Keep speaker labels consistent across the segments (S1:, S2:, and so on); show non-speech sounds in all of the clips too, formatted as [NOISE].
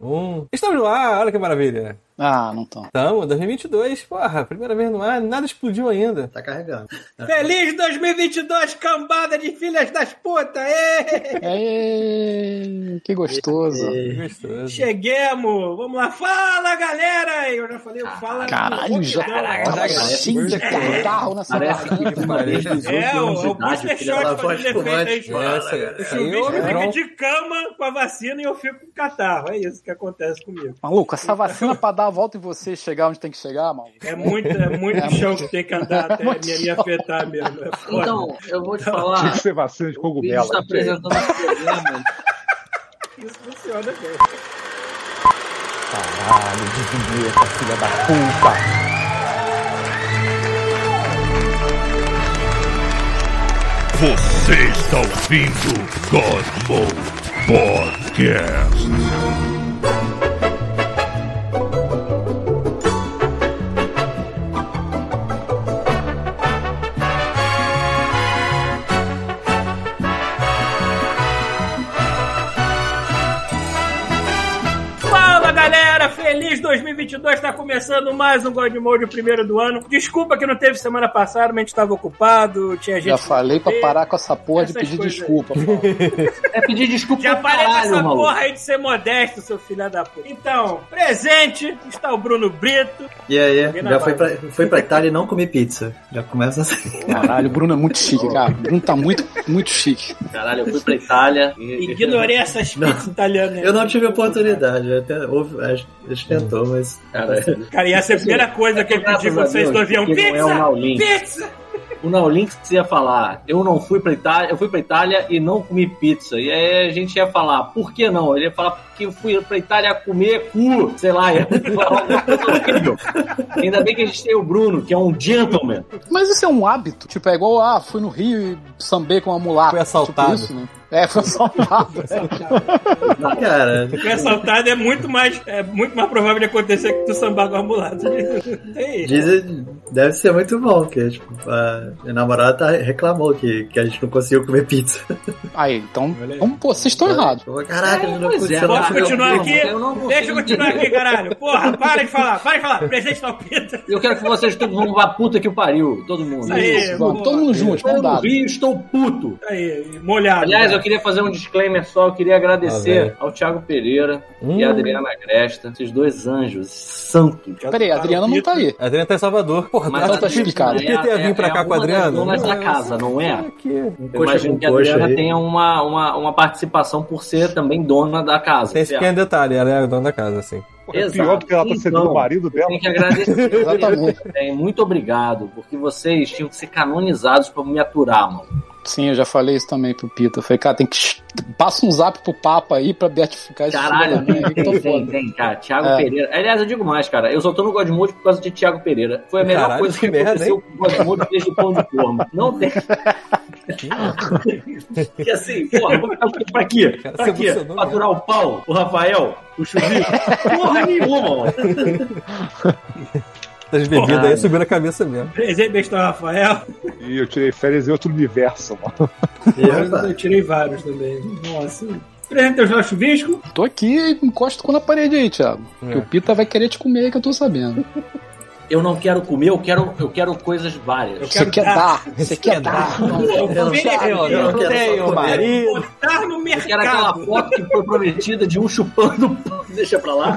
S1: 1. Estamos no ar, olha que maravilha.
S2: Ah, não tão.
S1: Estamos, 2022, porra, primeira vez no ar, nada explodiu ainda.
S3: Tá carregando.
S4: Feliz 2022, cambada de filhas das putas! Ê!
S2: Ei, É, que gostoso.
S1: Que Gostoso.
S4: Cheguemos! Vamos lá, fala galera! Eu já falei, fala
S2: Caralho,
S4: um
S2: já tava
S3: Caraca,
S2: cheio de catarro nessa
S3: Parece que
S2: garganta.
S3: de parede 18
S4: É, o
S3: anos de idade,
S4: Augusto
S3: o
S4: é
S3: filho
S4: short
S3: da
S4: pra
S3: voz
S4: fazer efeito aí, né?
S3: fumante. Fala,
S1: Essa,
S3: cara.
S1: essa
S4: O
S1: aí
S4: um bicho fica
S1: é
S4: de cama com a vacina e eu fico com catarro. É isso que acontece comigo.
S2: Maluco, essa vacina pra dar a volta em você e chegar onde tem que chegar, maluco.
S4: É muito, é muito
S2: É
S4: chão que tem que andar até
S2: muito
S4: me, me afetar mesmo. É foda.
S3: Então, eu vou te
S5: Tinha
S3: falar.
S5: que ser vacina de
S3: O vídeo
S5: cogumelo. né,
S3: está apresentando um problema.
S4: Isso funciona bem.
S2: Caralho, dividir essa filha da puta.
S6: Você está ouvindo Godmode Podcast.
S4: Fala galera, feliz 2022, tá começando mais um God Mode, o primeiro do ano. Desculpa que não teve semana passada, mas a gente tava ocupado, tinha gente.
S2: Já falei pra parar com essa porra de
S4: Essas
S2: pedir
S4: coisas aí.
S2: desculpa, maluco.
S3: É pedir desculpa
S4: Já
S3: pra
S4: parei
S3: caralho,
S4: dessa
S3: maluco.
S4: porra aí de ser modesto, seu filho da puta. Então, presente, está o Bruno Brito.
S3: E aí,
S4: Ninguém
S3: já
S4: vai
S3: fui pra, fui pra Itália e não comi pizza. Já começa assim.
S2: Caralho, o Bruno é muito chique, cara. O Bruno tá muito, muito chique.
S3: Caralho, eu fui pra Itália e...
S4: [LAUGHS] Ignorei essas pizzas italianas.
S3: Eu não tive oportunidade, eu até, houve, acho- a gente tentou, mas. Cara,
S4: Cara, ia ser a primeira coisa
S3: é
S4: que ele pediu pra vocês do avião.
S7: Não é o
S4: Pizza!
S7: Naulink.
S4: Pizza!
S7: O Naulink você ia falar, eu não fui pra Itália, eu fui pra Itália e não comi pizza. E aí a gente ia falar, por que não? Ele ia falar, porque eu fui pra Itália comer cu, sei lá, [LAUGHS] ia falar uma coisa horrível. Ainda bem que a gente tem o Bruno, que é um gentleman.
S2: Mas isso é um hábito. Tipo, é igual, ah, fui no Rio e sambei com uma mulata.
S1: Foi assaltado.
S2: Tipo isso, né? É, foi assaltado.
S3: cara,
S4: Porque assaltado é muito mais, é muito mais provável de acontecer que tu sambar com a [LAUGHS] ambulância. Tem isso.
S3: dizem. Deve ser muito bom, porque tipo, a minha namorada tá- reclamou que, que a gente não conseguiu comer pizza.
S2: Aí, então, então pô, vocês estão errados.
S3: Falou, Caraca, a gente não
S7: pois
S3: conseguiu.
S7: é,
S3: não um
S4: Posso
S3: comeu
S4: continuar
S3: pizza."
S4: aqui?
S7: eu não consigo
S4: Deixa eu continuar aqui,
S7: entender.
S4: caralho. Porra, para de falar, para de falar. Presente Talpita.
S7: Eu quero que vocês todos vão pra puta que o pariu, todo mundo.
S4: Isso aí.
S2: Isso, vamos,
S4: boa.
S2: todo mundo junto,
S7: Eu
S2: mão
S7: no
S2: dada.
S7: Rio estou puto.
S4: Aí, molhado.
S7: Aliás, eu queria fazer um disclaimer só, eu queria agradecer ao Thiago Pereira
S1: Hum,
S7: e
S3: Hum.
S7: a Adriana Gresta, esses dois anjos santos.
S2: Peraí, a Adriana não tá aí.
S1: A Adriana tá em Salvador. Porra,
S2: Mas ela tá explicada.
S1: O que tem a vir pra cá com a
S7: É, uma das
S1: Adriana?
S7: donas da
S1: Não,
S7: casa, não é?
S1: aqui.
S3: Um
S7: Eu
S3: coxa
S7: imagino
S3: com
S7: que a
S3: coxa
S7: Adriana
S3: aí.
S7: tenha uma, uma, uma participação por ser também dona da casa.
S1: Tem esse
S7: certo?
S1: pequeno detalhe, ela é a dona da casa, assim.
S5: É pior do que ela tá sendo
S7: Então,
S5: o marido dela.
S7: Tem que
S5: [LAUGHS]
S7: agradecer.
S2: Exatamente.
S7: Bem, muito obrigado, porque vocês tinham que ser canonizados pra me aturar, mano.
S2: Sim, eu já falei isso também pro Pita. Eu falei, cara, tem que. Passa um zap pro Papa aí pra beatificar esse filho
S7: Caralho,
S2: da
S7: tem,
S2: mãe aí que
S7: [LAUGHS] tem,
S2: tô
S7: tem,
S2: foda.
S7: tem, cara. Thiago
S2: É.
S7: Pereira. Aliás, eu digo mais, cara. Eu só tô no Godmode por causa de Thiago Pereira. Foi a melhor
S1: Caralho,
S7: coisa que
S1: que merda,
S7: aconteceu com o Godmode desde o pão de forma. Não tem. que assim, porra, vou ficar pra quê?
S1: Cara,
S7: Pra
S1: você
S7: quê?
S1: emocionou,
S7: Faturar o pau, o Rafael, o Chuzinho? Porra nenhuma, mano.
S1: Essas bebidas aí subiram a cabeça mesmo.
S4: Presente Bestor Rafael.
S5: E eu tirei férias em outro universo, mano.
S3: E,
S4: Eu [LAUGHS]
S3: rapaz,
S4: tirei vários também. Nossa. Presente ao Jorge Chuvisco.
S2: Tô aqui e encosta com na parede aí, Thiago. Que
S1: É.
S2: o Pita vai querer te comer, que eu tô sabendo.
S7: Eu não quero comer, eu quero, eu quero coisas várias.
S2: Você
S4: quero
S2: quer
S4: dar.
S2: dar, você quer dar.
S4: Eu
S3: não quero- eu não quero só comer.
S7: Ah, é.
S4: Botar no
S7: Eu quero é aquela
S4: mercado.
S7: foto que foi prometida de um chupando o pau. Deixa pra lá.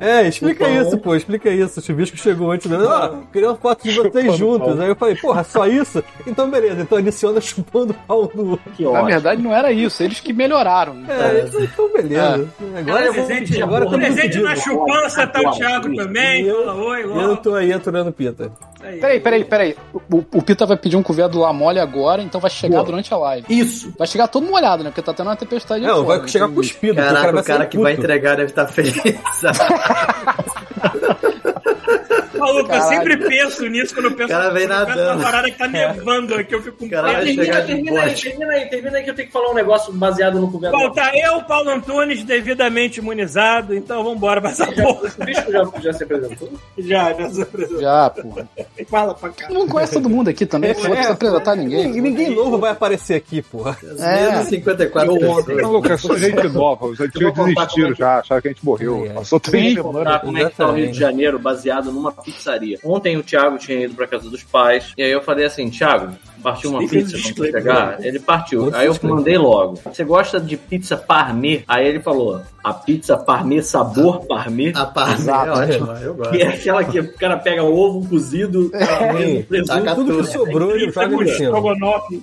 S1: É, explica
S3: Então-
S1: isso, pô, explica isso. O Chubisco chegou antes, né? Ó, queria uma foto de vocês juntos. Aí eu falei, porra, só isso? Então beleza, então adiciona chupando o pau do outro.
S7: Que
S2: Na
S7: ótimo.
S2: verdade, não era isso, eles que melhoraram. né?
S1: É, então beleza. Agora
S4: Cara,
S1: eu vou
S4: presente, é
S1: pedir, agora eu tô
S4: presente é
S1: pedindo.
S4: na chupança tá o
S7: Agora,
S4: Thiago
S7: isso.
S4: também.
S1: Eu-
S4: Fala oi,
S1: Eu não
S4: logo.
S1: tô aí aturando pita.
S4: Aí.
S2: Peraí, peraí, peraí. O, o Pita vai pedir um coveiro lá mole agora, então vai chegar durante a live.
S7: Isso.
S2: Vai chegar todo molhado, né? Porque tá tendo uma tempestade aí
S1: Não,
S2: fora,
S1: vai
S2: né?
S1: chegar
S2: Tem bicho.
S1: cuspido. porque
S3: Caraca, o
S1: sair
S3: tá
S7: [LAUGHS]
S3: cara que vai
S1: puto.
S3: entregar deve estar feliz.
S4: Maluco, eu
S2: Caralho.
S4: sempre penso nisso quando eu penso
S3: O cara vem
S4: quando eu penso
S3: nadando.
S4: na parada que tá nevando aqui, eu fico com
S3: Cara,
S4: medo.
S3: vai
S7: termina,
S3: chegar de
S7: termina aí,
S3: bote.
S7: termina aí, termina aí que eu tenho que falar um negócio baseado no governo.
S4: Bom, tá eu, Paulo Antunes, devidamente imunizado, então vambora pra essa porra.
S7: O bicho já, já se apresentou?
S4: Já, já se apresentou.
S2: Já, porra.
S4: Fala pra cá.
S2: Não conhece todo mundo aqui [LAUGHS] também, pô. Não precisa apresentar
S1: É, Ninguém,
S2: ninguém.
S1: ninguém novo vai aparecer aqui, porra.
S2: É.
S3: 54
S5: Não,
S3: pessoas.
S5: Lucas, é só gente nova. Os
S7: Eu
S5: antigos
S7: vou contar como é
S5: desistiram
S7: que-
S5: já, acharam que a gente morreu.
S1: É.
S5: Passou três
S7: Vem
S5: semanas.
S7: contar como é que tá o Rio
S1: Exatamente.
S7: de Janeiro baseado numa pizzaria. Ontem o Thiago tinha ido pra casa dos pais, e aí eu falei assim, Thiago, partiu uma
S4: Explica
S7: pizza
S4: esse
S7: pra você
S4: disclaimer.
S7: pegar? Ele partiu.
S1: Outro
S7: Aí eu
S1: disclaimer.
S7: mandei logo. Você gosta de pizza parmê? Aí ele falou, a pizza parmê, sabor parmê?
S3: A parte é ótima, eu
S7: Que
S3: gosto.
S7: é aquela que o cara pega um ovo cozido, tá
S1: É.
S7: presunto,
S3: Taca
S1: Tudo que
S3: tudo.
S1: sobrou, ele joga em
S4: tá
S1: cima.
S4: estrogonofe.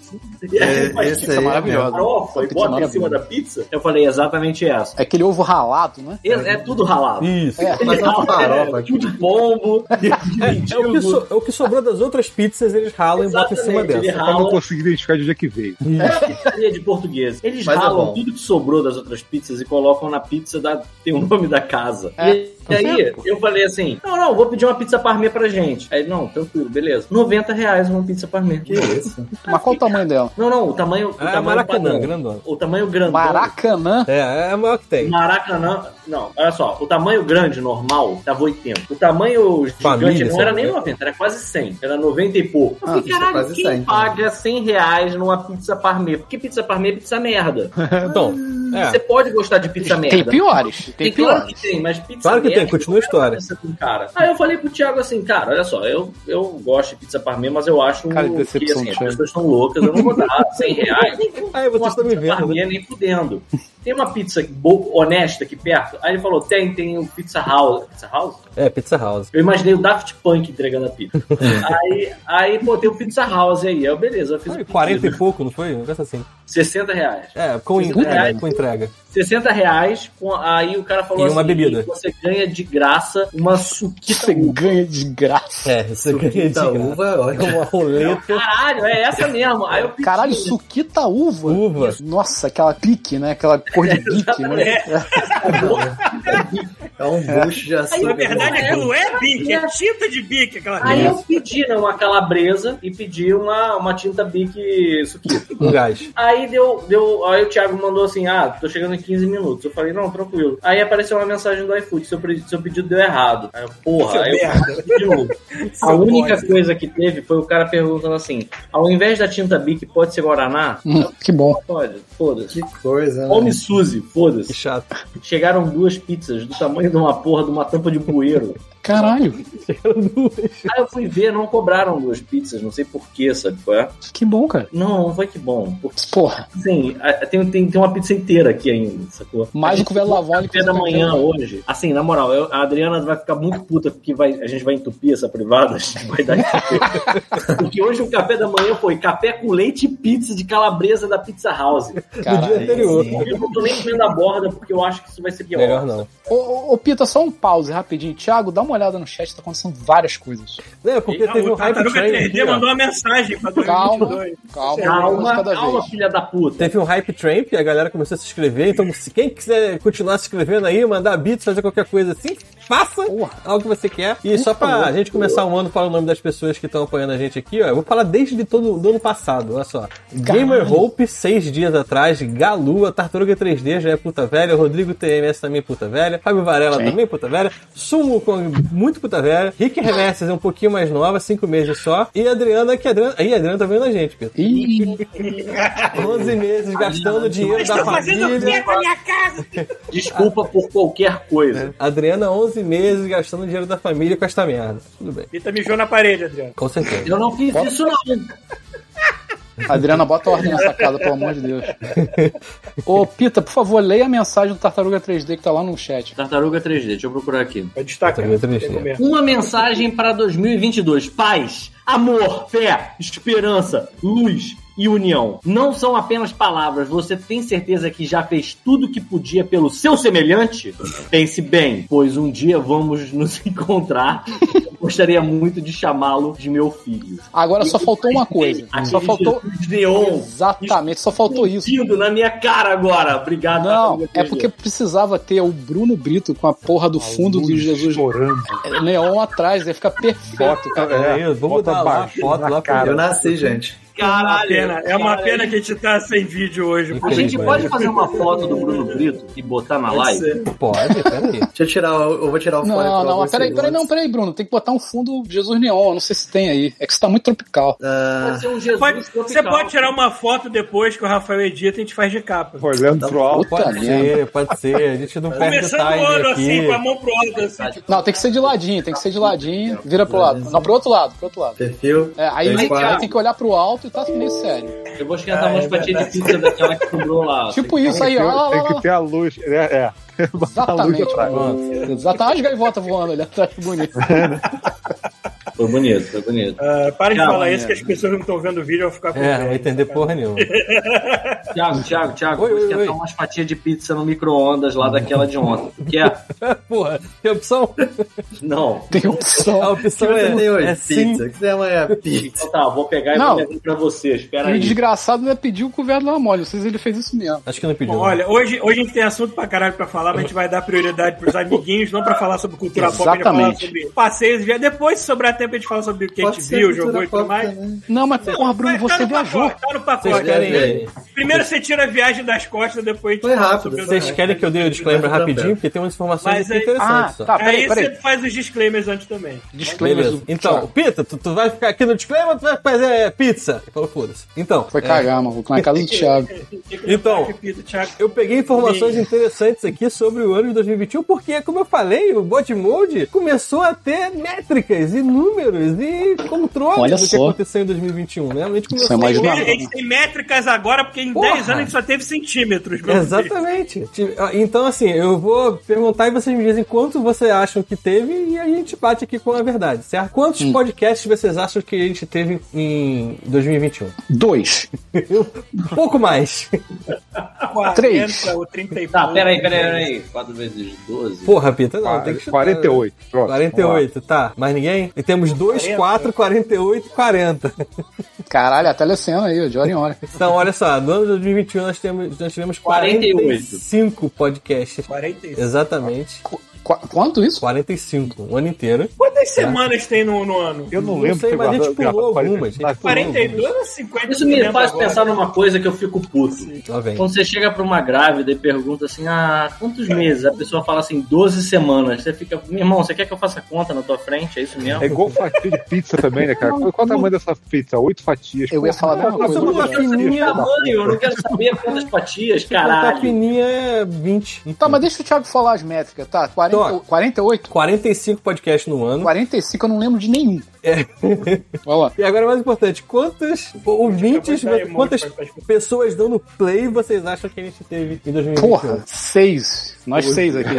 S7: e aí
S3: É,
S7: faz
S3: esse
S7: pizza
S3: aí é
S7: maravilhosa. Farofa e
S2: Pizza
S7: bota em
S2: maravilhosa.
S7: cima da pizza. Eu falei exatamente essa.
S2: É aquele ovo ralado, né?
S7: É, é tudo ralado.
S1: Isso.
S2: É.
S3: Mas é uma farofa, tipo.
S7: Tudo
S3: [LAUGHS]
S7: pombo,
S1: É o, que so- é o que sobrou das outras pizzas, eles ralam e botam em cima
S7: Exatamente, ele
S1: dessa.
S5: Eu não
S7: rala
S5: consegui identificar de onde é que veio.
S7: pizzaria de português. Eles
S3: Mas é
S7: ralam
S3: bom.
S7: tudo que sobrou das outras pizzas e colocam na pizza da tem o nome da casa.
S2: É,
S7: E aí eu falei assim: "Não, não, vou pedir uma pizza parmê pra gente". Aí não, tranquilo, beleza. 90 reais uma pizza parmê.
S3: Que isso? Ah,
S2: Mas qual o tamanho dela?
S7: Não, não, o tamanho, o
S1: É
S7: tamanho
S1: Maracanã,
S7: padrão.
S1: grandona.
S7: O tamanho grande.
S2: Maracanã.
S1: É, é a maior que tem.
S7: Maracanã, não, olha só, o tamanho grande normal tava 80. O tamanho gigante
S1: Família,
S7: não era
S1: sabe?
S7: nem 90, era quase 100, era 90 e pouco.
S2: Ah,
S7: Eu falei,
S3: isso é
S7: caralho,
S3: quase
S7: quem
S3: 100,
S7: paga 100 reais numa pizza parmê? Porque pizza parmê é pizza merda.
S1: Então,
S7: Você
S1: é.
S7: pode gostar de pizza
S2: Tem
S7: merda.
S2: piores. Tem
S7: Tem claro
S2: piores.
S7: que tem, mas pizza
S1: Claro que
S7: merda,
S1: tem, continua a história.
S7: conversa com o cara. Aí eu falei pro Thiago assim, cara, olha só, eu, eu gosto de pizza parmê, mas eu acho
S2: Cara, que
S7: que
S2: decepção,
S7: assim, as
S2: Thiago.
S7: pessoas estão loucas, eu não vou dar 100
S1: [LAUGHS]
S7: reais.
S1: Aí vocês
S7: Nossa,
S1: estão me
S7: pizza
S1: vendo, né?
S7: parmê, nem fudendo. Tem uma pizza bo- honesta aqui perto? Aí ele falou, tem, tem o Pizza House. Pizza House?
S1: É, Pizza House.
S7: Eu imaginei o Daft Punk entregando a pizza. aí, aí, pô, tem o Pizza House aí. Eu, beleza, eu fiz o
S1: Foi
S7: pedido.
S1: 40 e pouco, não foi? Um negócio assim.
S7: 60 reais.
S1: É, com
S7: Puta
S1: entrega.
S7: merda.
S1: Com entrega.
S7: 60 reais, com- aí o cara falou assim,
S1: E uma bebida.
S7: você ganha de graça uma
S2: Que
S7: suquita
S2: você ganha de graça.
S1: É, você ganha de
S3: Suquita
S1: graça.
S3: uva é ótimo.
S1: Uma roleta,
S7: Caralho, é essa mesmo. Aí eu pedi,
S2: Caralho, suquita uva.
S1: uva.
S2: Nossa, aquela pique, né? Aquela cor de bique, né?
S3: É um bucho de açúcar.
S4: Na verdade, aquilo é bique, é
S7: É.
S4: tinta de bique, aquela
S7: Aí
S4: merda.
S7: eu pedi né, uma calabresa e pedi uma, uma tinta bic suquita.
S1: Um gás.
S7: Aí deu, deu. Aí o Thiago mandou assim: Ah, tô chegando em 15 minutos. Eu falei, não, tranquilo. Aí apareceu uma mensagem do iFood, seu, pre- seu pedido deu errado. Aí eu, porra, aí eu pedi de novo. A
S4: Seu
S7: única
S4: bosta.
S7: coisa que teve foi o cara perguntando assim: ao invés da tinta bic, pode ser Guaraná?
S2: Hum, que bom.
S7: Pode,
S4: é-
S7: foda-se.
S3: Que coisa, né?
S7: Come Suzy,
S1: Que
S7: foda-se.
S1: chato.
S7: Chegaram duas pizzas do tamanho de uma porra de uma tampa de bueiro.
S2: Caralho,
S7: Aí eu fui ver, não cobraram duas pizzas, não sei porquê, sabe qual é?
S2: que bom, cara.
S7: Não, não foi que bom. Porque,
S2: Porra,
S7: assim, a- tem, tem, tem uma pizza inteira aqui ainda, sacou?
S2: mais
S7: A
S2: um covelho lavone
S7: gente tem café da manhã hoje. Assim, na moral, eu- a Adriana vai ficar muito puta porque vai, a gente vai entupir essa privada. [LAUGHS] A gente vai dar
S2: [LAUGHS]
S7: Porque hoje o café da manhã foi café com leite e pizza de calabresa da Pizza House.
S2: É
S1: No dia
S2: Caralho.
S1: anterior.
S7: Eu não tô nem comendo a borda porque eu acho que isso vai ser pior.
S1: Melhor não.
S2: Ô, ô, ô, Pita, só um pause rapidinho. Thiago, dá uma olhada no chat, tá acontecendo várias coisas.
S1: Não, é porque
S4: Não,
S1: teve um
S4: Ah, o
S1: hype
S4: Tartaruga
S1: train.
S4: 3D
S1: aqui,
S4: mandou
S1: ó.
S4: uma mensagem pra
S2: Calma,
S4: 2022.
S2: calma, uma
S7: Calma,
S2: cada
S7: calma,
S2: vez.
S7: filha da puta.
S1: Teve um hype train e a galera começou a se inscrever. Então, se quem quiser continuar se inscrevendo aí, mandar beats, fazer qualquer coisa assim, faça
S2: Porra.
S1: algo que você quer. E só pra
S2: favor,
S1: gente começar um ano, falar o nome das pessoas que estão apoiando a gente aqui, ó. Eu vou falar desde de todo do ano passado, olha só. Gamer Hope, seis dias atrás. Galua, Tartaruga 3D, já é puta velha. Rodrigo TMS também é puta velha. Fábio Varela
S2: Sim.
S1: também é puta velha. Sumo Kong, muito puta velha. Rick Reverses é um pouquinho mais nova, cinco meses só. E a Adriana, que a Adriana. Aí a Adriana tá vendo a gente, Pedro.
S2: Ih,
S1: 11 meses gastando dinheiro
S4: Mas
S1: da
S4: tá fazendo o
S1: família.
S4: que com a minha casa?
S7: Desculpa por qualquer coisa.
S1: Adriana, 11 meses gastando dinheiro da família com esta merda. Tudo bem.
S4: Pita mijou na parede, Adriano.
S1: Com
S2: É.
S1: certeza.
S7: Eu não fiz isso, não.
S2: Adriana, bota ordem nessa casa, pelo amor de Deus. Ô, Pita, por favor, leia a mensagem do Tartaruga 3D que tá lá no chat.
S7: Tartaruga 3D, deixa eu procurar aqui.
S4: Pra destacar.
S1: Tartaruga 3D.
S4: Tem como é.
S7: Uma mensagem para 2022. Pais, Amor, fé, esperança, luz e união não são apenas palavras. Você tem certeza que já fez tudo o que podia pelo seu semelhante? Pense bem, pois um dia vamos nos [LAUGHS] encontrar. Eu gostaria muito de chamá-lo de meu filho.
S2: Agora só faltou uma coisa. Só
S7: Aquele
S2: faltou.
S7: Jesus Neon
S2: Exatamente, só faltou isso.
S7: Explodindo na minha cara agora. Obrigado.
S2: Não,
S7: Tartaruga
S2: é porque precisava ter o Bruno Brito com a porra do fundo do Jesus É,
S5: Chorando.
S2: Neon atrás, ia ficar perfeito.
S1: É, eu vou botar
S5: bota
S1: lá a
S5: baixo
S1: foto
S5: na
S1: lá pro-
S5: cara.
S3: Eu nasci, gente.
S7: Caralho.
S4: Pena, é uma
S7: cara,
S4: pena que a gente tá sem vídeo hoje.
S7: A
S4: porque-
S7: gente pode fazer uma foto do Bruno Brito e botar na
S3: Pode
S7: live?
S4: né?
S3: ser.
S1: Pode, peraí.
S3: Deixa eu tirar, o- eu vou tirar o fone.
S2: Não,
S3: pra
S2: não, mas
S3: vocês
S2: peraí, peraí, não,
S3: antes.
S2: peraí, Bruno. Tem que botar um fundo Jesus Neon. eu Não sei se tem aí. É que isso tá muito tropical.
S3: Ah,
S7: Pode ser um Jesus
S4: Pode- você
S7: tropical.
S4: pode tirar uma foto depois que o Rafael edita e a gente faz de capa.
S5: Olhando
S1: Tá
S5: pro alto.
S2: Puta
S1: Pode
S2: merda.
S1: ser, pode ser. A gente não perde o
S4: Começando o ano
S1: time
S4: assim, com a
S1: aqui.
S4: mão pro alto, assim. tipo,
S2: Não, tem que ser de ladinho, tem que ser de ladinho. Vira pro lado. Não, pro outro lado, pro outro lado.
S3: perfil.
S2: É, aí,
S3: três
S2: aí
S3: quartos.
S2: tem que olhar pro alto e tá meio sério.
S7: Eu vou esquentar umas fatias de pizza daquela que sobrou lá.
S2: Tipo isso aí, ó. lá, lá,
S5: Tem
S2: lá,
S5: que
S2: lá.
S5: ter tá a luz. É, [LAUGHS] é. Botar a luz
S2: Exatamente.
S5: atrás.
S2: Bruno. Exatamente. As gaivotas voando ali atrás, que bonito.
S7: Foi bonito, foi bonito.
S4: ah, para de
S7: Não,
S4: falar
S7: é.
S4: isso que as pessoas não estão vendo o vídeo vão ficar com
S1: né? É, não
S4: medo.
S1: vai entender porra
S4: [LAUGHS]
S1: nenhuma. [LAUGHS]
S7: Tiago, Tiago, Tiago,
S1: Oi,
S7: vou
S1: oi,
S7: esquentar
S1: oi.
S7: umas fatias de pizza no micro-ondas lá daquela de ontem. Tu Quer?
S1: Porra, tem opção?
S7: Não.
S2: Tem um
S1: A
S2: opção.
S3: O que
S1: opção
S3: você
S1: é,
S3: tem hoje?
S1: é sim.
S3: Pizza. O que você amanhã? Pizza.
S7: Então tá, eu vou pegar e
S2: Não.
S7: vou levar pra você. Espera
S2: E o
S7: aí.
S2: desgraçado ainda pediu o couvert da mole. Não sei se ele fez isso mesmo.
S1: Acho que não pediu.
S4: Bom, olha, hoje, hoje a gente tem assunto pra caralho pra falar, mas a gente vai dar prioridade pros amiguinhos, não pra falar sobre cultura pop, a gente vai falar
S2: Exatamente.
S4: sobre passeios. Já depois, se sobrar tempo, a gente fala sobre o que a
S3: Pode
S4: gente
S3: ser
S4: viu,
S3: cultura
S4: jogou e tudo
S3: pop
S4: mais.
S3: também.
S2: Não, mas porra, Bruno,
S4: Mas
S2: você
S4: tá no
S2: viajou.
S4: pacote, Tá no
S1: Vocês
S4: pacote.
S1: querem,
S4: Primeiro você tira a viagem das costas, depois a gente
S3: Foi
S4: fala
S3: rápido.
S4: sobre o-
S1: vocês querem que eu dê o disclaimer rapidinho? Porque tem umas informações
S4: Mas
S1: aqui
S4: aí-
S2: Ah,
S1: interessantes. só.
S2: tá,
S4: Aí
S2: peraí, peraí.
S4: você faz os disclaimers antes também.
S2: Disclaimer
S1: Beleza.
S2: do
S1: Então, Pita, tu, tu vai ficar aqui no disclaimer ou tu vai fazer é, pizza? Ele falou, foda-se. Então,
S2: Foi
S1: é,
S2: cagar, maluco, na casa do Thiago.
S1: Então,
S4: Repita, Thiago.
S1: eu peguei informações
S4: Sim.
S1: interessantes aqui sobre o ano de 2021, porque, como eu falei, o bot mode começou a ter métricas e números e controles
S2: Olha
S1: do que
S2: só.
S1: aconteceu em 2021, né? A gente começou
S2: é mais
S1: a-
S2: Não.
S4: A gente tem métricas agora, porque em
S1: Porra.
S4: 10 anos a gente só teve centímetros. meu Deus.
S1: Exatamente. Ti- ah, Então, assim, eu vou perguntar e vocês me dizem quanto vocês acham que teve e a gente bate aqui com a verdade, certo? Quantos
S2: Hum.
S1: podcasts vocês acham que a gente teve em 2021?
S2: Dois.
S1: Pouco mais.
S4: 40
S2: Três.
S4: ou 30 Tá e
S7: Tá,
S4: pouco.
S7: peraí, peraí, peraí. 4 vezes 12.
S1: Porra, Pita, não, tem que
S5: Quar-
S1: chutar. né?
S5: 48. Pronto.
S1: 48, tá. Mais ninguém? E temos 2, 4, 48 e 40.
S2: Caralho, a telecena aí, ó, de hora em hora.
S1: Então, olha só, no ano de 2021 nós, temos, nós tivemos
S7: 48.
S1: 45 podcasts.
S4: 45.
S1: Exatamente.
S2: Qu- qu- quanto isso?
S1: 45, um ano inteiro.
S4: Quantas semanas tem no, no ano?
S5: Eu não
S1: Não
S5: lembro
S1: sei,
S5: se
S1: mas a gente
S5: guardou-
S1: pulou
S5: guardou
S1: algumas, a gente pulou.
S2: um
S4: 42 ou 50?
S7: Isso me faz
S4: agora.
S7: pensar numa coisa que eu fico puto.
S1: Lá vem. Então,
S7: Quando você chega pra uma grávida e pergunta assim, ah, quantos meses? A pessoa fala assim, 12 semanas. Você fica, meu irmão, você quer que eu faça conta na tua frente? É isso mesmo?
S5: É igual fatia de pizza também, né, cara? Qual o tamanho dessa pizza? Oito fatias. tá
S2: Eu ia falar a mesma coisa.
S1: Uma fininha,
S7: Tamanho, eu não quero saber quantas fatias,
S1: Contar
S7: caralho.
S1: tá fininha é 20.
S2: Tá, mas deixa o Thiago falar as métricas, tá? 40,
S1: Tô.
S2: 48?
S1: 45 podcasts no ano.
S2: 45 eu não lembro de nenhum. Olha lá.
S1: E agora, mais importante, quantos ouvintes,
S4: Acabou de dar
S1: quantas
S4: emoji pra- pra-
S1: pessoas dando play vocês acham que a gente teve em 2021?
S2: Porra, seis. Nós seis aqui.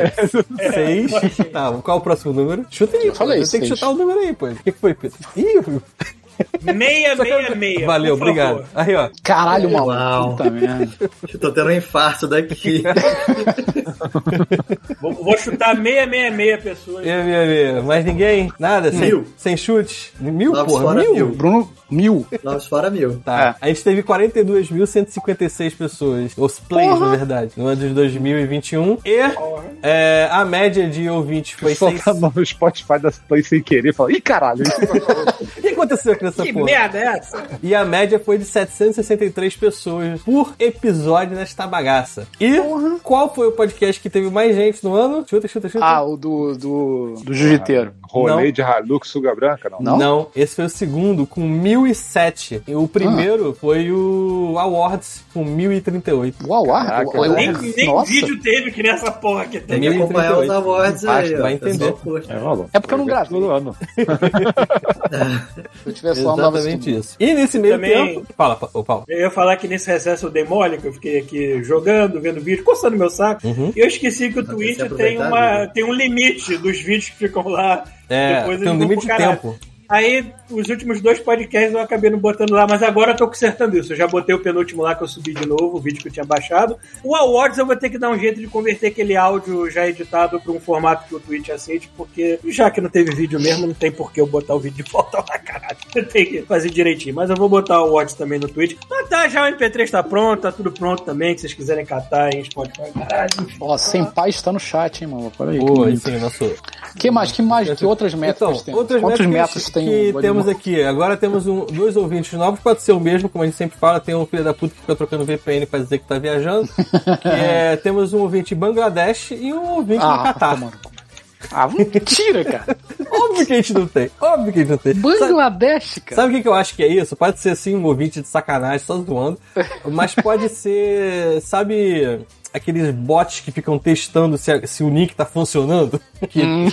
S1: Seis? Tá, qual o próximo número? Chuta aí,
S2: Eu falei
S1: pô. Tem que
S2: seis.
S1: chutar o número aí, pô. O que que foi, Pedro? Ih,
S2: é um
S4: 666.
S1: valeu,
S4: por favor.
S1: obrigado. Aí, ó.
S2: Caralho,
S3: Uau.
S2: maluco. Puta merda.
S3: Eu tô tendo um infarto daqui.
S4: Vou, vou chutar 666 pessoas.
S2: É,
S1: Meu, meu, meu. Mais ninguém? Nada?
S3: Mil.
S1: Sem, sem chute? Mil,
S3: Novos
S1: porra?
S3: fora
S1: Mil?
S3: mil.
S2: Bruno, mil.
S3: Novos fora mil.
S1: Tá. A gente teve 42.156 pessoas, os plays, na verdade, no ano de 2021. E é, a média de ouvintes foi seis.
S5: Soltar no Tá Spotify da Play sem querer. Fala, ih, caralho.
S1: O que aconteceu aqui nessa
S4: Que
S1: porra?
S4: merda é essa?
S1: E a média foi de 763 pessoas por episódio nesta bagaça. E qual foi o podcast que teve mais gente no ano? Chuta, chuta, chuta.
S2: Ah, o do, do, do jiu-jiteiro.
S5: Rolê
S1: Não.
S5: de Hilux, Suga Branca, não.
S2: Não?
S1: esse foi o segundo, com 1007. E o primeiro
S2: Ah.
S1: foi o Awards, com 1038.
S2: Uau, uau.
S5: Caraca.
S2: uau, uau.
S4: Nem, nem
S2: Nossa.
S4: vídeo teve que nessa porra que tem.
S3: Tem que acompanhar os
S1: 1038.
S3: awards aí,
S1: Basta,
S3: ó.
S1: vai entender.
S3: Pessoal curte.
S5: É, olha lá.
S2: É porque eu não
S5: Foi
S2: gravei.
S5: todo ano.
S2: Se eu tivesse lá, andava
S1: Exatamente isso. E nesse meio
S4: Também-
S1: tempo. Fala, pa- ô, Paulo.
S4: Eu ia falar que nesse recesso eu dei mole, que eu fiquei aqui jogando, vendo vídeo, coçando meu saco.
S1: Uhum.
S4: E eu esqueci que o Twitch
S3: tem que
S4: tem,
S3: aproveitar,
S4: uma,
S3: né?
S4: tem um limite dos vídeos que ficam lá.
S1: É,
S4: Depois
S1: tem
S4: eles
S1: um
S4: vão
S1: limite de
S4: pro caralho.
S1: tempo.
S4: Aí, os últimos dois podcasts eu acabei não botando lá, mas agora eu tô consertando isso. Eu já botei o penúltimo lá que eu subi de novo, o vídeo que eu tinha baixado. O Awards eu vou ter que dar um jeito de converter aquele áudio já editado para um formato que o Twitch aceite, porque já que não teve vídeo mesmo, não tem por que eu botar o vídeo de volta lá, caralho. [LAUGHS] Eu tenho que fazer direitinho. Mas eu vou botar o Awards também no Twitch. Ah, tá, já o MP3 tá pronto, tá tudo pronto também, que vocês quiserem catar em Spotify, caralho.
S2: Ó, sem pai está no chat, hein, mano. Peraí.
S1: Pô,
S2: que, é
S1: sim, nosso,
S2: que mais? Que mais? É Que outras
S1: Então,
S2: métricas tem?
S1: outras
S2: Quantos
S1: métricas
S2: métodos
S1: que,
S2: tem?
S1: que
S2: o
S1: temos
S2: Godmode?
S1: aqui. Agora temos um- dois ouvintes novos, pode ser o mesmo, como a gente sempre fala, tem um filho da puta que fica trocando VPN pra dizer que tá
S2: [LAUGHS]
S1: viajando. Que é, temos um ouvinte em Bangladesh e um ouvinte no
S2: Ah,
S1: Catar.
S2: mano. Ah, mentira, cara.
S1: [LAUGHS] Óbvio que a gente não tem, óbvio que a gente não tem. Sabe-
S2: Bangladesh, cara.
S1: Sabe o que, que eu acho que é isso? Pode ser sim um ouvinte de sacanagem, só zoando. Mas pode ser, sabe, aqueles bots que ficam testando se, a- se o nick tá funcionando? Que-
S2: Hum.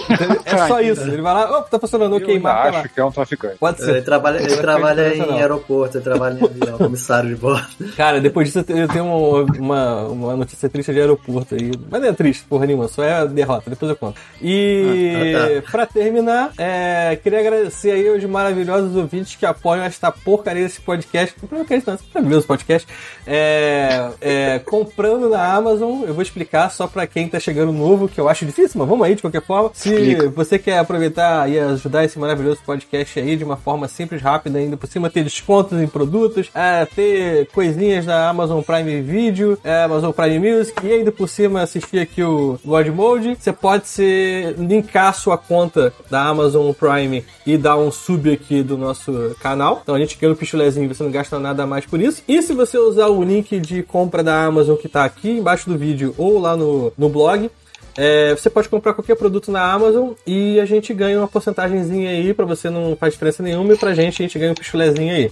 S1: é
S2: [LAUGHS]
S1: só isso. Ele vai lá, opa, tá funcionando,
S5: Eu
S1: ok,
S5: ainda
S1: marca lá.
S5: acho que é um traficante.
S1: Pode
S3: Ele
S1: ser.
S3: trabalha, ele
S1: Não é
S3: trabalha
S1: coisa
S3: em
S1: não.
S3: aeroporto, ele trabalha em avião, comissário de bordo.
S1: Cara, depois disso eu te- eu tenho uma, uma, uma notícia triste de aeroporto aí. Mas não é triste, porra nenhuma, só é derrota, depois eu conto. E
S3: Ah, ah,
S1: pra terminar, é, queria agradecer aí aos maravilhosos ouvintes que apoiam esta porcaria desse podcast. Não acredito, não, esse maravilhoso podcast. É, é, comprando na Amazon, eu vou explicar só pra quem tá chegando novo, que eu acho difícil, mas vamos aí de qualquer forma. Se
S2: Explica.
S1: você quer aproveitar e ajudar esse maravilhoso podcast aí de uma forma simples, rápida, ainda por cima, ter descontos em produtos, é, ter coisinhas da Amazon Prime Video, é, Amazon Prime Music e ainda por cima assistir aqui o God Mode, você pode se linkar sua conta da Amazon Prime e dar um sub aqui do nosso canal. Então a gente ganha um pichulezinho, você não gasta nada a mais por isso. E se você usar o link de compra da Amazon que tá aqui embaixo do vídeo ou lá no, no blog, é, você pode comprar qualquer produto na Amazon e a gente ganha uma porcentagemzinha aí, pra você não faz diferença nenhuma, e pra gente a gente ganha um pichulezinho aí.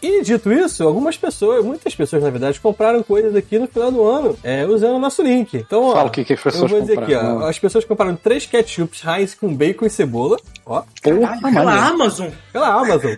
S1: E dito isso, algumas pessoas, muitas pessoas na verdade, compraram coisas aqui no final do ano é, usando o nosso link. Então, ó,
S2: Fala o que que as pessoas né?
S1: eu vou dizer
S2: compraram.
S1: aqui, ó, as pessoas compraram três ketchups Heinz com bacon e cebola, ó,
S2: Porra,
S4: Pela
S2: mano.
S4: Amazon?
S1: pela Amazon.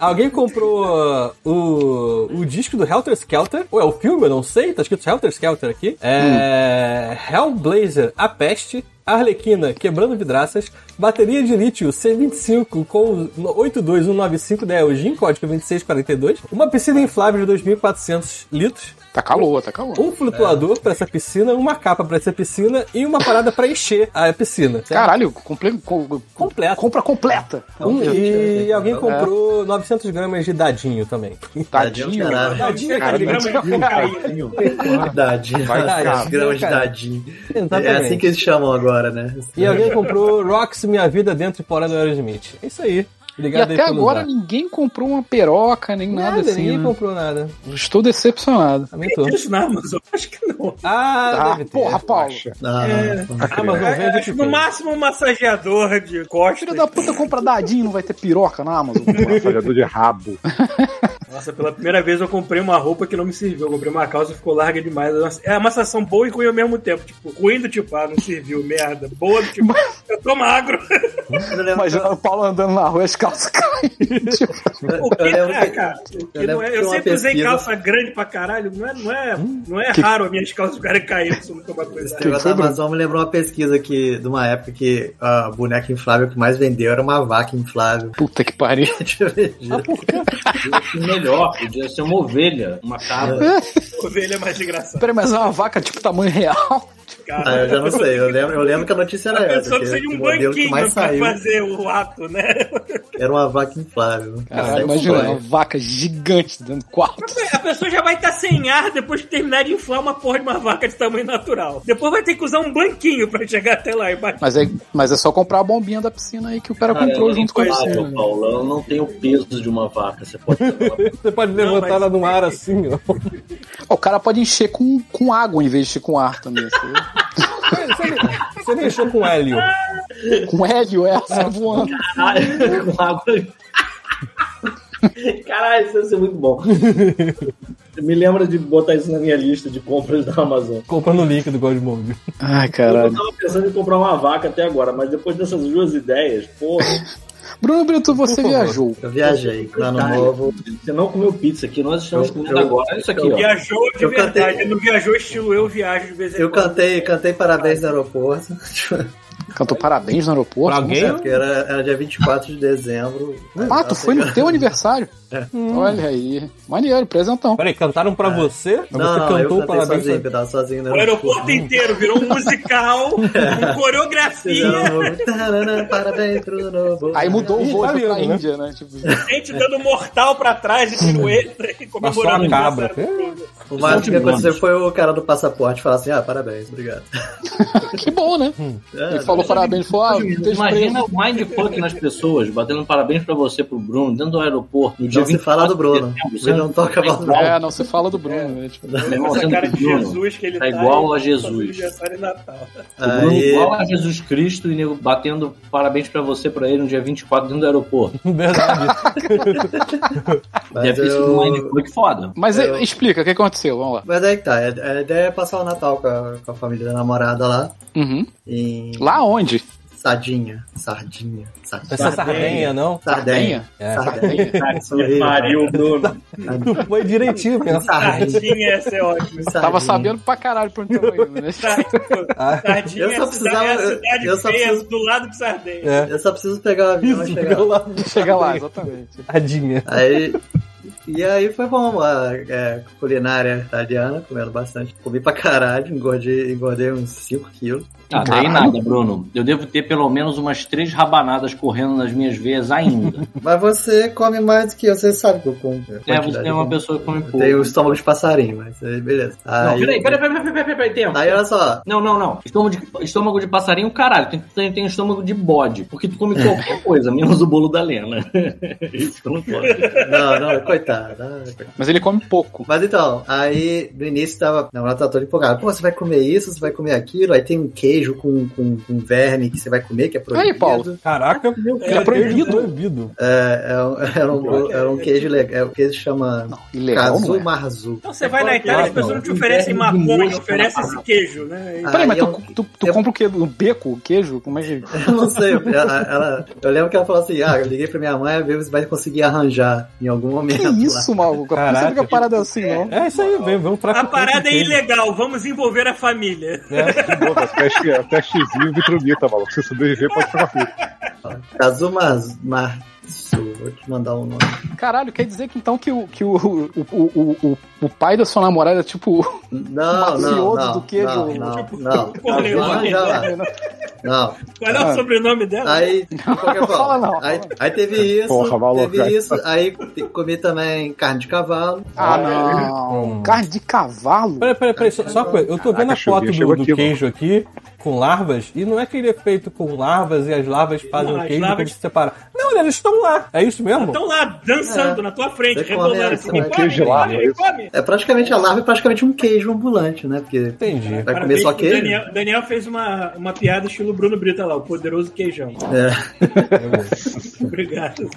S1: Alguém comprou ó, o, o disco do Helter Skelter, ou é o filme, eu não sei, tá escrito Helter Skelter aqui. É, Hellblazer, A Peste, Arlequina, Quebrando Vidraças, Bateria de Lítio C25 com um o 82195 da Elgin, né, código 2642, uma piscina inflável de 2.400 litros,
S2: Tá calor, tá calor.
S1: um flutuador pra essa piscina, uma capa pra essa piscina e uma parada pra encher a piscina. certo?
S2: Caralho, comple... com-
S1: Completo.
S2: compra completa.
S1: Um- e alguém comprou 900 gramas de dadinho também. [LAUGHS]
S2: Tadinho. né?
S3: Tadinho, né? caralho.
S4: Tadinho,
S2: Cara,
S4: aquele
S2: mas-
S4: grama de cocaína.
S3: Dadinho,
S1: Vai, cara.
S3: 10 gramas de
S1: Cara.
S3: dadinho.
S1: Exatamente.
S3: É assim que eles chamam agora, né?
S1: E alguém comprou Rocks Minha Vida Dentro e Fora do Aerosmith. É Isso aí.
S2: E
S1: Obrigado aí
S2: até
S1: pelo
S2: agora
S1: zap.
S2: ninguém comprou uma peroca, nem nada,
S1: Nada,
S2: assim.
S1: ninguém
S2: né?
S1: comprou nada.
S2: Estou decepcionado.
S1: Também tô.
S4: Isso na Amazon? [LAUGHS] Acho que não.
S1: Ah,
S2: Ah,
S1: deve ter.
S2: porra, Paulo.
S5: [LAUGHS]
S3: Ah,
S2: é.
S1: Amazon vende o que
S4: Acho É, no
S1: tem.
S4: máximo um massageador de costas.
S2: Filho da puta compra dadinho, não vai ter piroca na Amazon.
S5: Massageador de rabo.
S4: Nossa, pela primeira vez eu comprei uma roupa que não me serviu. Eu comprei uma calça que ficou larga demais. É uma sensação boa e ruim ao mesmo tempo. Tipo, ruim do tipo, ah, não serviu, merda. Boa
S2: [LAUGHS]
S4: do tipo, eu tô magro.
S2: Imagina o Paulo andando na rua e as calças caindo. Tipo,
S4: O que,
S3: Eu lembro
S4: é,
S3: que-
S4: cara? O que
S3: eu lembro
S4: não é?
S3: que
S4: Eu
S3: uma
S4: sempre usei
S3: pesquisa-
S4: calça grande pra caralho. Não é, não é,
S2: Hum?
S4: não é raro as minhas calças ficarem caindo se eu não tomar
S3: Esse
S4: cuidado.
S3: negócio da Amazon me lembrou uma pesquisa que, de uma época que a boneca inflável que mais vendeu era uma vaca inflável. [LAUGHS]
S2: puta que pariu.
S3: Deixa eu ver.
S7: Melhor, podia ser uma ovelha, uma cabra.
S4: [LAUGHS] Ovelha é mais engraçada,
S2: Peraí, mas é uma vaca tipo tamanho real?
S3: Ah,
S4: cara.
S3: eu já não sei. Eu lembro, eu
S4: [LAUGHS]
S3: lembro que a notícia
S4: A
S3: era essa.
S4: pessoa
S3: que
S4: precisa de um
S3: o modelo que
S4: banquinho pra
S3: mais saiu
S4: fazer o ato, né?
S3: era uma vaca inflável.
S2: Caralho,
S3: Saiu
S2: Ah, imagina
S3: fora.
S2: uma vaca gigante dentro do quarto.
S4: A pessoa já vai estar sem ar depois de terminar de inflar uma porra de uma vaca de tamanho natural. Depois vai ter que usar um banquinho pra chegar até lá e bater.
S2: Mas é, mas é só comprar a bombinha da piscina aí que o cara
S7: Cara,
S2: comprou
S7: eu
S2: junto com
S7: não
S2: você.
S7: sou magro,
S2: né?
S7: Paulo, eu não tenho o peso de uma vaca. Você pode ter
S1: Você pode levantar
S4: mas-
S1: ela no
S2: é.
S1: ar assim, ó.
S2: né? O cara pode encher com, com água em vez de encher com ar também. assim.
S1: Você nem- Você nem encheu com hélio.
S2: com hélio, é, sai voando.
S7: Caralho, com água. Caralho, isso deve ser muito bom. Me lembra de botar isso na minha lista de compras da Amazon.
S1: Comprando o link do God Mode.
S2: Ai,
S7: Eu
S2: caralho.
S7: tava pensando em comprar uma vaca até agora, mas depois dessas duas ideias, porra,
S2: Bruno Brito, você
S1: favor.
S2: viajou.
S3: Eu viajei lá no novo.
S7: você não comeu pizza aqui, nós estamos
S3: Eu-
S7: comendo
S3: eu-
S7: agora. é Isso aqui, ó.
S4: Viajou de
S3: Eu
S4: verdade,
S3: cantei-
S4: ele não viajou estilo eu viajo de vez em
S3: Eu
S4: quando.
S3: cantei, cantei parabéns no aeroporto.
S2: Cantou parabéns no
S1: Pra
S2: aeroporto.
S1: alguém?
S3: É, [LAUGHS] porque era, era dia 24 de dezembro.
S2: Ah, tu foi no teu aniversário? Olha aí. Maneiro, presentão.
S1: Peraí, cantaram pra você? Mas
S3: É. Não,
S1: você
S3: não, eu
S1: cantou
S3: cantei
S1: parabéns.
S3: sozinho, porque eu tava sozinho. né?
S4: O aeroporto inteiro virou um musical, com coreografia,
S3: Fizeram um tarana, Parabéns pro novo.
S2: Aí mudou o
S1: Ih,
S2: voo
S1: tá
S2: foi pra
S1: vendo, né?
S2: Índia, né? Tipo,
S4: gente dando mortal pra trás de pirueta e
S1: Passou
S4: comemorando
S2: né?
S1: a
S4: o
S2: Tá
S1: cabra. né?
S4: aniversário.
S3: O máximo que aconteceu foi o cara do passaporte falar assim: ah, parabéns, obrigado.
S2: que bom, né?
S3: É,
S2: Ele falou parabéns, falou, ah, esteja
S7: Imagina
S2: preso.
S7: o mindfuck nas pessoas, batendo parabéns pra você, pro Bruno, dentro do aeroporto, no dia
S3: Não se fala do Bruno. Ele não toca mais
S7: mal.
S2: É, não, você fala do Bruno, né? Tipo,
S4: Essa cara de Jesus que ele
S7: Tá igual
S4: e
S7: a Jesus.
S4: fazendo aniversário de Natal.
S7: Bruno
S3: Aí,
S7: igual a Jesus Cristo e nego batendo parabéns pra você, pra ele, no dia 24 dentro do aeroporto.
S1: [LAUGHS] Verdade.
S3: mas
S7: Deve ter sido um
S3: eu...
S7: mindfuck foda.
S2: mas é, explica, o que aconteceu? Vamos lá.
S3: Mas aí que tá, a a ideia é passar o Natal com a, com a família da namorada lá
S2: Uhum.
S3: em
S2: Lá onde?
S3: Sardinha. Sardinha. Sardinha.
S1: Essa sardinha, não?
S3: Sardenha.
S1: É.
S3: Sardenha.
S4: Que pariu, Bruno.
S1: Tu foi direitinho pensar.
S3: Sardinha.
S4: Tardinha essa é ótima.
S3: Tá
S2: Tava sabendo pra caralho pra onde tava indo, né?
S1: Ah,
S4: Tardinha
S3: Eu só
S4: é a
S3: precisava-
S4: cidade- é a cidade
S3: eu só
S4: feia
S3: preciso-
S4: do lado de Sardenha.
S1: é.
S3: Eu só preciso pegar o avião e chegar.
S1: Pegou lá.
S2: [LAUGHS] Chega lá, exatamente.
S1: Tadinha.
S3: Aí. E aí foi bom, a é, culinária italiana, comendo bastante. Comi pra caralho, engordei, engordei uns 5 quilos.
S7: Ah, daí nada, Bruno. Eu devo ter pelo menos umas três rabanadas correndo nas minhas veias ainda.
S3: Mas você come mais do que eu, você sabe que eu como. né?
S7: É, você é uma pessoa que come pouco.
S3: Tem o estômago de passarinho, mas aí, beleza.
S7: Não,
S3: Aí,
S7: peraí, peraí, peraí, peraí, peraí, peraí, tempo.
S3: aí olha só,
S7: Não, não, não. Estômago de, estômago de passarinho, caralho. Tem, tem, tem estômago de bode. Porque tu come qualquer coisa, menos o bolo da Lena. [LAUGHS] Isso que eu não posso.
S3: não, não, coitado. ah, coitado.
S2: Mas ele come pouco.
S3: Mas então, aí no início tava. Na hora tava todo empolgado. Pô, você vai comer isso, você vai comer aquilo. Aí tem um queijo com, com, com verme que você vai comer, que é proibido.
S2: Aí, Paulo.
S1: Caraca,
S2: É proibido.
S1: proibido.
S3: É, é um, [LAUGHS] era um, era um queijo legal. É um queijo que chama
S2: Ilegal, não
S3: Kazu
S2: é?
S3: Marzu.
S4: Então você vai na Itália, as pessoas não te oferecem maconha, oferecem esse queijo, né?
S3: Ah,
S2: Peraí, mas
S3: e
S2: tu, tu, tu
S3: eu-
S2: compra o quê? Um beco, o queijo? Como é que...
S3: Eu [LAUGHS] não sei, ela, ela- eu lembro que ela falou assim: ah, eu liguei pra minha mãe, ver se vai conseguir arranjar em algum momento.
S2: Que é isso, maluco? Não
S1: Caraca.
S2: você fica parada assim, não.
S1: É isso aí, vem, vamos pra
S4: A parada é ilegal, vamos envolver a família.
S5: Pô, mas teste, é testezinho vitronita, maluco. Se sobreviver, pode ficar frito.
S3: lá. Kazu Marzu. Marzu. Vou te mandar um nome.
S2: Caralho, quer dizer que então que o, que o, o, o, o, o pai da sua namorada é tipo.
S3: Não, não,
S2: Mafioso
S3: não.
S2: do Tipo, queijo.
S3: Não, não,
S2: [LAUGHS]
S3: não.
S4: Corleone.
S3: Não, já- não.
S4: Qual é o
S2: Ah.
S4: sobrenome dela?
S2: [LAUGHS]
S3: Aí, de qualquer forma,
S2: Fala não,
S3: Aí,
S2: fala.
S3: aí teve isso,
S5: Porra, maluco,
S3: teve
S5: cara.
S3: isso, aí te- comi também carne de cavalo.
S2: Ah, não. Carne de cavalo?
S1: Peraí, peraí, peraí, só, só uma coisa. Eu tô vendo a
S5: Caraca,
S1: foto
S5: choveu,
S1: do,
S5: chegou
S1: do
S5: aqui,
S1: queijo aqui com larvas, e não é que ele é feito com larvas e as larvas fazem
S4: Não,
S1: o
S4: as
S1: queijo
S4: larvas- Então-
S1: quando se separa. Não, eles estão lá. É isso mesmo?
S4: Estão lá dançando
S3: É.
S4: na tua frente,
S3: Vai comer,
S4: rebolando assim.
S3: vai
S4: Come,
S5: né? queijo de lado,
S4: come,
S5: isso.
S4: come.
S3: É praticamente a larva, é praticamente um queijo ambulante, né? Porque
S1: Entendi.
S3: vai comer
S4: Parabéns
S3: só
S4: pro
S3: queijo.
S4: Daniel, Daniel fez uma, uma piada estilo Bruno Brita lá, o poderoso queijão.
S3: É,
S4: Obrigado.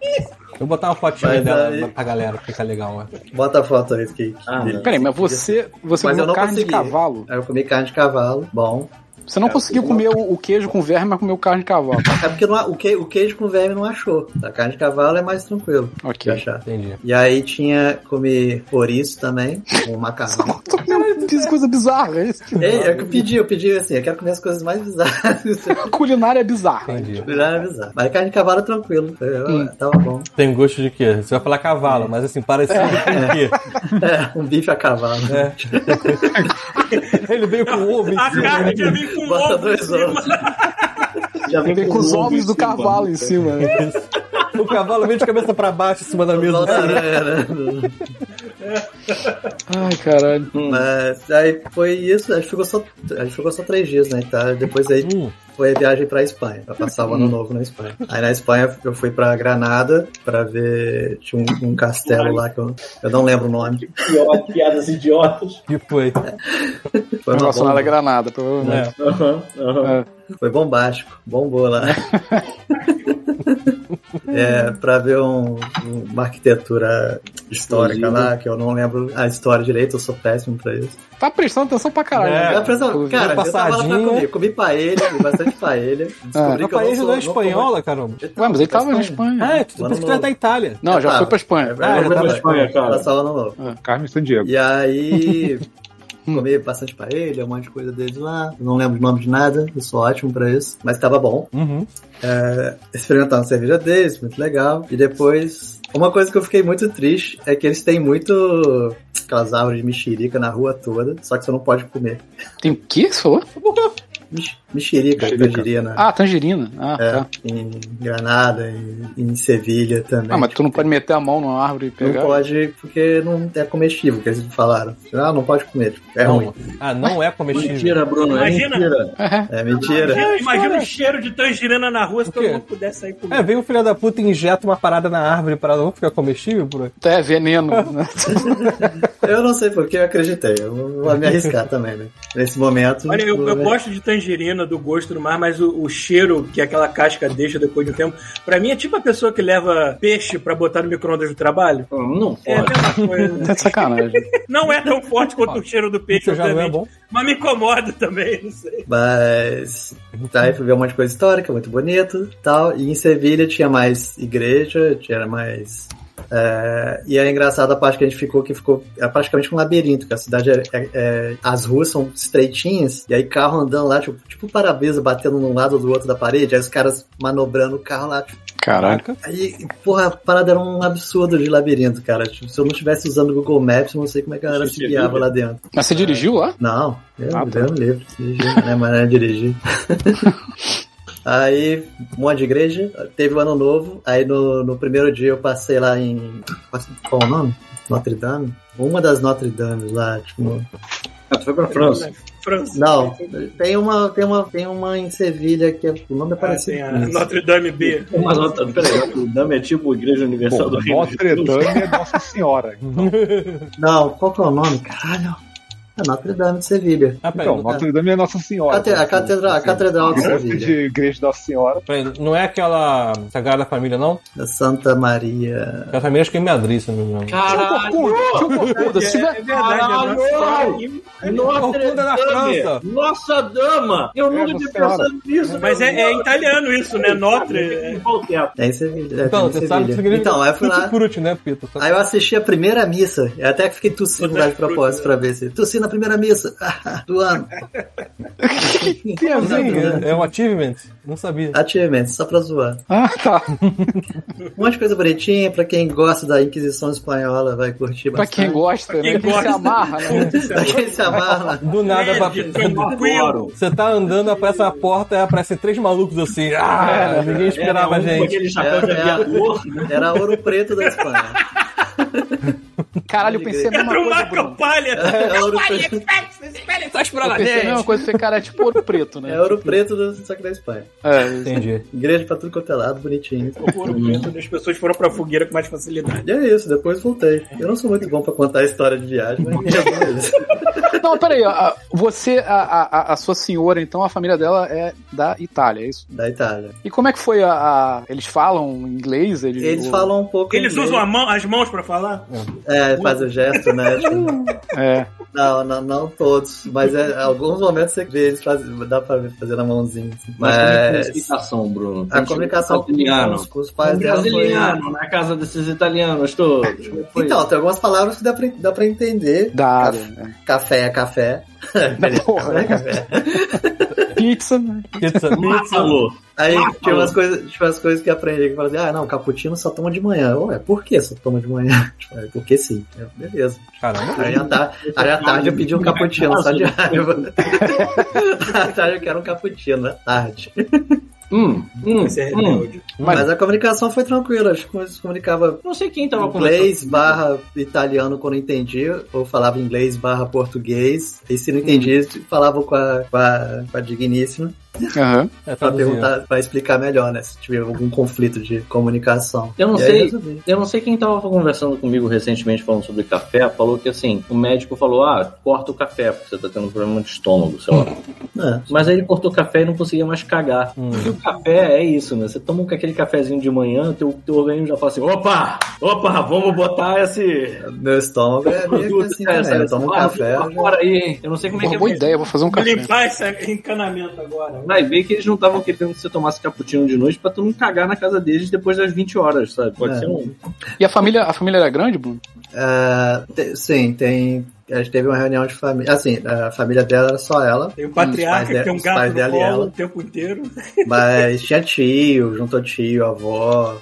S1: Eu vou botar uma fotinha
S3: Mas
S1: dela
S3: aí-
S1: pra galera, fica legal. né?
S3: bota a foto aí, que, que
S7: Ah,
S3: delícia.
S2: Peraí, mas você, você
S3: Mas eu
S2: comeu
S3: não
S2: carne de
S3: consegui.
S2: cavalo.
S3: Aí eu comi carne de cavalo, bom.
S2: Você não conseguiu comer o, o queijo com verme, mas comeu carne de cavalo.
S3: É porque não há- o, que- o queijo com verme não achou. A carne de cavalo é mais tranquilo de
S2: Ok.
S3: achar.
S1: Entendi.
S3: E aí tinha, comi ouriço também, com macarrão.
S2: Tô comendo bis- coisa bizarra, é isso que
S3: Ei, é que eu pedi, eu pedi assim, eu quero comer as coisas mais bizarras. [LAUGHS]
S2: culinária é bizarra.
S1: Entendi.
S3: Melhor avisar. Mas carne de cavalo é tranquilo. Eu- Tava bom. [LAUGHS]
S1: Tem gosto de quê? Você vai falar cavalo, mas assim, parecido com
S3: É, um bife a cavalo.
S2: É.
S3: né?
S1: o quê? Ele veio com um ovo em
S4: A
S1: cima.
S4: carne já vem com
S3: Bota
S4: ovo em
S3: dois ovos.
S4: cima.
S3: Já
S2: Vem com os ovos do cavalo em cima. né?
S1: Isso. O cavalo veio de cabeça pra baixo em cima da mesa.
S3: Era.
S2: Ai, caralho.
S3: Mas aí foi isso, a gente ficou só, a gente ficou só três dias, né? Tá? Depois aí
S1: Hum.
S3: foi a viagem pra Espanha, pra passar o ano novo na Espanha. Aí na Espanha eu fui pra Granada pra ver. Tinha um, um castelo lá que eu, eu não lembro o nome.
S7: Piadas idiotas.
S1: Que foi?
S3: Foi, uma
S2: Relacionado à
S3: bomba,
S2: é granada, provavelmente.
S3: foi bombástico, bombou lá. É, pra ver um- uma arquitetura histórica lá, que eu não lembro a história direito, eu sou péssimo pra isso.
S2: Tá prestando atenção pra caralho.
S1: É.
S2: né?
S3: Eu pensava,
S2: Pô,
S3: cara, eu tava lá pra
S1: passadinha.
S3: comer. Comi paelha, comi bastante paelha. Descobri
S1: A
S3: que eu não
S1: parede
S3: sou...
S1: não é
S3: não como-
S1: espanhola, caramba.
S2: Ué, mas ele tava na Espanha.
S1: Ah, é, tu
S3: Mano,
S1: pensa que tu é
S3: não.
S1: da Itália.
S2: Não, já
S3: Tava.
S2: foi pra
S3: É,
S2: Espanha.
S1: Ah, já
S3: eu
S1: tava
S3: tava
S1: na
S3: Espanha,
S7: cara.
S3: Passava no novo.
S2: [LAUGHS]
S5: Carmen San Diego.
S3: E aí... Comi bastante parelha, um monte de coisa deles lá. Não lembro o nome de nada, eu sou ótimo pra isso. Mas tava bom.
S1: Uhum.
S3: É, experimentar uma cerveja deles, muito legal. E depois, uma coisa que eu fiquei muito triste é que eles têm muito aquelas árvores de mexerica na rua toda, só que você não pode comer.
S2: Tem o que que você falou?
S3: Mex- Mexerica, que eu
S5: Mexerica.
S3: diria, né?
S2: Ah, tangerina. Ah,
S3: É,
S2: tá.
S3: em Granada, em, em Sevilha também.
S2: Ah, mas tu não pode meter a mão numa árvore e
S3: Não
S2: pegar.
S3: pode, porque não é comestível, que eles falaram. Ah, não pode comer, tipo, é
S1: Não.
S3: ruim.
S1: Ah, não é comestível.
S7: Mentira, Bruno.
S4: Imagina.
S7: É mentira.
S2: É.
S3: É mentira.
S4: Imagina, imagina o cheiro de tangerina na rua se
S1: O quê?
S4: todo mundo pudesse sair
S1: É,
S4: comigo.
S1: vem o filho da puta e injeta uma parada na árvore para não ficar comestível, por
S2: É veneno. né?
S3: Eu não sei porque eu acreditei. Eu vou vou me arriscar também, né? Nesse momento.
S4: Olha, eu,
S3: vou-
S4: eu
S1: Né?
S4: gosto de tangerina, do gosto do mar, mas o, o cheiro que aquela casca deixa depois de um tempo, pra mim é tipo a pessoa que leva peixe pra botar no micro-ondas do trabalho.
S7: Não
S4: É a
S7: pode.
S4: mesma coisa.
S2: Tá de sacanagem.
S4: Não é tão forte quanto o cheiro do peixe,
S1: Isso já não é
S4: obviamente.
S1: bom.
S4: Mas me incomoda também, não sei.
S3: Mas. Tá, aí fui ver um monte de coisa histórica, muito bonito tal. E em Sevilha tinha mais igreja, tinha mais. é, e era engraçado a parte que a gente ficou, que ficou é praticamente um labirinto, que a cidade é, é- é- As ruas são estreitinhas, e aí carro andando lá, tipo, tipo um para-brisa batendo num lado ou do outro da parede, aí os caras manobrando o carro lá, tipo,
S2: Caralho.
S3: Aí, porra, a parada era um absurdo de labirinto, cara. Tipo, se eu não estivesse usando o Google Maps, eu não sei como é que a galera se guiava lá dentro.
S2: Mas você dirigiu lá?
S3: Não, eu,
S2: Ah, tá.
S3: eu não lembro. Dirigir, né? Mas não é
S4: [LAUGHS]
S3: dirigir. aí, um monte de igreja. Teve o ano novo. Aí, no, no primeiro dia, eu passei lá em. Qual é o nome? Notre Dame? Uma das Notre Dames lá, tipo.
S7: Ah, tu foi pra [LAUGHS] França.
S4: França.
S3: Não, tem uma, tem uma, tem uma em Sevilha que é- o nome é
S4: Ah,
S3: parecido.
S4: tem a
S3: com isso.
S4: Notre Dame B.
S7: Mas, ó, tá- peraí, Notre Dame é tipo a Igreja Universal
S5: Bom,
S7: do Rio. né? de
S5: Notre
S7: Janeiro.
S5: Dame é Nossa Senhora. Então,
S3: Uhum. Não, qual que é o nome? Caralho. É Notre Dame de Sevilha.
S1: [LAUGHS] Ah, peraí,
S5: então,
S1: não,
S5: Notre Dame é Nossa Senhora.
S3: Cate- a, catedral, a catedral de
S5: Grande
S3: Sevilha.
S5: de Igreja Nossa Senhora.
S1: peraí, não é aquela Sagrada Família, não?
S3: Da Santa Maria.
S1: Aquela família acho que é em Madrid, se não me engano.
S7: Caralho!
S2: Tio Corcunda, se tiver.
S4: é
S7: Caralho! É Notre
S1: Corcunda da
S7: Dame.
S1: França.
S7: Nossa dama! Eu nunca
S5: Nossa
S7: tinha
S5: Senhora.
S7: pensado nisso.
S4: Mas é, é italiano isso, né? Notre. é-
S7: Notre.
S3: É em Sevilha. é,
S1: Então,
S3: tem em
S1: você sabe o que
S3: Sevilha.
S1: significa?
S3: Então, aí eu fui lá.
S1: Tutti-frutti, né, Pito? Só-
S3: Aí eu assisti a primeira missa. Eu até fiquei tossindo lá de propósito pra ver se. Tossi na primeira missa [LAUGHS] do ano.
S1: Sim, é, é um achievement? Não sabia.
S3: Ativamente, só pra zoar.
S2: Ah, tá.
S3: Um monte de coisa bonitinha, pra quem gosta da Inquisição Espanhola, vai curtir
S2: Pra quem
S3: bastante.
S2: gosta, né?
S4: Quem
S2: Quem se
S4: gosta.
S2: amarra, né?
S3: Pra quem
S1: [LAUGHS]
S3: se amarra.
S1: Do nada, pra-
S4: é Tranquilo.
S1: [LAUGHS] você tá andando, aparece uma porta, aí aparecem três malucos assim. Ah, ninguém esperava a
S7: Era um com
S1: gente.
S7: Aquele chapéu de
S3: É, é.
S7: aviador. né?
S3: Era ouro preto da Espanha.
S2: Caralho, eu pensei a mesma
S4: Entra o
S2: coisa,
S4: Marco
S2: Bruno.
S4: Palha.
S3: É ouro preto,
S2: Eu pensei a mesma coisa, falei, cara, é tipo ouro preto, né?
S3: [LAUGHS] é ouro preto do, só que da Espanha.
S2: É,
S1: Entendi.
S3: Igreja pra tudo quanto é lado, bonitinho.
S4: As pessoas foram pra fogueira com mais facilidade.
S3: E é isso, depois voltei. Eu não sou muito bom pra contar a história de viagem, mas é beleza.
S2: Não, peraí, a- você, a, a, a sua senhora, então, a família dela é da Itália, é isso?
S3: [LAUGHS] da Itália.
S2: E como é que foi a. a- eles falam inglês? Eles,
S3: Eles
S2: ou-
S3: falam um pouco.
S4: Eles
S3: inglês.
S4: usam a mão- as mãos pra falar?
S3: É, faz o gesto, né? Tipo,
S2: É.
S3: não, não, não todos, mas é, alguns momentos você vê eles faz, dá pra ver fazer na mãozinha. assim.
S7: Mas como é que é a
S3: Mas,
S7: comunicação, Bruno?
S3: a comunicação com,
S7: italiano.
S3: os- com os pais dela foi.
S7: brasileiro, na casa desses italianos todos. Como é que foi
S3: Então, tem algumas palavras que dá pra, dá pra entender.
S2: Da área. né?
S3: Café é café.
S2: Porra,
S3: Café é café.
S2: pizza. né?
S1: [LAUGHS] Pizza,
S7: isso? Mátalo.
S3: Aí
S7: Ah,
S3: tinha
S7: falou.
S3: umas, coisas, tinha umas coisas que eu aprendi que falava assim, ah, não, cappuccino só toma de manhã. Ué, por que só toma de manhã? [LAUGHS] Tipo, é porque sim. É, beleza.
S1: caramba.
S3: Aí à, ta- aí à tarde eu pedi um cappuccino, só de raiva. [LAUGHS] à tarde eu quero um cappuccino, à tarde.
S7: Hum, hum,
S4: Esse é
S7: hum.
S4: rebelde.
S3: Mas, a comunicação foi tranquila, acho que eu comunicava
S7: Não sei quem
S3: Um
S7: tava conversando.
S3: inglês barra italiano quando entendia, ou falava inglês barra português, e
S7: Hum.
S3: se não entendia, falava com a, com a, com a digníssima
S2: Aham.
S1: É,
S3: pra
S1: traduzindo.
S3: perguntar, pra explicar melhor, né, se tiver algum conflito de comunicação.
S7: Eu não
S3: E aí
S7: sei.
S3: resolvi.
S7: Eu não sei quem tava conversando comigo recentemente falando sobre café, falou que assim, o médico falou, ah, corta o café, porque você tá tendo um problema de
S3: [LAUGHS]
S7: estômago, sei lá.
S3: É.
S7: Mas aí ele cortou o café e não conseguia mais cagar.
S1: Hum.
S7: Porque o café é isso, né? Você toma com aquele cafezinho de manhã, teu, teu organismo já fala assim, opa, opa, vamos botar esse...
S3: Meu estômago é meio que assim
S7: cara,
S3: também, eu tomo um café.
S7: ah, fora aí, hein? Eu não sei como é que
S2: Porra,
S7: é
S2: boa ideia, vou fazer um café.
S4: Limpar esse encanamento agora.
S7: Vai ver que eles não estavam querendo que você tomasse cappuccino de noite pra tu não cagar na casa deles depois das 20 horas, sabe? Pode
S3: É.
S7: ser um.
S2: E a família, a família era grande, Bruno?
S3: Ah, te- É, sim, tem a gente teve uma reunião de família. Assim, a família dela era só
S7: [LAUGHS]
S3: ela.
S4: Tem o
S3: Os pais
S4: patriarca, que
S3: de-
S4: tem um
S3: os pais
S4: gato no
S3: dela e
S4: colo
S3: Hum, ela.
S4: o tempo inteiro.
S3: Mas tinha tio, juntou tio, avó.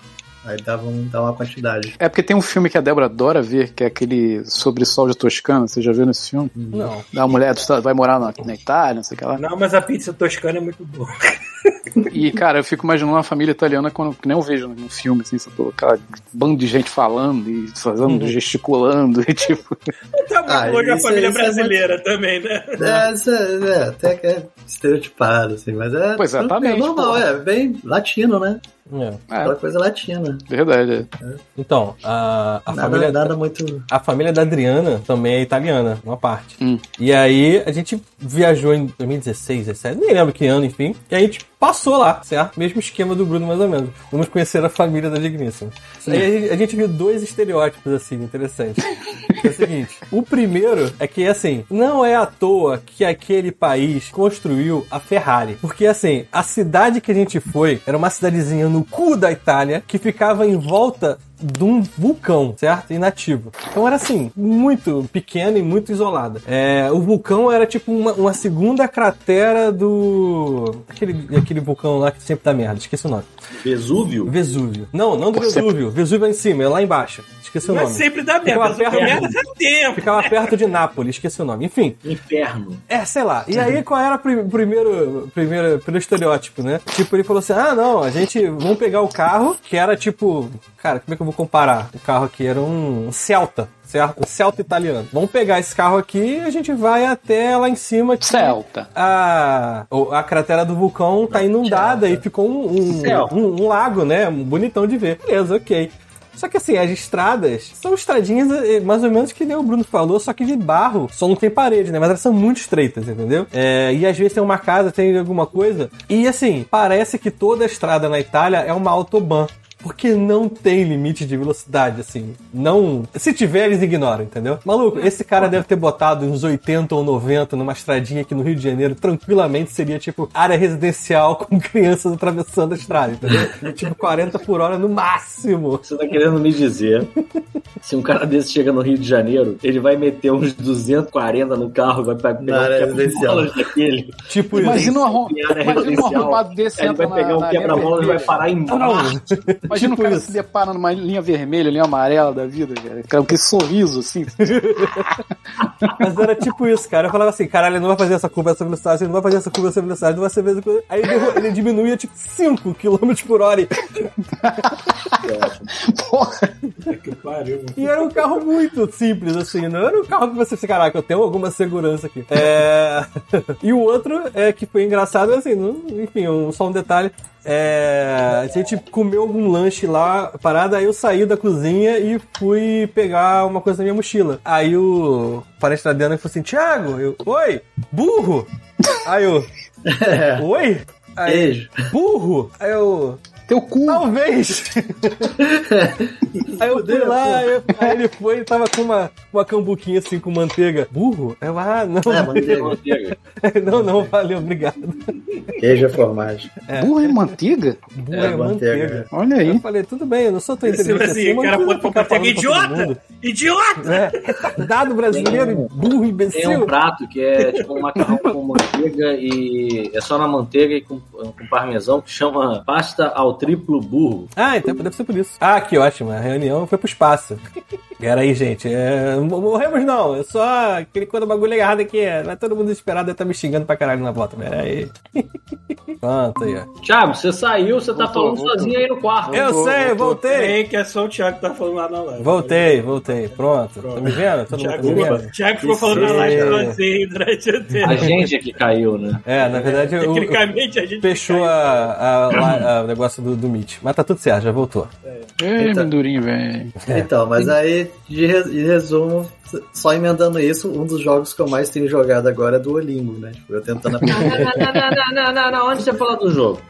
S3: Aí dava, um, dava uma quantidade.
S2: É porque tem um filme que a Débora adora ver, que é aquele Sobre Sol de Toscana. Você já viu nesse filme?
S1: Não.
S2: Da mulher do estado- vai morar na, na Itália, não sei o que lá.
S4: Não, mas a pizza toscana é muito boa. [LAUGHS]
S2: E, cara, eu fico imaginando uma família italiana quando que nem eu vejo num filme, assim, só tô, cara, bando de gente falando e fazendo,
S7: Uhum.
S2: gesticulando, [LAUGHS] e tipo.
S4: Tá muito
S3: Ah,
S4: longe a
S3: isso-
S4: família
S3: isso é
S4: brasileira também, né?
S3: É, isso é, é, até que é estereotipado, assim, mas é.
S2: Pois é, tá bem,
S3: normal,
S2: pô.
S3: é bem latino, né?
S1: É.
S2: É,
S3: Aquela coisa latina.
S2: verdade. é.
S1: Então, a, a
S3: nada,
S1: família.
S3: nada
S7: [LAUGHS]
S3: muito.
S1: A família da Adriana também é italiana, uma parte.
S2: Hum.
S1: E aí a gente viajou em 2016, 17, nem lembro que ano, enfim. E aí a gente passou lá, certo? Mesmo esquema do Bruno, mais ou menos. Vamos conhecer a família da Digníssima. Aí a gente, a gente viu dois estereótipos, assim, interessantes. Que é o seguinte: o primeiro é que, assim, não é à toa que aquele país construiu a Ferrari. Porque, assim, a cidade que a gente foi era uma cidadezinha no cu da Itália que ficava em volta de um vulcão, certo? Inativo. Então era assim, muito pequena e muito isolada. É, o vulcão era tipo uma, uma segunda cratera do. Aquele, aquele vulcão lá que sempre dá merda, esqueci o nome.
S7: Vesúvio?
S1: Vesúvio. Não, não do Vesúvio. Vesúvio é em cima, é lá embaixo. Esqueci o
S4: Mas
S1: nome.
S4: sempre dá merda.
S1: Ficava
S4: Mas o
S1: perto
S4: merda dá tempo.
S1: Ficava perto de Nápoles, esqueci o nome. Enfim,
S7: Inferno.
S1: é, sei lá. E aí, qual era o pri- primeiro, primeiro, primeiro estereótipo, né? Tipo, ele falou assim: ah, não, a gente. Vamos pegar o carro, que era tipo. Cara, como é que eu vou comparar? O carro aqui era um Celta, certo? Um Celta italiano. Vamos pegar esse carro aqui e a gente vai até lá em cima. tipo, Que
S2: Celta.
S1: a, o- a cratera do vulcão tá inundada e ficou um, um-
S7: Céu.
S1: um- um lago, né? Um Bonitão de ver. Beleza, ok. Só que assim, as estradas são estradinhas eh, mais ou menos que nem o Bruno falou, só que de barro, só não tem parede, né? Mas elas são muito estreitas, entendeu? É, e às vezes tem uma casa, tem alguma coisa. E assim, parece que toda a estrada na Itália é uma autobahn. Porque não tem limite de velocidade, assim. Não. Se tiver, eles ignoram, entendeu? Maluco, esse cara deve ter botado uns 80 ou 90 numa estradinha aqui no Rio de Janeiro, tranquilamente seria tipo área residencial [LAUGHS] com crianças atravessando a estrada, entendeu? tipo 40 por hora no máximo.
S7: Você tá querendo me dizer se um cara desse chega no Rio de Janeiro, ele vai meter uns 240 no carro e vai pe-
S3: Na
S7: pegar
S3: área
S7: um quebra-molas
S3: residencial.
S7: daquele.
S1: Tipo isso.
S2: Imagina um arrum-
S7: Em área
S2: imagina um
S7: residencial,
S2: arrombado desse
S7: Ele
S2: entra
S7: vai
S2: na,
S7: pegar um
S2: na linha
S7: quebra-molas e vai
S2: vermelha.
S7: tipo parar em Marte.
S2: Imagina o cara se deparando numa linha vermelha, linha amarela da vida, cara. Cara, aquele sorriso, assim.
S1: Mas era tipo isso, cara. Eu falava assim, caralho, ele não vai fazer essa curva, essa velocidade, ele não vai fazer essa curva, essa velocidade, não vai ser mesmo. Aí ele, ele diminuía tipo 5 km por hora. E
S2: Porra.
S4: Que pariu, mano.
S1: E era um carro muito simples, assim, não era um carro que você fica, caraca, eu tenho alguma segurança aqui. É... [LAUGHS] e o outro é que foi engraçado, assim, não- enfim, um- só um detalhe. É... A gente comeu algum lanche lá, parada, aí eu saí da cozinha e fui pegar uma coisa na minha mochila. Aí o parente da Diana falou assim, Thiago, eu, oi, burro! Aí eu,
S7: É.
S3: [LAUGHS]
S1: oi? Aí,
S3: Beijo.
S1: burro? Aí eu,
S2: Teu cu.
S1: Talvez! aí eu fui lá, eu- aí ele foi e tava com uma, uma cambuquinha assim com manteiga. Burro? Aí Eu, ah, não,
S3: É, manteiga.
S1: [LAUGHS] não, não, valeu, obrigado.
S3: Queijo é formagem.
S2: Burro e manteiga?
S1: Burro é, manteiga.
S2: Olha
S1: Eu
S2: aí.
S1: falei, tudo bem, eu não sou tão
S4: Ele
S1: inteligente
S4: falou assim,
S1: mas
S4: cara,
S1: não precisa
S4: pô,
S1: ficar
S4: manteiga
S1: falando pra todo
S4: idiota!
S1: mundo.
S4: Idiota!
S1: É, retardado brasileiro, burro,
S7: Tem
S1: imbecil.
S7: um prato que é tipo um macarrão com manteiga e é só na manteiga e com, com parmesão que chama pasta ao triplo burro.
S1: Ah, então deve ser por isso. Ah, que ótimo. A reunião foi pro espaço. Era aí, gente. É, mo- morremos não. É só clicou no bagulho errado aqui. É, Não é todo mundo desesperado, deve tá me xingando pra caralho na volta. Pera aí. [LAUGHS] Pronto aí, ó.
S7: Thiago, você saiu, você tá falando sozinho aí no quarto.
S1: Eu sei, voltei.
S4: Peraí, que é só o Thiago que tá falando lá na live.
S1: Voltei, voltei. Pronto. Tá me vendo? Todo mundo tá
S4: Thiago,
S1: me vendo?
S4: Thiago ficou falando na live sozinho durante o tempo.
S7: A gente é que caiu, né?
S1: É, na verdade eu... eu
S4: Tecnicamente a gente.
S1: Fechou a, a- a- a- o negócio do, do Meet. Mas tá tudo certo, já voltou.
S2: Ei,
S3: Então.
S2: Mindurinho, velho.
S3: Então, mas aí, de re- de resumo, só emendando isso, um dos jogos que eu mais tenho jogado agora é do Olingo, né? Tipo, eu tentando aprender.
S7: Não, não, não, não, não, não, não, antes de você falar do jogo.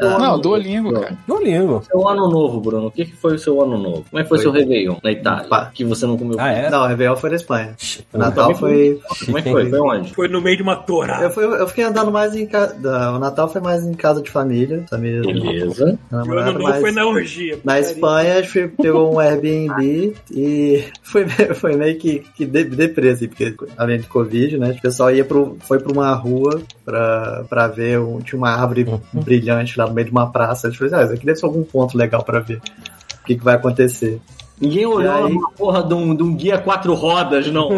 S2: Não, Duolingo, cara.
S1: Duolingo.
S7: Seu ano novo, Bruno. O que, que foi o seu ano novo? Como é que foi, seu Réveillon na Itália?
S3: Pá.
S7: Que você não comeu.
S1: Ah, é?
S3: Não, o Réveillon foi na Espanha. O Natal
S7: também
S3: foi.
S7: Como é que foi? Foi onde?
S4: Foi no meio de uma torada.
S3: Eu, fui- eu fiquei andando mais em casa. O Natal foi mais em casa de família. Família.
S7: Beleza.
S3: da
S4: E o ano
S3: namorada,
S4: novo
S3: mas-
S4: foi na orgia.
S3: Na Espanha, a gente pegou um Airbnb e foi, me- foi meio que, que de- deprê, assim, porque além de Covid, né? O pessoal ia pro, foi pra uma rua pra, pra ver, um- tinha uma árvore brilhante lá no meio de uma praça. A gente falou assim, ah, isso aqui deve ser algum ponto legal pra ver o que, que vai acontecer.
S7: Ninguém
S3: E
S7: olhou
S3: aí? É
S7: uma porra de um, de um guia quatro rodas,
S3: [LAUGHS]
S7: não.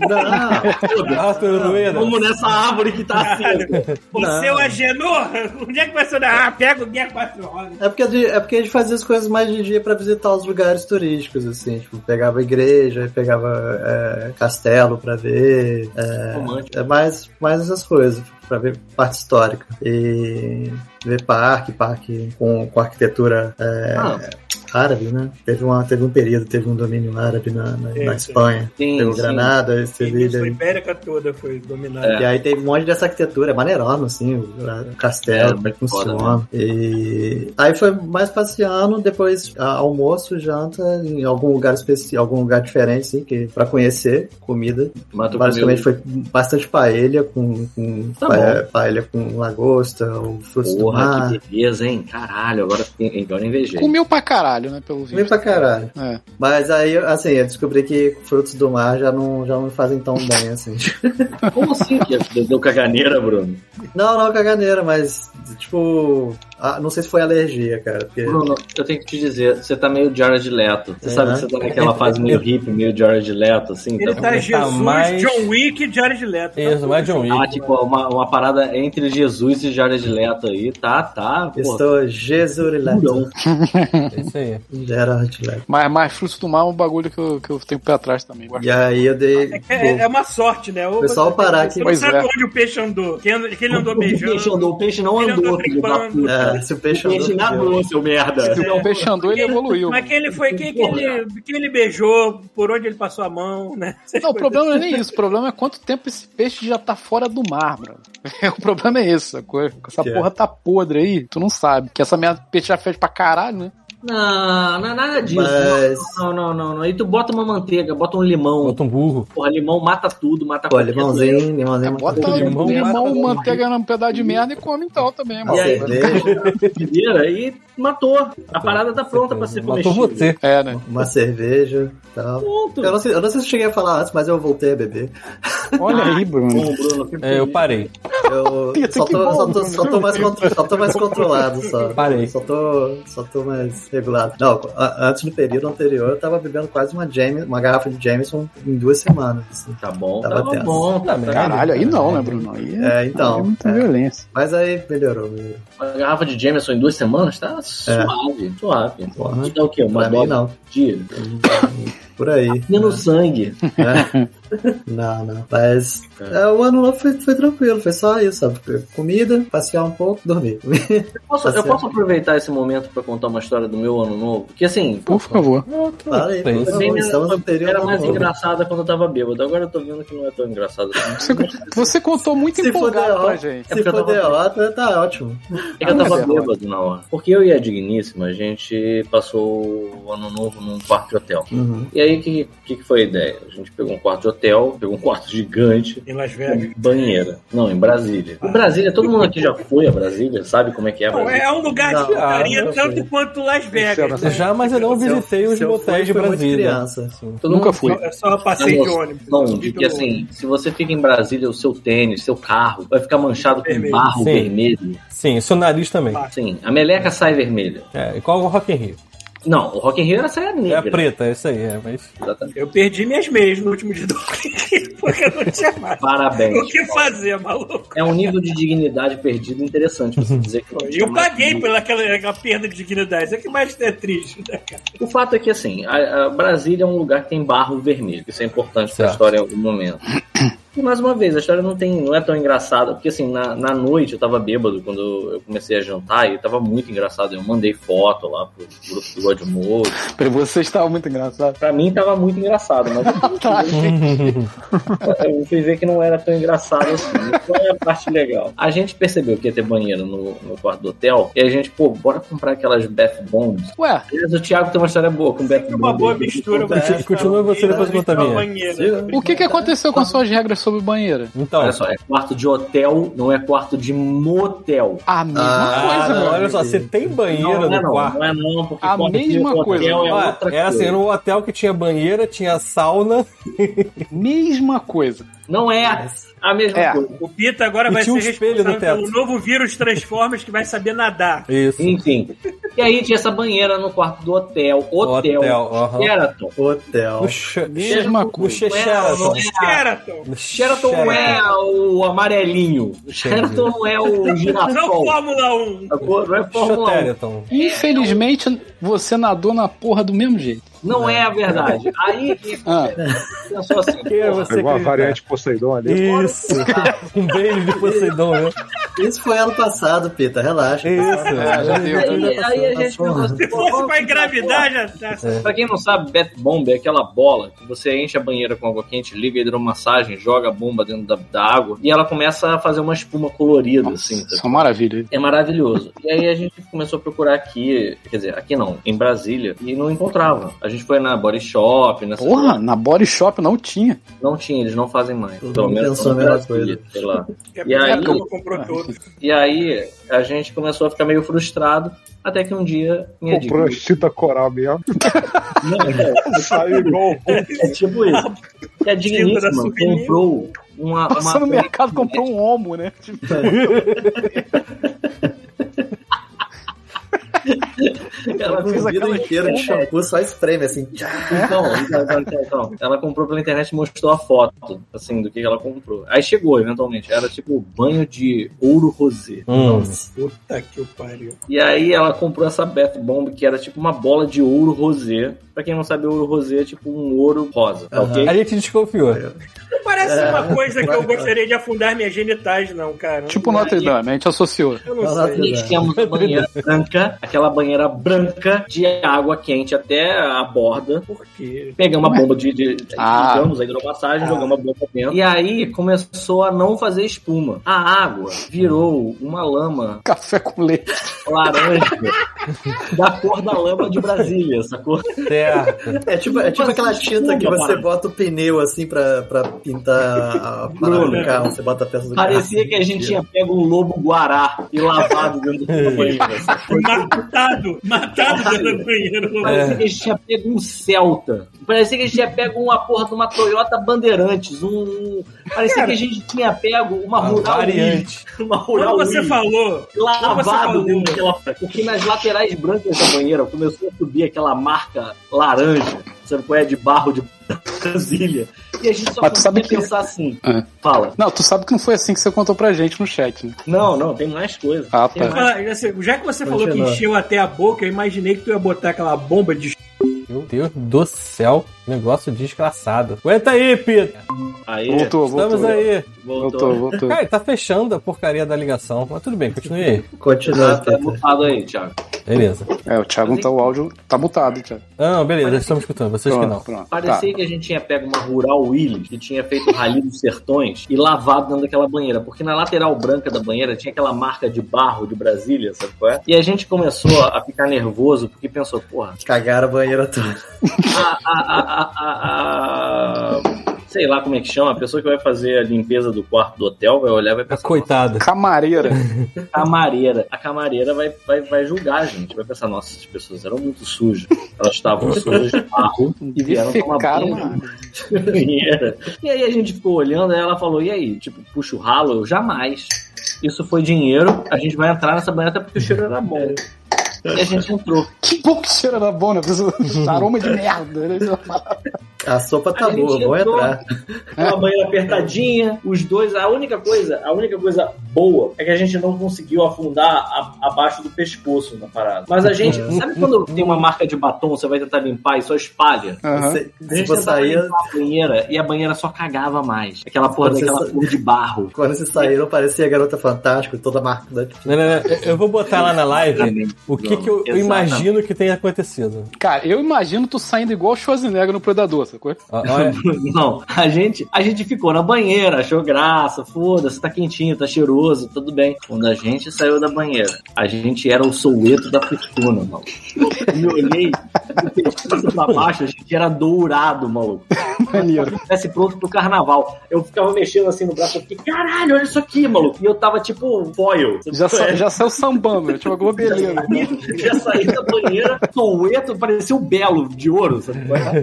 S3: Não,
S1: Arthur Rueda.
S7: Vamos nessa árvore que tá
S3: É,
S7: assim.
S4: é O seu Agenor, onde é que vai sonar? Ah, pega o guia quatro horas.
S3: é porque, a gente- é porque a gente fazia as coisas mais de dia pra visitar os lugares turísticos, assim. Tipo, pegava igreja, pegava é, castelo pra ver,
S7: Romântico.
S3: É mais, mais essas coisas, pra ver parte histórica. E ver parque, parque com, com arquitetura é,
S7: Ah.
S3: árabe, né? Teve, uma, teve um período, teve um domínio árabe na, na,
S4: É,
S3: na
S4: sim.
S3: Espanha.
S7: Sim,
S3: Pegou
S7: sim.
S3: Granada,
S4: A
S3: Sevilha.
S4: Ibérica toda foi dominada.
S3: E aí teve um monte dessa arquitetura, é maneirona, assim, o, o castelo,
S7: É,
S3: como é que
S7: foda,
S3: funciona. E aí foi mais passeando, depois a- almoço, janta, em algum lugar específico, algum lugar diferente, assim, que, pra conhecer comida.
S7: Mas tu
S3: Basicamente
S7: comeu-
S3: foi bastante paella com, com
S7: Tá
S3: paella, paella com lagosta, ou frutos do
S7: Porra,
S3: mar.
S7: que beleza, hein? Caralho, agora, fiquei- agora invejei.
S2: Comeu pra caralho, né, pelo
S3: Comi
S2: visto.
S3: pra caralho.
S2: É.
S3: Mas aí, assim, eu descobri que frutos do mar já não, já não me fazem tão bem, assim.
S7: Como assim? que deu- Deu caganeira, Bruno.
S3: não, não caganeira, mas, tipo, ah, não sei se foi alergia, cara. Porque...
S7: Bruno, eu tenho que te dizer, você tá meio Jared Leto. Você
S3: É,
S7: sabe
S3: né?
S7: que você tá naquela fase meio hippie, meio Jared Leto, assim.
S4: Ele
S7: tá
S4: tá
S1: Ele tá
S4: Jesus,
S1: mais-
S4: John Wick e Jared Leto. Tá
S1: Isso,
S4: tudo.
S1: mais John
S7: Ah,
S1: Wick.
S7: tipo, uma, uma parada entre Jesus e Jared Leto aí, tá, tá. Pô,
S3: Estou Jesurileto.
S1: É isso aí.
S3: Gerard Leto.
S2: Mas, mas fruto do mar é um bagulho que eu, que eu tenho pé atrás também. gosto.
S3: E aí eu dei.
S4: É, é uma sorte, né? O
S3: pessoal parar aqui.
S4: Você não
S2: Pois
S4: sabe
S2: é.
S4: onde o peixe andou. Que ele que ele andou
S7: [LAUGHS] o peixe
S4: beijando.
S7: andou, o peixe não
S4: Ele
S7: andou,
S4: andou
S7: filho da
S4: brincando.
S7: puta.
S3: É, se o peixe
S7: O peixe
S3: andou,
S7: nadou, seu merda.
S2: Se o peixe andou, ele evoluiu.
S4: Mas quem ele foi, quem, quem ele, quem ele beijou, por onde ele passou a mão, né? Essas
S2: Não, o
S4: coisas.
S2: problema [LAUGHS] não é nem isso. O problema é quanto tempo esse peixe já tá fora do mar, mano. [LAUGHS] O problema é isso, sacou? Essa
S3: Que é?
S2: porra tá podre aí, tu não sabe. Que essa merda de peixe já fez pra caralho, né?
S7: Não, não é nada disso.
S3: Mas-
S7: Não, não, não, não. Aí tu bota uma manteiga, bota um limão.
S1: Bota um burro.
S7: Porra, limão mata tudo, mata
S3: Pô,
S7: qualquer doença.
S3: limãozinho, limãozinho.
S2: Bota
S1: um
S2: limão,
S1: limão, mata tudo.
S2: manteiga num pedaço de merda e come então também, mano.
S3: uma
S7: E aí?
S3: cerveja,
S7: Primeira, aí matou. A parada tá pronta pra ser comestível.
S1: Matou você.
S2: É, né?
S3: uma cerveja e tal.
S7: Pronto.
S3: Eu não, sei, eu não sei se eu cheguei a falar antes, mas eu voltei a beber.
S2: Olha
S3: Ah,
S2: aí, Bruno.
S7: Bom, Bruno, que
S1: É, eu parei.
S7: [LAUGHS]
S3: Eu
S2: Pita,
S3: só
S2: que
S3: tô,
S2: bom,
S3: só, tô,
S2: Bruno.
S3: só, tô mais contro- só tô mais controlado, só.
S1: Parei.
S3: Só tô, só tô mais regulado. Não, a- antes do período anterior, eu tava bebendo quase uma, James, uma garrafa de Jameson em duas semanas. assim.
S7: Tá bom,
S3: Tava
S7: tá
S3: tenso.
S7: bom. Tá bom.
S2: Caralho, aí não, né, Bruno? Aí
S3: É, então,
S2: aí é muita
S3: é.
S2: violência.
S3: Mas aí melhorou, melhorou.
S7: Uma garrafa de Jameson em duas semanas tá suave, suave.
S3: Porra.
S7: Isso dá o quê? Uma
S3: É. Uhum. Pra mim,
S7: dose
S3: não. É.
S7: por dia?
S3: Por aí.
S7: E no sangue. [LAUGHS]
S3: né? Não, não. Mas é, o ano novo foi, foi tranquilo, foi só isso, sabe? Comida, passear um pouco, dormir. [LAUGHS]
S7: Posso-
S3: Tá
S7: eu
S3: certo.
S7: posso aproveitar esse momento pra contar uma história do meu ano novo? Que assim,
S2: Por favor.
S3: Fala aí,
S1: Foi
S3: por
S1: isso.
S3: favor,
S7: Bem,
S3: estamos no período
S7: era
S3: ano
S7: mais
S3: novo.
S7: engraçada quando eu tava bêbado. Agora eu tô vendo que não é tão engraçado. assim.
S2: Você, você contou muito
S3: Se for
S2: empolgado pra
S3: derrota,
S2: gente.
S7: É porque
S3: se
S7: eu
S3: for
S7: tava-
S3: derrota, tá ótimo.
S7: É que eu
S2: Ah,
S7: tava
S2: é.
S7: bêbado na hora. Porque eu e a Digníssima, a gente passou o ano novo num quarto de hotel.
S3: Uhum.
S7: E aí, o que, que, que foi a ideia? A gente pegou um quarto de hotel, pegou um quarto gigante,
S4: Em Las Vegas.
S7: Em Banheira. Não, em Brasília. Em Brasília, todo mundo aqui já foi a Brasília, sabe como é que é a
S4: Não,
S7: Brasília.
S4: é um lugar de
S3: Não,
S4: putaria
S3: não sei.
S4: tanto quanto Las Vegas. né?
S1: Já, mas eu não
S3: Se eu-
S1: visitei os
S3: se eu
S1: motéis de
S3: fui, foi muito
S1: Brasília.
S3: criança.
S1: Assim.
S7: Todo
S2: Nunca
S7: mundo-
S2: fui.
S4: Eu só passei um de ônibus. né?
S7: Não,
S4: Subi
S7: de que
S4: pelo-
S7: assim, se você fica em Brasília, o seu tênis, seu carro, vai ficar manchado com
S4: Vermelho.
S7: barro
S1: Sim.
S7: vermelho.
S1: Sim, e seu nariz também.
S7: Sim, a meleca sai vermelha.
S1: É, igual o Rock in Rio.
S7: Não, o Rock in Rio era saia
S1: É a
S7: negra.
S1: preta, é isso aí, é, mas.
S7: Exatamente.
S4: Eu perdi minhas meias no último dia do [LAUGHS] porque eu não tinha mais. O
S7: Parabéns.
S4: que fazer, maluco?
S7: É um nível de dignidade perdido interessante
S1: Uhum.
S7: você dizer que não
S4: E
S7: tinha
S4: eu
S7: mais
S4: paguei
S7: nada.
S4: pela aquela, aquela perda de dignidade. Isso é que mais é triste, né, cara?
S7: O fato é que, assim, a, a Brasília é um lugar que tem barro vermelho. Isso é importante pra
S1: Certo.
S7: história em algum momento. E mais uma vez, a história não tem, não é tão engraçada, porque assim, na, na noite eu tava bêbado quando eu comecei a jantar e tava muito engraçado. Eu mandei foto lá pro grupo do Godmode.
S2: Pra você estava muito engraçado.
S7: Pra mim tava muito engraçado, mas [LAUGHS] eu fui ver que não era tão engraçado assim. Então é a parte legal. A gente percebeu que ia ter banheiro no, no quarto do hotel e a gente, pô, bora comprar aquelas Bath Bombs.
S2: Ué,
S7: Aliás, o Thiago tem uma história boa com Bath
S4: É uma boa
S7: Bombs.
S4: mistura.
S1: Conti-
S4: essa, é
S1: continua você, depois eu conto a minha.
S4: banheira.
S2: o que, que aconteceu com as suas regras sobre banheira?
S1: Então,
S7: Olha só, é quarto de hotel, não é quarto de motel.
S2: A mesma
S3: Ah,
S1: Ah,
S2: coisa,
S1: não,
S2: meu.
S1: olha só, você tem banheiro
S7: não, não é
S1: no
S7: não,
S1: quarto.
S7: Não é não, porque
S2: A
S7: quarto de
S2: mesma
S7: hotel
S2: coisa.
S7: É
S1: Olha,
S7: outra
S1: era assim,
S7: coisa.
S1: era um hotel que tinha banheira, tinha sauna.
S2: Mesma coisa.
S7: Não é a mesma
S2: É.
S7: coisa.
S4: O Pita agora
S1: E
S4: vai ser
S1: tinha um espelho no
S4: responsável pelo
S1: teto.
S4: novo vírus Transformers que vai saber nadar.
S1: Isso.
S7: Enfim. E aí tinha essa banheira no quarto do hotel. Hotel.
S1: Hotel, aham.
S7: Sheraton.
S3: Hotel.
S1: No Sh-
S2: Mesma
S1: no
S2: coisa.
S1: Sh- Sheraton.
S4: Sheraton!
S1: No
S7: Sheraton não é o amarelinho. Sheraton não é o
S4: Não
S7: girasol.
S4: Fórmula 1!
S7: Agora, Não é Fórmula 1.
S1: Sheraton.
S2: Infelizmente, você nadou na porra do mesmo jeito.
S7: Não é a verdade. Aí
S2: Ah,
S7: pensou [LAUGHS] assim,
S1: Quem é
S7: porra,
S1: você
S5: Pegou uma
S1: acreditar?
S5: variante Poseidon ali.
S1: Isso. [LAUGHS] um beijo de Poseidon,
S7: [LAUGHS]
S1: né?
S3: Isso foi ano passado, Pita, relaxa.
S1: Isso.
S2: é, já deu, já deu.
S7: Aí, aí a gente pensou [LAUGHS] assim,
S4: Se
S7: pô,
S4: fosse
S7: vamos
S4: pra
S7: comprar
S4: engravidar, já tá.
S7: Pra quem não sabe, Bat Bomb é aquela bola que você enche a banheira com água quente, liga a hidromassagem, joga a bomba dentro da, da água e ela começa a fazer uma espuma colorida, assim.
S2: isso
S7: tá?
S2: é uma maravilha.
S7: É maravilhoso. E aí a gente começou a procurar aqui, quer dizer, aqui não, em Brasília, e não encontrava. A gente foi na Body Shop, nessa
S2: Porra, na Body Shop não tinha.
S7: não tinha, eles não fazem mais.
S3: Todo
S7: Pelo
S3: mundo
S7: menos
S3: pensou
S7: não
S3: a mesma
S7: Brasília,
S3: coisa.
S7: sei lá.
S4: É
S7: E aí-
S4: porque o comprou todo.
S7: E aí a gente começou a ficar meio frustrado, até que um dia minha
S5: Comprou a chita coral mesmo.
S7: Não, cara,
S5: [LAUGHS] Saiu igual.
S7: É tipo isso. Que a digníssima comprou uma.
S2: Passou no
S7: uma
S2: mercado, comprou um homo, né? Tipo,
S7: Ela
S3: O
S7: fez
S2: aquela
S3: vidro inteiro de
S7: esfera.
S3: shampoo só espreme, assim. tchá.
S7: Então, então, então, então, ela comprou pela internet e mostrou a foto, assim, do que ela comprou. Aí chegou, eventualmente. Era tipo banho de ouro rosé.
S1: Hum.
S4: Puta que o pariu.
S7: E aí ela comprou essa Beth Bomb, que era tipo uma bola de ouro rosé. Pra quem não sabe, ouro rosé é tipo um ouro rosa, tá ok?
S1: A gente desconfiou.
S4: É. Não parece uma coisa que eu gostaria de afundar minhas genitais, não, cara.
S2: tipo Notre Dame, a gente associou.
S4: Eu não
S3: Ela-
S4: sei.
S7: Nós tínhamos uma banheira branca, aquela banheira branca de água quente até a borda.
S4: Por quê?
S7: Pegamos uma bomba de. de
S2: Ah.
S7: Ligamos a hidromassagem, jogamos a bomba dentro. E aí começou a não fazer espuma. A água virou uma lama
S2: Café com leite. [LAUGHS]
S7: laranja da cor da lama de Brasília, sacou?
S1: Certo.
S4: [LAUGHS]
S3: É tipo, é tipo aquela tinta que você bota o pneu assim pra, pra pintar a parada do carro. Você bota a peça do carro.
S7: Parecia que a gente tinha pego um lobo guará e lavado
S2: [LAUGHS]
S7: dentro do banheiro. sacou?
S4: Matado! Matado dentro do banheiro.
S7: Parecia que a gente tinha pego um Celta. Parecia que a gente tinha pego uma porra de uma Toyota Bandeirantes. Um... Parecia que a gente tinha pego uma
S1: A
S4: um
S7: rural.
S1: variante.
S7: Wii, [LAUGHS] Uma rural.
S4: Quando você
S7: Wii,
S4: falou, quando você
S7: Lavado
S4: falou
S7: dentro daquela. Porque nas laterais brancas da banheira começou a subir aquela marca laranja. Sabe qual é? De barro de [LAUGHS] Brasília. E a gente só
S2: Mas tu sabe
S7: conseguia
S2: que-
S7: pensar assim.
S2: É.
S7: Fala.
S2: Não, tu sabe que não foi assim que você contou pra gente no chat, né?
S7: Não, não, tem mais coisa.
S2: Ah,
S7: Tem
S2: tá.
S7: mais-
S4: Ah, assim, já que você falou que
S3: Continua.
S4: encheu até a boca, eu imaginei que tu ia botar aquela bomba de.
S1: Meu Deus do céu. Negócio desgraçado. Aguenta aí, Pita.
S7: É. Aí,
S2: Voltou, voltou.
S1: Estamos aí.
S4: né?
S2: Voltou,
S7: voltou.
S2: voltou.
S1: Cara, tá fechando a porcaria da ligação. Mas tudo bem, continue aí.
S3: Continua,
S7: Ah, tá
S3: Pita.
S7: mutado aí, Thiago.
S1: Beleza.
S2: É, o Thiago não tá, o áudio tá mutado, Thiago.
S1: Ah, não, beleza. Estamos escutando. Vocês que não.
S2: Pronto, pronto. Tá.
S7: Parecia que a gente tinha pego uma Rural Willis, que tinha feito rali dos sertões, e lavado dentro daquela banheira. Porque na lateral branca da banheira tinha aquela marca de barro de Brasília, sabe qual é? E a gente começou a ficar nervoso, porque pensou, porra,
S3: Cagaram a banheira toda.
S7: a, a- a- a- a- Sei lá como é que chama, a pessoa que vai fazer a limpeza do quarto do hotel vai olhar e vai
S1: Ah,
S7: pensar.
S1: Coitada.
S2: Camareira.
S7: "Nossa, Camareira. A camareira vai, vai, vai julgar a gente, vai pensar, nossa, essas pessoas eram muito sujas. Elas
S2: [LAUGHS]
S7: estavam sujas de barro [LAUGHS] e vieram tomar
S2: Defecaram
S7: banho.
S2: uma água.
S7: banheira. E aí a gente ficou olhando, aí ela falou, e aí, tipo, puxa o ralo? Eu jamais. Isso foi dinheiro, a gente vai entrar nessa banheira até porque o cheiro era bom. E a gente entrou.
S2: Que bom que cheira da bona,
S7: [LAUGHS]
S2: aroma de merda. né?
S3: A sopa tá
S7: A gente
S3: boa, vamos
S7: entrou.
S3: entrar.
S7: Uma banheira apertadinha, os dois. A única coisa, a única coisa boa é que a gente não conseguiu afundar a- abaixo do pescoço na parada. Mas a gente, sabe quando tem uma marca de batom, você vai tentar limpar e só espalha?
S2: Aham.
S3: Se, se
S7: A gente
S3: você
S7: tentava
S3: saía,
S7: limpar a banheira e a banheira só cagava mais. Aquela porra
S3: Você
S7: daquela
S3: sa-
S7: cor de barro.
S3: quando você saíram, parecia a garota fantástica, toda marcada.
S1: Não, não, não. Eu vou botar lá na live o que, que eu, eu imagino que tenha acontecido.
S2: Cara, eu imagino tu saindo igual o Schwarzenegger no Predador, sacou?
S1: Ó, Olha,
S7: [LAUGHS] Não, a gente, a gente ficou na banheira, achou graça, foda-se, tá quentinho, tá cheiroso, tudo bem. Quando a gente saiu da banheira, a gente era o soueto da fortuna, maluco. E eu olhei, do pescoço pra baixo, a gente era dourado, maluco.
S2: [LAUGHS] Maneiro.
S7: Tivesse pronto pro carnaval. Eu ficava mexendo assim no braço, eu fiquei, caralho, olha isso aqui, maluco. E eu tava tipo um foil. [LAUGHS]
S2: Já, né?
S4: É.
S2: sa, já saiu sambando, tinha uma globelina.
S7: Já saí da banheira, soueto, parecia um belo de ouro, sabe? qual é?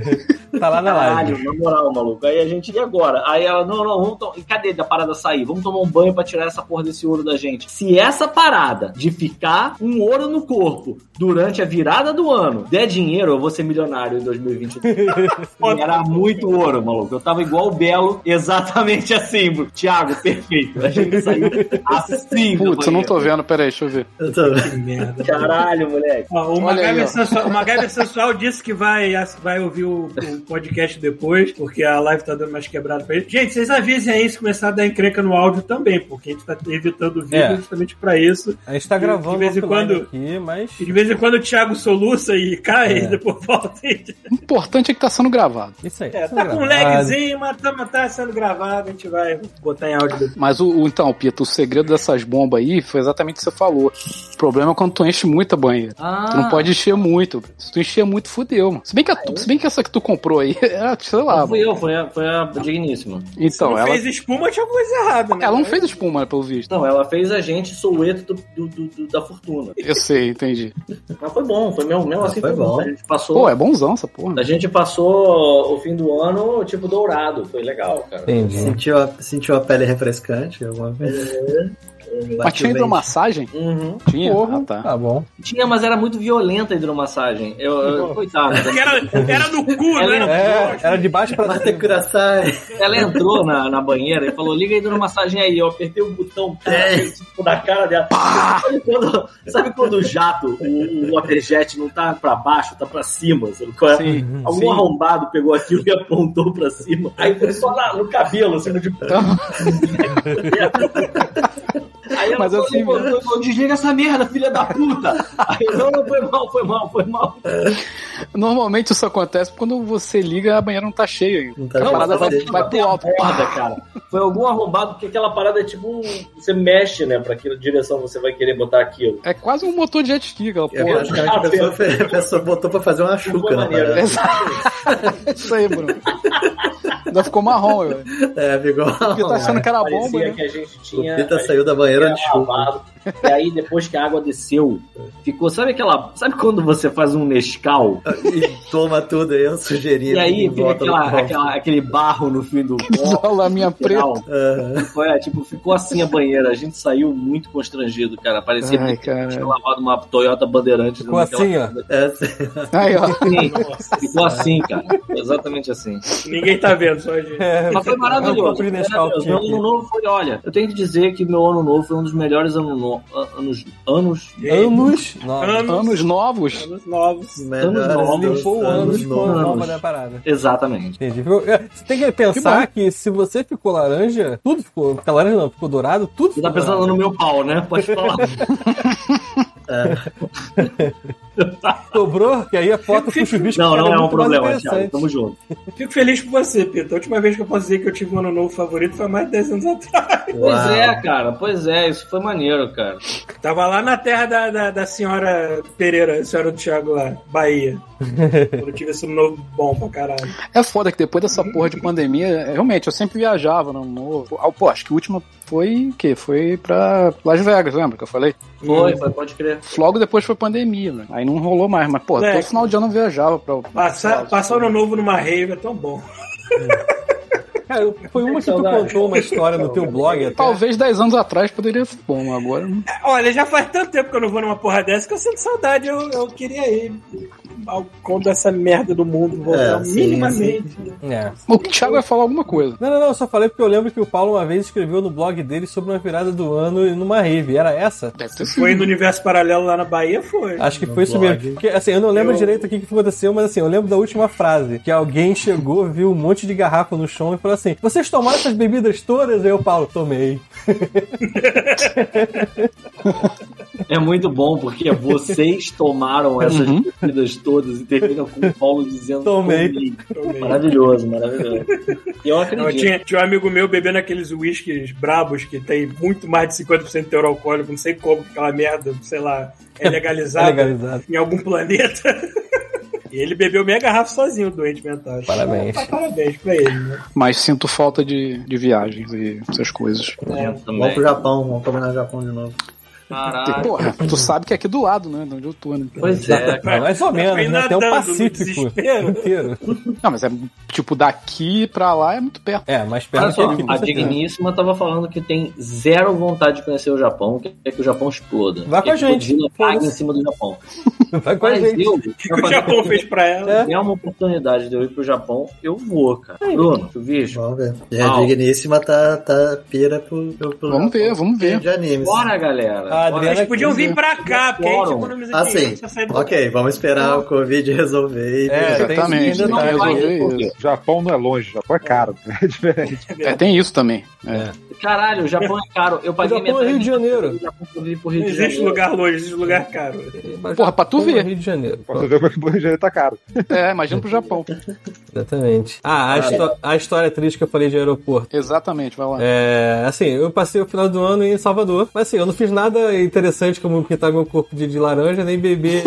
S1: tá lá na live.
S7: Caralho, na moral, maluco. Aí a gente, e agora? Aí ela, não, não, vamos to- e cadê da parada sair? Vamos tomar um banho pra tirar essa porra desse ouro da gente. Se essa parada de ficar um ouro no corpo durante a virada do ano der dinheiro, eu vou ser milionário em 2022. [LAUGHS] E Era muito ouro, maluco. Eu tava igual o Belo, exatamente assim, bro. Thiago, perfeito. A gente saiu assim. da
S2: Putz, eu não tô
S7: banheira.
S2: vendo, peraí, deixa eu ver.
S3: Eu tô-
S4: Que merda.
S7: Caralho, moleque.
S4: Ó, o,
S2: Olha aí, ó.
S4: MacGyver sensual, o MacGyver Sensual disse que vai, vai ouvir o, o podcast depois, porque a live tá dando mais quebrado pra ele. Gente, vocês avisem aí se começar a dar encrenca no áudio também, porque a gente tá evitando o vídeo
S1: É.
S4: justamente pra isso.
S1: A gente tá
S4: De- de
S1: gravando
S4: vez em
S1: offline
S4: quando-
S1: aqui, mas.
S4: E de vez em quando o Thiago soluça e cai,
S1: É.
S4: e depois volta. [LAUGHS] e-
S2: O importante é que tá sendo gravado.
S1: Isso aí.
S4: É,
S1: isso
S4: tá
S1: aí
S4: com um
S1: gravado.
S4: lagzinho, mas tá, mas tá sendo gravado, a gente vai botar em áudio depois.
S2: Mas o, o- então, Pita, o segredo dessas bombas aí foi exatamente o que você falou. O problema é quando tu enche muita banheira.
S7: Ah,
S2: Tu não pode encher muito. Se tu encher muito, fudeu, mano. Se bem que, a tu- se bem que essa que tu comprou aí, [LAUGHS] é, sei lá.
S7: Não fui
S2: Mano.
S7: eu, foi a, foi a digníssima.
S2: Então,
S4: não
S2: ela,
S4: fez espuma, tinha coisa errada, né?
S2: ela não fez espuma, né, pelo visto.
S7: Não, ela fez a gente soueto do- do- do- da fortuna.
S2: Eu sei, entendi.
S7: Mas foi bom, foi mesmo, mesmo
S3: Ah,
S7: assim
S3: foi
S7: foi bom.
S3: bom.
S7: A gente passou.
S2: Pô, é bonzão essa porra.
S7: A gente passou o fim do ano, tipo, dourado. Foi legal, cara.
S1: Entendi.
S3: Sentiu a, sentiu a pele refrescante alguma vez?
S7: É.
S2: Mas tinha hidromassagem?
S7: Uhum.
S2: Tinha.
S1: Porra,
S2: Ah, tá.
S1: tá bom.
S7: Tinha, mas era muito violenta a hidromassagem. Eu, eu- coitado.
S4: Porque era, era no cu, não era no
S1: É, era de baixo pra
S3: Mata
S1: cima.
S3: Curaçai.
S7: Ela entrou na, na banheira e falou: liga a hidromassagem aí. Eu apertei o botão cara, tipo, da cara dela. Sabe quando, sabe quando o jato, o, o waterjet não tá pra baixo, tá pra cima? Sabe qual é?
S2: Sim,
S7: Algum
S2: sim.
S7: arrombado pegou aquilo e apontou pra cima. Aí foi só na- no cabelo, assim, no de
S2: Tá
S7: Aí ela
S2: Mas
S7: falou,
S2: assim,
S7: "Pô, pô, desliga essa merda, filha da puta! Aí, não, não, foi mal, foi mal, foi mal.
S2: Normalmente isso acontece quando você liga a banheira não tá cheia ainda.
S3: Não tá
S2: a parada vai,
S3: cheia.
S2: vai pro alto.
S7: Foda, é cara.
S2: [LAUGHS]
S7: Foi algum arrombado, porque aquela parada é tipo. um- Você mexe, né, pra que direção você vai querer botar aquilo.
S2: É quase um motor de jet ski, aquela
S3: É,
S2: porra.
S3: praticamente
S7: Ah,
S3: a pessoa, fe- a pessoa botou pra fazer uma
S7: Não foi
S3: chuca. na
S7: maneiro.
S3: parada.
S2: É isso aí, Bruno. Ainda ficou marrom, eu. [LAUGHS]
S3: É, ficou.
S2: Porque tá achando que era bomba,
S7: Parecia
S2: né?
S7: que a gente
S3: O
S7: tinha.
S3: Pita saiu da banheira de chuva.
S7: lavado. E aí, depois que a água desceu, ficou. Sabe aquela. Sabe quando você faz um Nescau?
S3: E toma tudo aí, eu sugeri.
S7: E aí fica
S3: volta no
S7: aquela,
S3: copo.
S7: aquela- aquele barro no fim do copo.
S2: Olha lá a [LAUGHS] minha preta.
S7: Não,
S3: Aham.
S7: foi, é, tipo, ficou assim a banheira. A gente saiu muito constrangido, cara. Parecia
S2: Ai,
S7: que tinha
S2: cara.
S7: lavado uma Toyota Bandeirante.
S1: Ficou
S7: naquela-
S1: assim, ó.
S3: Essa- é
S2: Aí, ó.
S7: Sim, ficou assim, cara. Exatamente assim.
S4: Ninguém tá vendo, só a gente.
S1: É,
S7: Mas foi
S1: É um
S7: maravilhoso.
S1: copo de Nescau
S7: maravilhoso. Meu ano
S1: aqui.
S7: novo foi, olha, eu tenho que dizer que meu ano novo foi um dos melhores ano no- anos, anos
S1: Anos. Nossa.
S4: Anos,
S2: Anos novos.
S4: anos novos.
S3: Melhores
S7: novos,
S3: dos
S1: Limpou anos com a
S3: novos.
S1: nova da parada.
S7: Exatamente.
S1: Entendi. Ficou- é, Você tem que pensar que, se você ficou laranja, tudo ficou. Fica laranja não, ficou dourado, tudo
S7: Você
S1: ficou.
S7: tá pensando
S1: dourado.
S7: no meu pau, né? Pode
S1: [LAUGHS]
S7: falar.
S1: Sobrou, que aí a foto com o chuvisco
S7: Não, não
S1: era
S7: é
S1: muito
S7: um
S1: mais
S7: problema,
S1: interessante.
S7: Thiago. Tamo junto.
S4: Fico feliz por você, Pita. A última vez que eu posso dizer que eu tive um ano novo favorito foi há mais de 10 anos atrás.
S7: Pois
S3: Uau.
S7: é, cara. Pois é, isso foi maneiro, cara.
S4: Tava lá na terra da, da, da senhora Pereira, senhora do Thiago lá,
S1: [LAUGHS]
S4: Bahia. Quando eu tive esse ano novo bom pra caralho.
S2: É foda que depois dessa porra de pandemia, é, realmente, eu sempre viajava no ano novo. Ah, Pô, acho que o último foi o quê? Foi pra Las Vegas, lembra que eu falei?
S7: Foi, foi, pode crer.
S2: Logo depois foi pandemia, né? Aí não rolou mais, mas, pô,
S4: É.
S2: todo final de ano eu viajava pra.
S4: Passar,
S2: pra-
S4: passar o ano novo numa rave é tão bom.
S1: Cara, eu- foi uma que tu contou uma história no teu blog
S7: [LAUGHS]
S1: até.
S2: Talvez 10 anos atrás poderia ser bom, agora não.
S4: Olha, já faz tanto tempo que eu não vou numa porra dessa que eu sinto saudade. Eu, eu queria ir ao conto dessa merda do mundo voltar
S3: É, sim,
S4: minimamente.
S1: É.
S2: O Thiago vai falar alguma coisa.
S1: Não, não, não, eu só falei porque eu lembro que o Paulo uma vez escreveu no blog dele sobre uma virada do ano e numa rave. Era essa?
S2: Deve ter sido.
S4: Foi no universo paralelo lá na Bahia, foi.
S1: Acho que foi isso mesmo. Porque, assim, eu não lembro
S4: Eu-
S1: direito o que que aconteceu, mas assim, eu lembro da última frase. Que alguém chegou, viu um monte de garrafa no chão e falou assim: Vocês tomaram essas bebidas todas? Aí o Paulo, tomei.
S7: É muito bom, porque vocês tomaram essas
S2: Uhum.
S7: bebidas todas e terminam com o Paulo dizendo
S1: Tomei.
S4: Também.
S7: Maravilhoso, maravilhoso. E eu
S4: Não,
S7: acredito.
S4: tinha, tinha um amigo meu bebendo aqueles uísques brabos que tem muito mais de 50% de teor alcoólico, não sei como, que aquela merda, sei lá, é
S1: Tá [LAUGHS]
S4: legalizada
S1: legalizado.
S4: em algum planeta. [LAUGHS] E ele bebeu meia garrafa sozinho, doente mental.
S1: Parabéns.
S4: Mas parabéns pra ele, né?
S2: Mas sinto falta de, de viagens e essas coisas.
S3: Vamos pro
S7: Também.
S3: Japão, vamos combinar o Japão de novo.
S7: Caralho.
S2: Porra, tu sabe que é aqui do lado, né? De onde eu tô, né?
S7: Ah, Pois é.
S1: Mas mais ou menos,
S4: Foi
S1: né? Até o
S4: nadando no
S1: Pacífico [LAUGHS]
S4: desespero.
S1: inteiro.
S2: Não, mas é tipo daqui pra lá é muito perto.
S1: É, mas
S7: Olha
S1: perto
S7: só,
S1: que ele, com
S7: a
S1: certeza.
S7: digníssima tava falando que tem zero vontade de conhecer o Japão, que é que o Japão exploda.
S1: Vai com
S7: Que
S1: a gente.
S7: Godzilla paga em
S1: Foda-se.
S7: cima do Japão.
S1: [LAUGHS] Vai com a
S7: Mas
S1: gente.
S7: eu,
S4: O que o Japão fez pra ela.
S1: É.
S7: Se tiver uma oportunidade de eu ir pro Japão, eu vou, cara. Bruno, tu bicho,
S3: Vamos ver. E a
S7: Uau.
S3: digníssima tá, tá pira pro, pro, pro
S2: Vamos ver, vamos ver.
S3: de animes.
S7: bora,
S1: A
S7: galera. Bora.
S1: Adriana-
S4: Eles podiam vir pra cá, porque aí tipo, a gente
S7: Fórum.
S4: economiza
S3: Ah,
S4: dinheiro,
S3: sim.
S4: só sair do-
S3: Ok, vamos esperar o Covid resolver.
S1: É,
S3: e-
S1: tem
S2: Exatamente.
S1: esse
S2: Tem que
S7: detalhe.
S2: resolver isso.
S5: Japão não é longe, Japão é caro. né? [LAUGHS] É diferente.
S2: É, tem isso também.
S7: Caralho, o Japão é caro. Eu paguei
S1: O Japão é Rio de Janeiro.
S7: O Japão pra eu ir pro Rio
S4: Não
S7: de
S4: existe
S7: Janeiro.
S4: lugar longe, existe lugar caro.
S2: Porra, pra tu ver.
S1: Rio de Janeiro.
S5: Posso ver como é que o Rio de Janeiro tá caro.
S2: É, imagina pro Japão.
S1: Exatamente. Ah, a, histó- a história triste que eu falei de aeroporto.
S2: Exatamente, vai lá.
S1: É, assim, eu passei o final do ano em Salvador, mas assim, eu não fiz nada interessante como pintar meu corpo de, de laranja, nem [LAUGHS] beber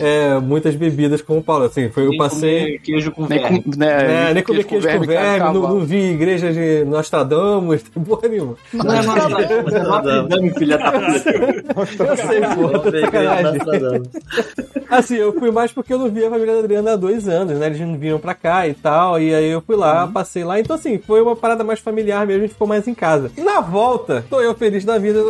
S1: é, muitas bebidas como o Paulo. Assim, foi, eu
S7: Nem
S1: passei.
S7: comer Queijo com
S2: Nem,
S7: verme.
S2: com, né,
S1: É, nem comer queijo com verme, não, não vi igreja de Nostradamus, [LAUGHS] porra nenhuma.
S7: Não é
S1: [LAUGHS]
S7: Nostradamus, é Notre-Dame, filha da puta.
S1: Eu [LAUGHS] sei, porra,
S3: Vamos
S1: tô de
S3: ver tá que
S1: sacanagem.
S3: nós tradamos.
S1: Assim, eu fui mais porque eu não via a família da Adriana há dois anos, né? Eles não vinham pra cá e tal. E aí eu fui lá, passei lá. Então, assim, foi uma parada mais familiar mesmo, a gente ficou mais em casa. Na volta, tô eu feliz da vida,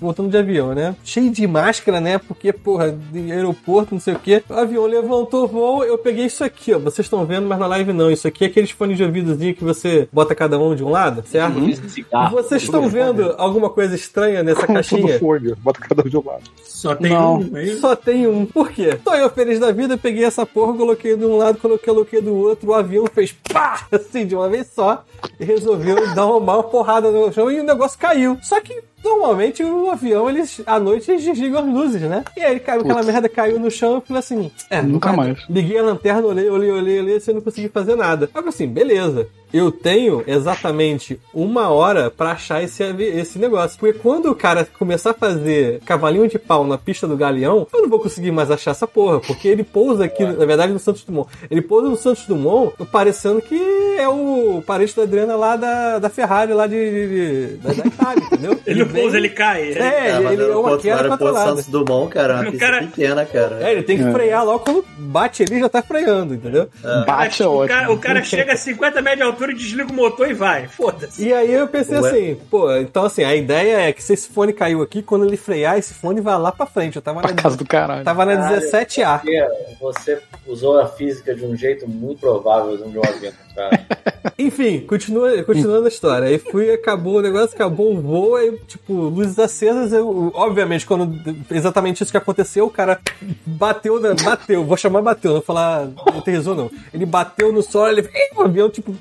S1: voltando de avião, né? Cheio de máscara, né? Porque, porra, de aeroporto, não sei o quê. O avião levantou o voo, eu peguei isso aqui, ó. Vocês estão vendo, mas na live não. Isso aqui é aqueles fones de ouvidozinho que você bota cada um de um lado, certo?
S7: Esse cigarro.
S1: Vocês estão vendo alguma coisa estranha nessa
S5: Tudo
S1: caixinha?
S5: fone, bota cada um de um lado.
S4: Só tem
S2: Não.
S4: um, é isso?
S1: Só tem um. Por quê? Tô eu feliz da vida, peguei essa porra, coloquei de um lado, coloquei, coloquei do outro, o avião fez pá! Assim, de uma vez só, e resolveu dar uma maior porrada no chão e o negócio caiu. Só que. Normalmente o avião, eles à noite, eles desligam as luzes, né? E aí caiu, aquela
S2: Putz.
S1: merda caiu no chão e falei assim: É,
S2: Nunca
S1: vai-
S2: mais.
S1: Liguei a lanterna, olhei, olhei, olhei, olhei, assim, eu não consegui fazer nada. Aí eu falei assim: beleza, eu tenho exatamente uma hora pra achar esse, avi- esse negócio. Porque quando o cara começar a fazer cavalinho de pau na pista do Galeão, eu não vou conseguir mais achar essa porra. Porque ele pousa aqui, na verdade, no Santos Dumont. Ele pousa no Santos Dumont, parecendo que é o parente da Adriana lá da, da Ferrari, lá de, de- de- da, da Itália, entendeu?
S4: [LAUGHS] Ele não pousa,
S1: vem-
S4: ele cai.
S1: É,
S3: Ah, mas
S1: ele é
S3: era o
S1: uma
S3: ponto-
S1: queda
S3: era o ponto
S1: controlada.
S3: Santos Dumont, cara. Uma
S4: O
S3: pista
S4: cara-
S3: pequena,
S1: É,
S3: cara.
S1: ele tem que
S2: É.
S1: frear logo quando bate ele já tá freando, entendeu?
S2: Bate é
S4: o, cara,
S2: ótimo.
S4: o cara chega a 50 metros de altura e desliga o motor e vai. Foda-se.
S1: E aí eu pensei
S3: Ué.
S1: assim, pô, então assim, a ideia é que se esse fone caiu aqui, quando ele frear, esse fone vai lá pra frente. Eu tava
S2: Pra
S1: na,
S2: casa do caralho.
S1: tava na 17A.
S7: Você usou a física de um jeito muito provável de um avião, cara.
S1: Enfim, continua, continuando a história. Aí fui, acabou o negócio, acabou o voo, aí, tipo, luzes acesas. Eu, obviamente, quando exatamente isso que aconteceu, o cara bateu, na, bateu, vou chamar bateu, não vou falar aterrissou não. Ele bateu no solo, ele, Ih, o avião, tipo,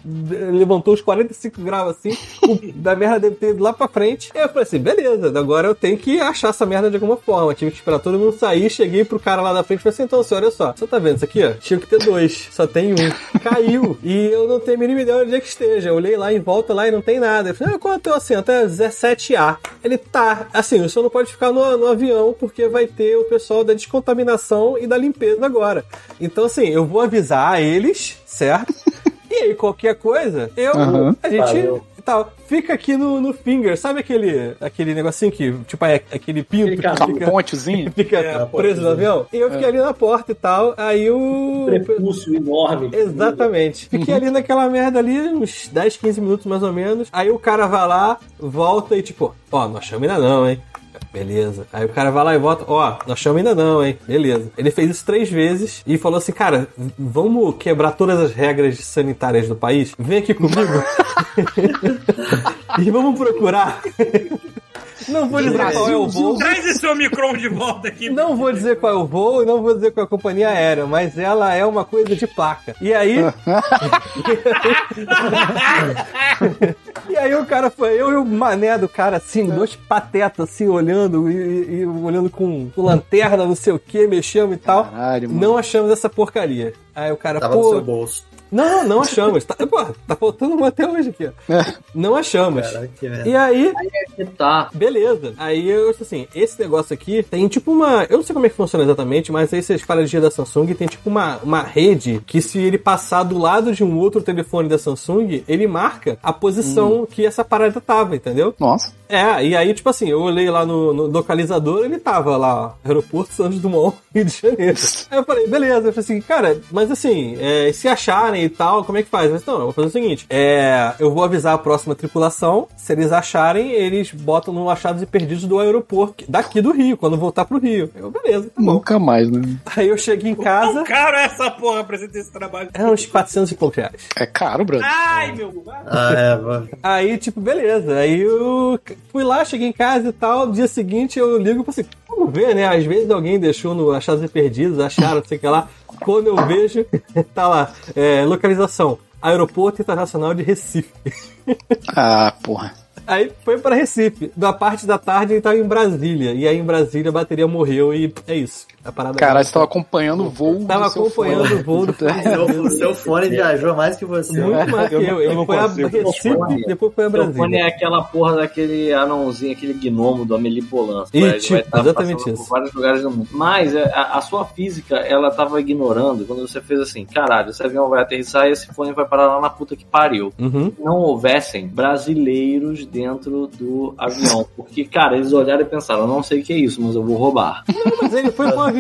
S1: levantou os 45 graus assim, o, da merda deve ter ido lá pra frente. Aí eu falei assim, beleza, agora eu tenho que achar essa merda de alguma forma. Tive que esperar todo mundo sair, cheguei pro cara lá da frente e falei assim, então, senhor, olha só, você tá vendo isso aqui, ó? Tinha que ter dois, só tem um. Caiu, e eu não tenho a mínima ideia onde é que esteja. Eu olhei lá em volta lá e não tem nada. Eu falei, ah, qual é o teu assento? É 17A. Ele tá, assim, o senhor não pode ficar no, no avião, porque vai ter o pessoal da descontaminação e da limpeza agora. Então, assim, eu vou avisar eles, certo? E aí, qualquer coisa, eu.
S2: Aham.
S1: A gente.
S7: Valeu.
S1: tal, fica aqui no, no finger. Sabe aquele, aquele negocinho que, tipo, é aquele pinto
S7: Aquele
S1: que fica,
S2: Pontezinho?
S1: fica
S4: É,
S1: preso
S4: a
S1: no
S3: portezinha.
S1: avião? E eu fiquei ali na porta e tal, aí o...
S7: Prepúcio Um enorme.
S1: Exatamente. Fiquei ali naquela merda ali, uns 10, 15 minutos mais ou menos. Aí o cara vai lá, volta e tipo, ó, não achamos ainda não, hein? Beleza. Aí o cara vai lá e volta, ó, não achamos ainda não, hein? Beleza. Ele fez isso três vezes e falou assim, cara, v- vamos quebrar todas as regras sanitárias do país? Vem aqui comigo. [LAUGHS] e vamos procurar. [LAUGHS] Não vou dizer qual é o voo.
S4: Traz esse Omicron de volta aqui.
S1: Não vou dizer qual é o voo e não vou dizer qual é a companhia aérea, mas ela é uma coisa de placa. E aí. e aí o cara foi, eu e o mané do cara, assim, dois patetas, assim, olhando e, e- e olhando com, com lanterna, não sei o que, mexendo e tal.
S2: Caralho, mano.
S1: Não achamos essa porcaria. Aí o cara,
S3: Tava no
S1: pô.
S3: seu bolso.
S1: Não, não, não achamos. Tá, pô, tá faltando uma até hoje aqui. ó.
S2: É,
S1: Não achamos.
S3: Caraca, é. que merda.
S1: E aí,
S7: Tá.
S1: Beleza. Aí eu disse assim, esse negócio aqui tem tipo uma. Eu não sei como é que funciona exatamente, mas aí vocês falam de dia da Samsung tem tipo uma, uma rede que se ele passar do lado de um outro telefone da Samsung, ele marca a
S3: Hum.
S1: posição que essa parada tava, entendeu?
S2: Nossa.
S1: É, e aí, tipo assim, eu olhei lá no, no localizador, ele tava lá, ó, Aeroporto Santos Dumont, Rio de Janeiro. Aí eu falei, beleza. Eu falei assim, cara, mas assim, é, se acharem e tal, como é que faz? Eu falei, não, eu vou fazer o seguinte, é, eu vou avisar a próxima tripulação, se eles acharem, eles botam no achados e perdidos do aeroporto, daqui do Rio, quando voltar pro Rio. Eu, beleza, tá bom.
S2: Nunca mais, né?
S1: Aí eu cheguei em casa,
S4: Tão caro é essa porra pra você ter esse trabalho.
S1: eram uns 400 e poucos reais.
S2: É caro, brother.
S4: Ai, meu.
S3: Ah, é, mano.
S1: Aí, tipo, beleza. Aí eu fui lá, cheguei em casa e tal. No dia seguinte eu ligo e falo assim: vamos ver, né? Às vezes alguém deixou no Achados e Perdidos, acharam, não sei o que lá. Quando eu vejo, [LAUGHS] tá lá: é, localização, Aeroporto Internacional de Recife.
S2: Ah, porra.
S1: Aí foi pra Recife. Da parte da tarde ele tava em Brasília. E aí em Brasília a bateria morreu e é isso. A parada
S2: Caralho, você tava acompanhando o voo. do
S1: Tava
S2: seu
S1: acompanhando
S2: fone.
S1: o
S2: [LAUGHS]
S1: voo do-
S3: Seu, seu fone viajou mais que você.
S1: Muito mais que
S5: Eu não-
S1: eu.
S5: eu
S1: Ele
S5: não
S1: foi a
S5: consigo.
S1: Recife, depois foi a
S7: O fone
S1: Brasília.
S7: é aquela porra daquele anãozinho, aquele gnomo do Amelie Polan.
S1: Ih,
S7: Vai- vai
S1: tipo,
S7: tá
S1: exatamente
S7: passando por
S1: isso.
S7: vários lugares do mundo. Mas é, a, a sua física, ela tava ignorando quando você fez assim, caralho, esse avião vai aterrissar e esse fone vai parar lá na puta que pariu.
S1: Uhum.
S7: Não houvessem brasileiros dentro do
S1: [LAUGHS]
S7: avião. Porque, cara, eles olharam e pensaram, eu não sei o que é isso, mas eu vou roubar.
S1: Mas ele foi com o avião.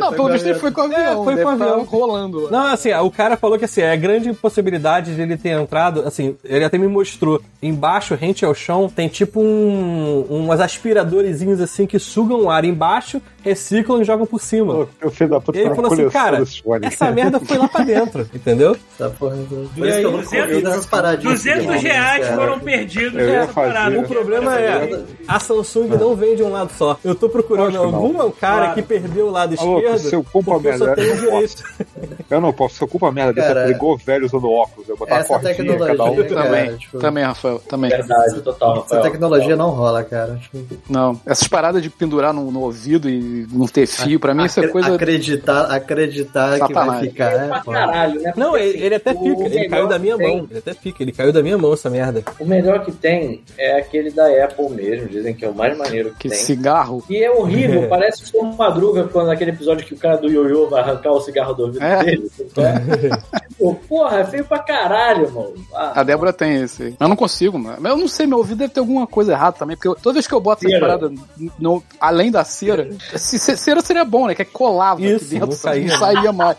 S2: Não, pelo visto ele foi com o avião.
S1: É, foi
S2: deve
S1: com o
S2: tá
S1: avião.
S2: rolando. lá.
S1: Não, assim, o cara falou que assim, é grande possibilidade de ele ter entrado, assim, ele até me mostrou. Embaixo, rente ao chão, tem tipo um, umas aspiradorezinhos assim que sugam o ar embaixo, reciclam e jogam por cima.
S5: Eu, eu fiz da puta
S1: Ele
S5: uma
S1: falou assim,
S5: coleção
S1: cara,
S5: desses fones. [LAUGHS]
S1: Essa merda foi lá pra dentro, entendeu?
S3: Tá porra. Por
S1: E
S3: isso
S1: aí,
S3: que eu não
S4: 200
S3: confio nessas paradinhas.
S4: 200 reais foram perdidos
S5: Eu ia
S4: nessa
S5: fazer.
S4: parada.
S1: O problema é, a Samsung não vem de um lado só. Eu tô procurando
S5: Lógico que não. Tá
S1: algum cara
S4: Claro.
S1: que perdeu o lado
S5: Maluco,
S1: esquerdo.
S5: se eu compro a
S1: porque eu só
S5: merda,
S1: tenho
S5: eu não
S1: direito.
S5: [LAUGHS] Eu não posso, se eu culpo a merda dessa,
S3: Cara,
S5: é igual velho usando óculos. Eu botar
S3: Essa
S5: a cordinha,
S3: tecnologia.
S5: cada um.
S3: [LAUGHS] né, cara?
S2: Também,
S3: Tipo,
S2: também, Rafael, também.
S7: Verdade, total,
S3: Essa tecnologia não rola, cara. Tipo,
S2: Não, essas paradas de pendurar no, no ouvido e não ter fio, pra mim isso é
S3: acre-
S2: coisa...
S3: Acreditar, acreditar
S2: Satanás.
S3: que vai ficar.
S7: É, Pra
S3: né, pô?
S7: caralho, né?
S1: Não,
S7: Porque,
S1: ele, ele até
S7: assim,
S1: fica,
S7: o
S1: ele caiu
S7: melhor
S1: da minha
S7: que tem-
S1: mão. Ele até fica, ele caiu da minha mão essa merda.
S7: O melhor que tem é aquele da Apple mesmo, dizem que é o mais maneiro
S2: Que
S7: que, tem.
S2: cigarro.
S7: E é
S2: [LAUGHS]
S7: horrível, parece o Tom Madruga quando naquele episódio que o cara do Yoyo vai arrancar o cigarro do ouvido
S2: É.
S7: dele. sabe qual é? Tipo, porra, é feio pra caralho, mano. Ah,
S2: A Débora tem esse. aí. Eu não consigo, mano. Mas eu não sei, meu ouvido deve ter alguma coisa errada também, porque eu- toda vez que eu boto essa
S7: Cera.
S2: parada no- além da cera, se, se- cera seria bom, né? Que é colava
S1: Isso,
S2: aqui dentro,
S1: não saía,
S2: não saía mais.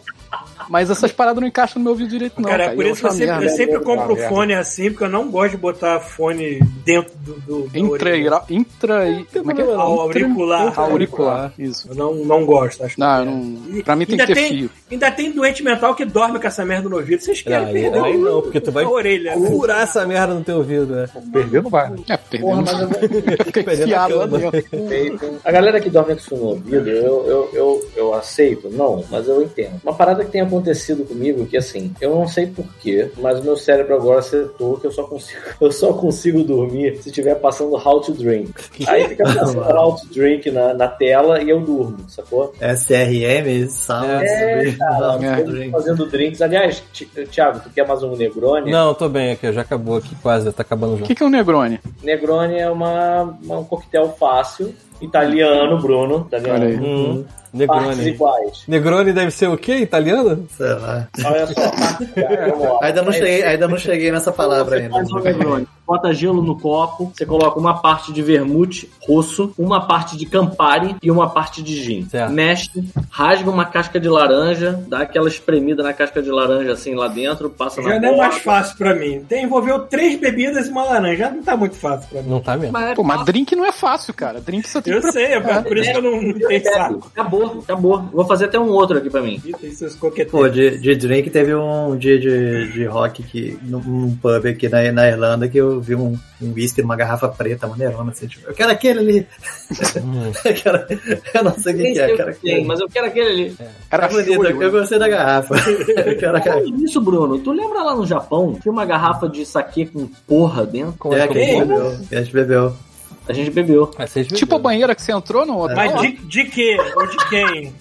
S2: Mas essas paradas não encaixam no meu ouvido direito, não.
S4: Cara, é
S2: cara.
S4: por
S2: Eu
S4: isso que eu
S2: acho uma
S4: sempre, eu
S2: merda.
S4: sempre
S5: merda.
S1: Tá
S4: compro
S5: Merda.
S4: fone assim, porque eu não gosto de botar fone dentro do. do, do orelha.
S2: Intra, intra, como é que é?
S1: problema,
S4: né? Ao auricular.
S2: Auricular, isso.
S4: Eu não, não gosto, acho.
S2: Não, eu não, pra mim tem que
S4: Ainda
S2: ter
S4: tem-
S2: fio.
S4: Ainda tem doente mental que dorme com essa merda no ouvido. Vocês querem
S1: Aí-
S4: perder
S1: aí
S4: o-
S1: não, porque tu vai-
S4: a orelha. né?
S1: Furar essa merda no teu ouvido, né?
S5: Perder não vai. né?
S2: É,
S7: porra,
S2: perdendo. [LAUGHS]
S7: mas eu vou
S2: Fica
S1: Perdendo a
S2: enfiado lá
S1: cama.
S2: dentro.
S7: Feito. A galera que dorme com isso no ouvido, eu, eu, eu, eu aceito? Não, mas eu entendo. Uma parada que tem acontecido comigo, que assim, eu não sei porquê, mas o meu cérebro agora acertou que eu só consigo, [LAUGHS] eu só consigo dormir se estiver passando How to Drink. Aí
S2: [LAUGHS]
S7: fica passando How to Drink na, na tela e eu durmo, sacou?
S3: SRM, sound,
S7: É,
S3: sobre-
S7: cara,
S3: sound,
S2: é.
S7: Eles
S3: sobre-
S7: fazendo drinks. Aliás, Ti- Thiago, tu quer mais um Negroni?
S1: Não, tô bem aqui, já acabou aqui quase, tá acabando
S2: O
S1: já.
S2: que, que é um Negroni?
S7: Negroni é uma, uma- um coquetel fácil, italiano, Bruno,
S2: Olha
S7: italiano.
S2: aí.
S1: Hum.
S7: partes
S1: Negroni.
S7: iguais.
S1: Negroni deve ser o quê? Italiano?
S3: Sei lá.
S7: Olha só, cara, vamos
S3: [LAUGHS]
S7: lá.
S3: Ainda não
S2: É.
S3: cheguei, ainda não cheguei nessa palavra ainda.
S7: Faz um Negroni. Bota gelo no copo, você coloca uma parte de vermute rosso, uma parte de campari e uma parte de gin.
S1: Certo.
S7: Mexe, rasga uma casca de laranja, dá aquela espremida na casca de laranja assim lá dentro, passa na
S4: Já não é
S7: borda.
S4: mais fácil pra mim. Tem, envolveu três bebidas e uma laranja. Já não tá muito fácil pra mim.
S1: Não tá mesmo.
S7: Mas-
S2: Pô, mas drink não é fácil, cara. Drink você tem
S4: Eu
S2: que
S4: sei, é por isso que eu não tenho saco.
S7: Acabou, acabou. Vou fazer até um outro aqui pra mim.
S4: Ih, Tem seus
S3: Pô,
S4: coqueteiros.
S3: de, de drink teve um dia de, de rock que, num, num pub aqui na, na Irlanda que eu vi um, um whisky numa garrafa preta, maneirona, assim, tipo, eu quero aquele ali. [LAUGHS] eu, quero, eu não sei o que,
S7: Nem
S3: que
S7: sei
S3: é, eu
S7: o
S3: quero
S7: que tem,
S3: aquele.
S7: mas eu quero aquele ali.
S2: Era
S3: É
S4: tá
S3: bonito, eu,
S2: shoyu,
S3: eu
S2: né?
S3: gostei da garrafa. [LAUGHS] eu quero aquela.
S7: Falando nisso, É Bruno, tu lembra lá no Japão? Tinha uma garrafa de saquê com porra dentro?
S1: Como
S3: É,
S1: é
S3: que
S1: que
S3: a gente
S1: eu vou?
S3: bebeu. que A gente bebeu.
S7: A gente bebeu.
S1: Ah, vocês
S2: Tipo a
S1: beberam.
S2: banheira que você entrou no hotel.
S4: É. Mas de, de quê? Ou de quem?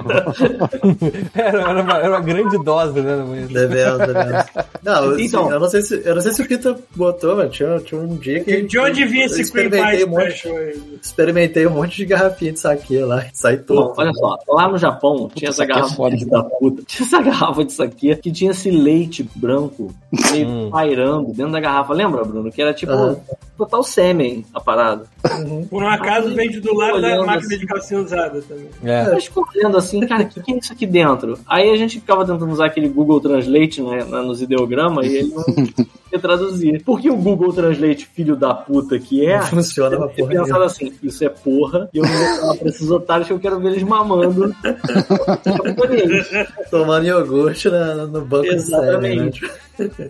S1: [LAUGHS] Era, era, uma, era uma grande dose, né? Mas...
S3: Bebeu, bebeu. Não,
S7: Então.
S3: então, eu, não sei se, eu não sei se o Pita botou, mas tinha, tinha um dia que.
S4: É De onde vinha esse Cream
S3: experimentei
S4: Pie
S3: um monte,
S4: Special? aí?
S3: Experimentei um monte de garrafinha de saque lá. Sai
S7: Bom,
S3: todo.
S7: olha só, lá no Japão tinha essa
S2: saquê é
S7: garrafa
S2: foda.
S7: de da puta. [LAUGHS] Tinha essa garrafa de saquê que tinha esse leite branco meio
S1: Hum.
S7: pairando dentro da garrafa. Lembra, Bruno? Que era tipo
S3: Aham.
S7: total sêmen a parada.
S4: Por um acaso vende do lado da
S7: Olhando
S4: máquina
S7: assim.
S4: de calcinha usada também.
S1: É.
S7: Eu escolhendo assim, cara, o que, que é isso aqui dentro? Aí a gente ficava tentando usar aquele Google Translate né, na- nos ideogramas e ele não conseguia traduzir. Porque o Google Translate, filho da puta
S3: [LAUGHS]
S7: que é,
S3: Não funciona pra
S7: Eu
S3: porra
S7: pensava
S3: nenhuma.
S7: assim, isso é porra, e eu não vou falar pra esses otários que eu quero ver eles mamando. japonês.
S3: Tomando iogurte na- no banco de série, né?
S7: Exatamente.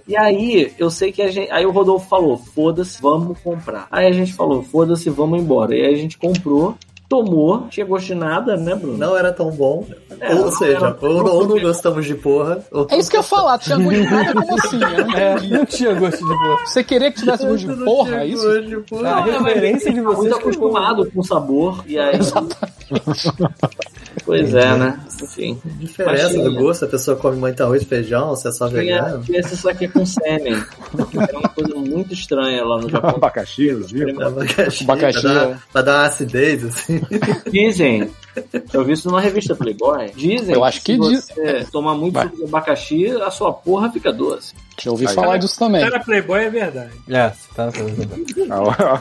S7: E aí, eu sei que a gente. Aí o Rodolfo falou: foda-se, vamos comprar. Aí a gente falou: foda-se, vamos embora. E aí a gente comprou, tomou, não tinha gosto de nada, né, Bruno?
S3: Não era tão bom.
S7: É,
S3: ou
S7: não
S3: seja,
S7: era-
S3: ou, ou não gostamos de porra. Ou...
S2: É isso que eu ia falar, [LAUGHS] tinha gosto de nada como assim? né?
S1: É, [LAUGHS] não tinha gosto de boa.
S2: Você queria que tivesse gosto de porra, é isso?
S3: De
S1: A
S3: porra.
S7: Não, mas
S1: referência de
S7: tá
S1: vocês que
S7: Muito
S1: eu não-
S7: acostumado com o sabor. E aí. pois é, né? Enfim.
S3: A diferença
S7: Mas
S3: do
S7: tinha.
S3: gosto, a pessoa come muito arroz e feijão, se é só
S7: Tinha
S3: vegano.
S7: tinha esse saque com sêmen. É uma coisa muito estranha lá no Japão.
S5: Abacaxi, inclusive.
S3: É Abacaxi,
S2: Abacaxi,
S3: pra,
S2: é.
S3: dar, pra dar uma acidez, assim.
S7: Dizem. Eu vi isso numa revista Playboy. Dizem.
S2: Eu acho que
S7: se
S2: diz.
S7: você tomar muito
S2: Vai.
S7: suco de abacaxi, a sua porra fica doce.
S2: Já ouvi
S5: Aí.
S2: falar disso também.
S4: Cara, Playboy é verdade.
S1: É, você tá fazendo.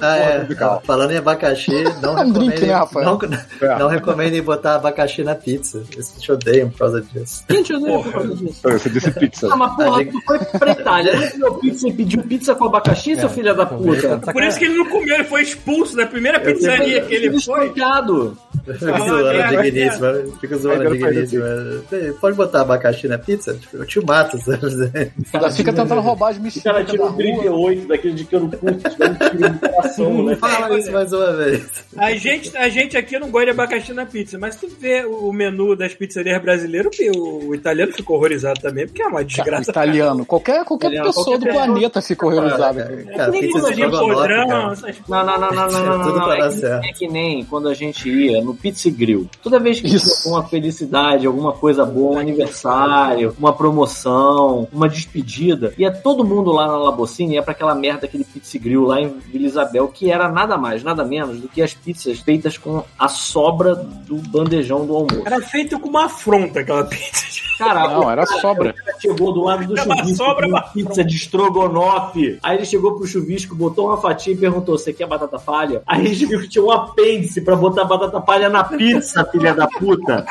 S3: Ah, é.
S5: tropical.
S3: Falando em abacaxi, não
S2: É um drink,
S3: recomendem.
S2: né, Rafael?
S3: Não,
S5: É.
S3: não recomendem botar abacaxi na pizza. Eles te odeiam por causa disso.
S7: Gente, eu não ia
S4: Porra. Tá
S7: falar disso.
S5: Você disse pizza.
S7: Ah, mas
S3: A
S7: porra,
S3: gente-
S7: tu foi pra Itália. Ele comeu pizza e pediu pizza com abacaxi,
S4: É,
S7: seu filho da puta.
S3: Tá
S4: Por isso que ele não comeu, ele foi expulso da primeira pizzaria que ele foi.
S7: Descoitado.
S3: Fica
S4: Ah,
S3: zoando a
S4: é,
S3: digníssima. Fica zoando a
S5: Agora faz
S3: digníssima. Ei, Pode botar abacaxi na pizza? Tipo, Eu te mato, sabe?
S2: Ainda fica tentando roubar as
S7: O cara
S2: mexicas da
S7: tirou
S2: rua.
S7: 38 daquele de que eu não curto, dá um tiro no coração, né?
S3: Fala isso mais uma vez.
S4: A gente, a gente aqui não gosta de abacaxi na pizza, mas tu vê o menu das pizzarias brasileiras, o- o italiano ficou horrorizado também, porque é uma
S2: Cara,
S4: desgraça.
S2: italiano. Qualquer, qualquer
S7: Italiano,
S2: pessoa do
S7: qualquer
S2: planeta fica horrorizada.
S3: Cara,
S4: É que
S3: cara,
S4: nem
S3: pizza de
S4: pizzaria
S3: estrogonofe,
S4: podrão,
S3: cara.
S4: essas
S7: Não, não, não, não,
S3: [LAUGHS]
S7: não, não,
S3: Tudo
S7: não, não.
S3: pra
S7: É,
S3: dar
S7: que,
S3: certo.
S7: é que nem quando a gente ia no Pizza Grill. Toda vez que
S2: Isso.
S7: tinha alguma felicidade, alguma coisa boa, um aniversário, uma promoção, uma despedida, ia todo mundo lá na Labocina, ia pra aquela merda, aquele Pizza Grill lá em Vila Isabel, que era nada mais, nada menos do que as pizzas feitas com a sobra do bandejão do almoço.
S4: Era feito com uma afronta aquela pizza.
S7: Caraca,
S2: Não, era sobra.
S7: chegou do lado do
S4: Era uma
S7: chuvisco
S4: sobra,
S7: com
S4: uma
S7: pizza de estrogonofe. Aí ele chegou pro chuvisco, botou uma fatia e perguntou: Você quer batata palha? Aí ele viu que tinha um apêndice pra botar batata palha na pizza, filha da puta.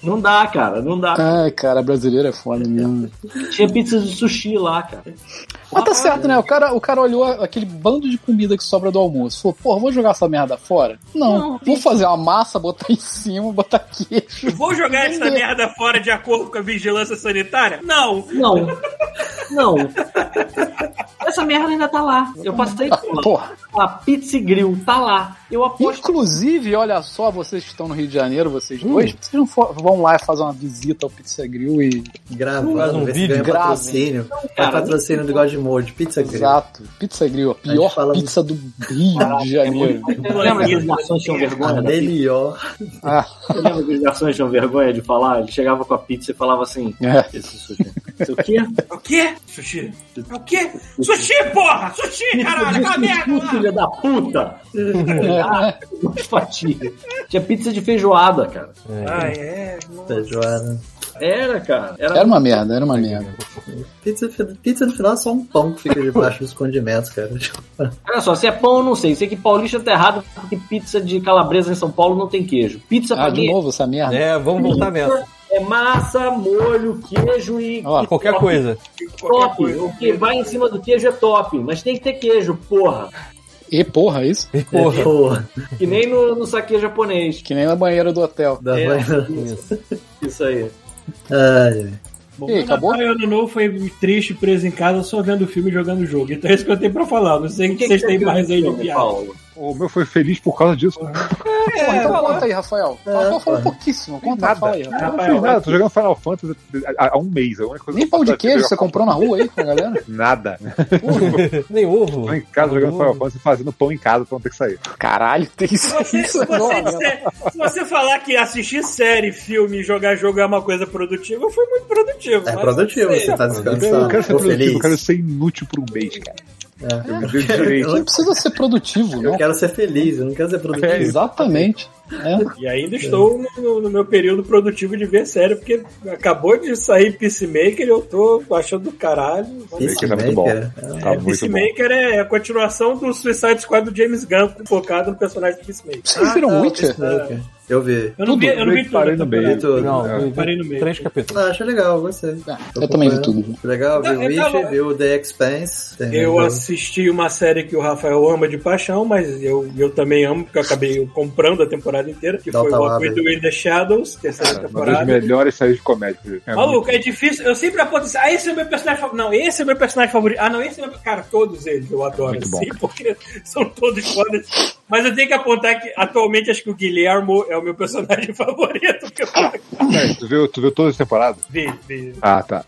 S7: Não dá, cara, não dá.
S2: Ai, cara, brasileiro é foda mesmo.
S7: Tinha pizza de sushi lá, cara.
S2: Mas tá certo, né? O cara, o cara olhou aquele bando de comida que sobra do almoço. Falou, porra, vou jogar essa merda fora? Não. vou fazer uma massa, botar em cima, botar queijo.
S4: Vou jogar essa
S2: Ninguém-
S4: merda fora de acordo com a vigilância sanitária? Não.
S7: Não. Não. Essa merda ainda tá lá. Eu passei por lá.
S2: Porra.
S7: A Pizza Grill tá lá. Eu aposto
S2: Inclusive, olha só, vocês que estão no Rio de Janeiro, vocês dois, vocês não for- vão lá fazer uma visita ao Pizza Grill e.
S1: Faz
S3: Gravando,
S1: um
S3: ver se
S1: vídeo,
S3: ganha
S2: grava.
S3: patrocínio. Faz
S7: cara.
S3: patrocínio do Godmode, pizza grega.
S2: Exato. Pizza Grill, a
S3: A
S2: pior
S3: gente fala
S2: pizza do Rio de Janeiro.
S7: Lembra que os garçons tinham vergonha?
S3: A
S7: da pizza?
S3: melhor.
S2: Ah,
S7: [LAUGHS] Lembra que os garçons tinham vergonha de falar? Ele chegava com a pizza e falava assim:
S2: é.
S7: Esse sushi. Sei o quê?
S4: É O quê? Sushi. É O quê? Sushi, porra! Sushi, [LAUGHS] caralho! Aquela merda
S7: Pizza,
S4: lá!
S7: filha da puta! Ah, duas fatias. Tinha pizza de feijoada, cara.
S1: tá.
S4: Ah, é. Nossa.
S3: Feijoada.
S7: Era, cara. Era,
S2: Era uma merda, era uma merda.
S3: Pizza, pizza no final é só um pão que fica debaixo dos condimentos, cara.
S7: Olha só, se é pão, eu não sei. Sei que paulista tá errado porque pizza de calabresa em São Paulo não tem queijo. Pizza pra
S2: Ah, de
S7: mim
S2: novo essa merda.
S1: É, vamos voltar mesmo.
S7: é massa, molho, queijo e.
S2: Ó,
S7: e
S1: Qualquer
S7: top.
S1: coisa.
S4: Qualquer
S7: Top.
S4: coisa.
S7: O que vai em cima do queijo é top. Mas tem que ter queijo, porra.
S2: E porra, é isso?
S1: Porra.
S3: Porra.
S7: Que nem no, no saque japonês.
S2: Que nem na banheira do hotel.
S3: Da É,
S7: É.
S3: banha-
S7: Isso aí.
S3: Ai, ai.
S4: Bom,
S2: E aí,
S4: meu
S2: acabou?
S4: Natal e Ano Novo foi triste, preso em casa, só vendo filme e jogando jogo. Então é isso que eu tenho pra falar. Não sei o que vocês têm mais aí de piada.
S7: Paulo?
S5: O meu foi feliz por causa disso. né? Não
S2: Porra, então conta aí, Rafael. Rafael falou pouquíssimo. Conta,
S5: nada.
S2: fala aí, Rafael.
S5: fiz nada, tô jogando Final Fantasy há há um mês. A única coisa
S2: Nem
S5: que
S2: pão de
S5: eu é
S2: queijo
S5: jogar
S2: você comprou na rua aí com a galera?
S5: Nada.
S1: Nem ovo.
S5: Tô em casa jogando Final Fantasy e fazendo pão em casa pra não ter que sair.
S2: [LAUGHS] Caralho, tem isso.
S4: Você-
S2: isso
S4: se,
S2: é
S4: você
S2: normal.
S4: disser- se você falar que assistir série, filme e jogar jogo é uma coisa produtiva, eu fui muito produtivo.
S3: É
S4: mas-
S3: produtivo, você tá
S5: Eu, eu não
S3: descansando.
S5: quero ser
S3: Ficou
S5: produtivo,
S3: feliz.
S5: eu quero ser inútil por um mês, cara.
S3: É.
S5: Eu me dei o direito.
S2: Não precisa ser produtivo,
S3: Eu
S2: não.
S3: quero ser feliz, eu não quero ser
S5: É
S3: produtivo.
S5: isso.
S2: Exatamente. É.
S4: E ainda estou no- no, no meu período produtivo de ver série, porque acabou de sair Peacemaker e eu tô achando do caralho.
S5: Isso é muito bom.
S3: Peacemaker.
S5: Tá
S4: É,
S5: muito bom.
S4: Peacemaker é a continuação do Suicide Squad do James Gunn, focado no personagem do Peacemaker.
S2: Vocês viram
S3: Ah,
S2: Witcher?
S3: Peacemaker. Eu vi.
S4: Eu não vi, eu não vi
S5: Meio que parei
S4: tudo, tá?
S5: no
S4: eu tô-
S5: meio.
S3: Vi tudo.
S1: Não,
S5: É.
S1: eu vi
S4: Parei no meio.
S1: Três capítulos.
S3: Ah, achei legal, gostei.
S2: Ah, Eu também vi tudo.
S3: Legal, vi
S4: Não,
S3: o
S4: eu tava-
S3: Witcher, vi o The Expanse. Tem
S4: Eu
S5: Uhum.
S3: um-
S4: assisti uma série que o Rafael ama de paixão, mas eu, eu também amo, porque eu acabei comprando a temporada inteira, que
S3: Dá
S4: foi
S3: uma
S4: Walk
S3: palavra.
S4: with You in the Shadows, terceira
S5: Uma das
S4: temporada.
S5: melhores séries de comédia. É
S4: Maluco, é difícil. Eu sempre aponto assim, ah, esse é o meu personagem favorito. Não, esse é o meu personagem favorito. Ah, não, esse é o meu. Cara, todos eles eu adoro,
S5: Muito bom.
S4: assim, [LAUGHS] porque são todos fodas. Mas eu tenho que apontar que atualmente acho que o Guilhermo é o meu personagem [LAUGHS] favorito. Porque eu
S5: Peraí, É, tu, viu, tu viu todas as temporadas?
S4: vi, vi.
S5: Ah, tá.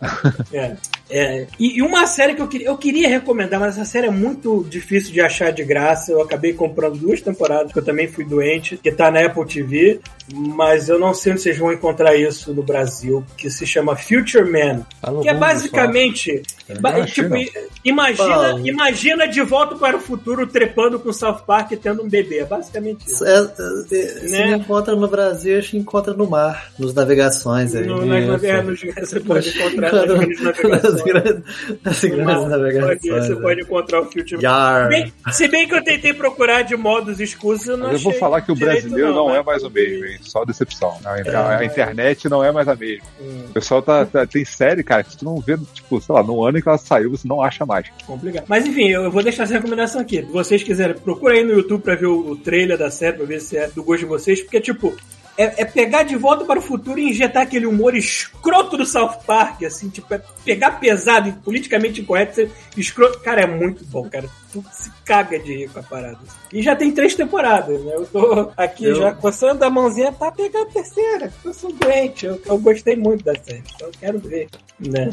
S4: É. É. E, e uma série que eu queria, eu queria recomendar, mas essa série é muito difícil de achar de graça. Eu acabei comprando duas temporadas, que eu também fui doente, que tá na Apple TV, mas eu não sei onde vocês vão encontrar isso no Brasil, que se chama Future Man.
S1: Ah, não
S4: Que é
S1: vamos,
S4: basicamente. ba-
S5: não achei,
S4: tipo,
S5: não.
S4: i- imagina,
S3: Paulo.
S4: imagina de volta para o futuro trepando com o South Park e tendo um bebê. É basicamente isso.
S3: É, é, é, Se
S4: Né?
S3: não encontra no Brasil, a gente encontra no mar, nos navegações aí. [LAUGHS]
S4: No, nas
S1: Isso.
S4: navegações, você [LAUGHS] pode encontrar nas
S3: Encontra
S4: grandes
S3: nas
S4: navegações.
S3: grandes, nas grandes navegações.
S4: Você
S3: né?
S4: pode encontrar o Future Man.
S3: Yar.
S4: Bem- se bem que eu tentei procurar de modos escusos, eu não
S5: Mas eu vou
S4: achei
S5: falar que o
S4: direito,
S5: brasileiro não, é
S4: mas-
S5: mais o mesmo, hein? Só decepção. Não, a a internet não é mais a mesma.
S4: Hum,
S5: O pessoal tá, tá- tem série, cara, que tu não vê, tipo, sei lá, no ano em que ela saiu, você não acha mais.
S4: complicado. Mas enfim, eu eu vou deixar essa recomendação aqui. Se vocês quiserem, procura aí no YouTube pra ver o, o trailer da série, pra ver se é do gosto de vocês, porque tipo. É, é pegar de volta para o futuro e injetar aquele humor escroto do South Park, assim, tipo, é pegar pesado e politicamente incorreto, ser escroto. Cara, é muito bom, cara. Tu se caga de rir com a parada. E já tem três temporadas, né? Eu tô aqui
S3: Eu-
S4: já coçando a mãozinha pra pegar a terceira. Eu sou doente, eu, eu gostei muito da série, então eu quero ver, né?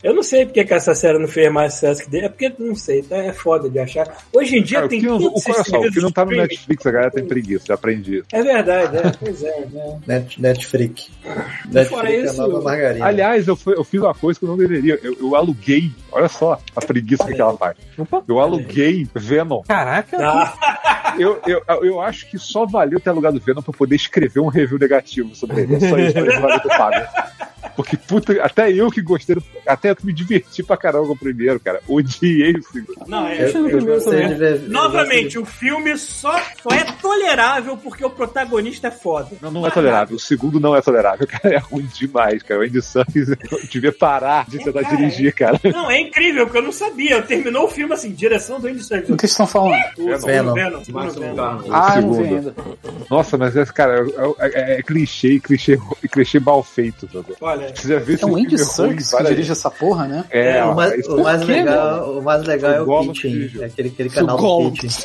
S4: Eu não sei porque que essa série não fez mais sucesso que dele. É porque, não sei, tá, é foda de achar. Hoje em dia
S5: Cara, o
S4: tem
S5: que não, o,
S4: tantos
S5: olha só, o que não tá no
S4: streaming.
S5: Netflix, a galera tem preguiça, já aprendi isso.
S4: É verdade, é, pois é. Né?
S3: Net, Netflix. Netflix
S4: Fora
S3: é a
S4: isso-
S3: nova margarina.
S5: Aliás, eu, fui- eu fiz uma coisa que eu não deveria. Eu, eu aluguei, olha só a preguiça que ela faz.
S1: Opa.
S5: Eu aluguei Venom. Tá.
S1: Caraca.
S4: Ah,
S5: Eu, eu, eu acho que só valeu ter alugado Venom pra eu poder escrever um review negativo sobre ele. É Só isso pra ele valer ter pago. Porque, puta, até eu que gostei, do- até eu que me diverti pra caramba com o primeiro, cara. Odiei o segundo.
S4: não, é.
S3: Eu, eu gostei de ver. eu
S4: Novamente, o filme só, só é tolerável porque o protagonista é foda.
S5: Não, não é tolerável. O segundo não é tolerável, cara. É ruim demais, cara. O Andy Serkis eu devia parar de tentar dirigir, cara.
S4: Não, é incrível, porque eu não sabia. Terminou o filme assim, direção do Andy Serkis.
S2: Do que vocês estão falando?
S4: O segundo
S3: Venom.
S4: Venom, o segundo
S7: Máximo
S4: Venom.
S7: Carlos.
S5: Ah,
S2: Ah,
S5: eu
S2: eu
S5: não vi
S2: vi ainda.
S5: Nossa, mas, esse cara, é, é- é clichê, clichê, clichê mal feito. Sabe?
S4: Olha,
S5: Você já viu esse
S2: É o Andy
S5: filme ruim
S2: Serkis que
S5: várias
S2: dirige essa porra, né?
S5: É,
S3: O mais,
S5: isso-
S3: o mais
S2: Por quê,
S3: legal, o mais legal
S5: O
S3: é o
S5: Gollum
S3: Pitching.
S5: dirige.
S3: É aquele, aquele
S2: O
S3: canal do
S2: Gollum.
S3: Pitching.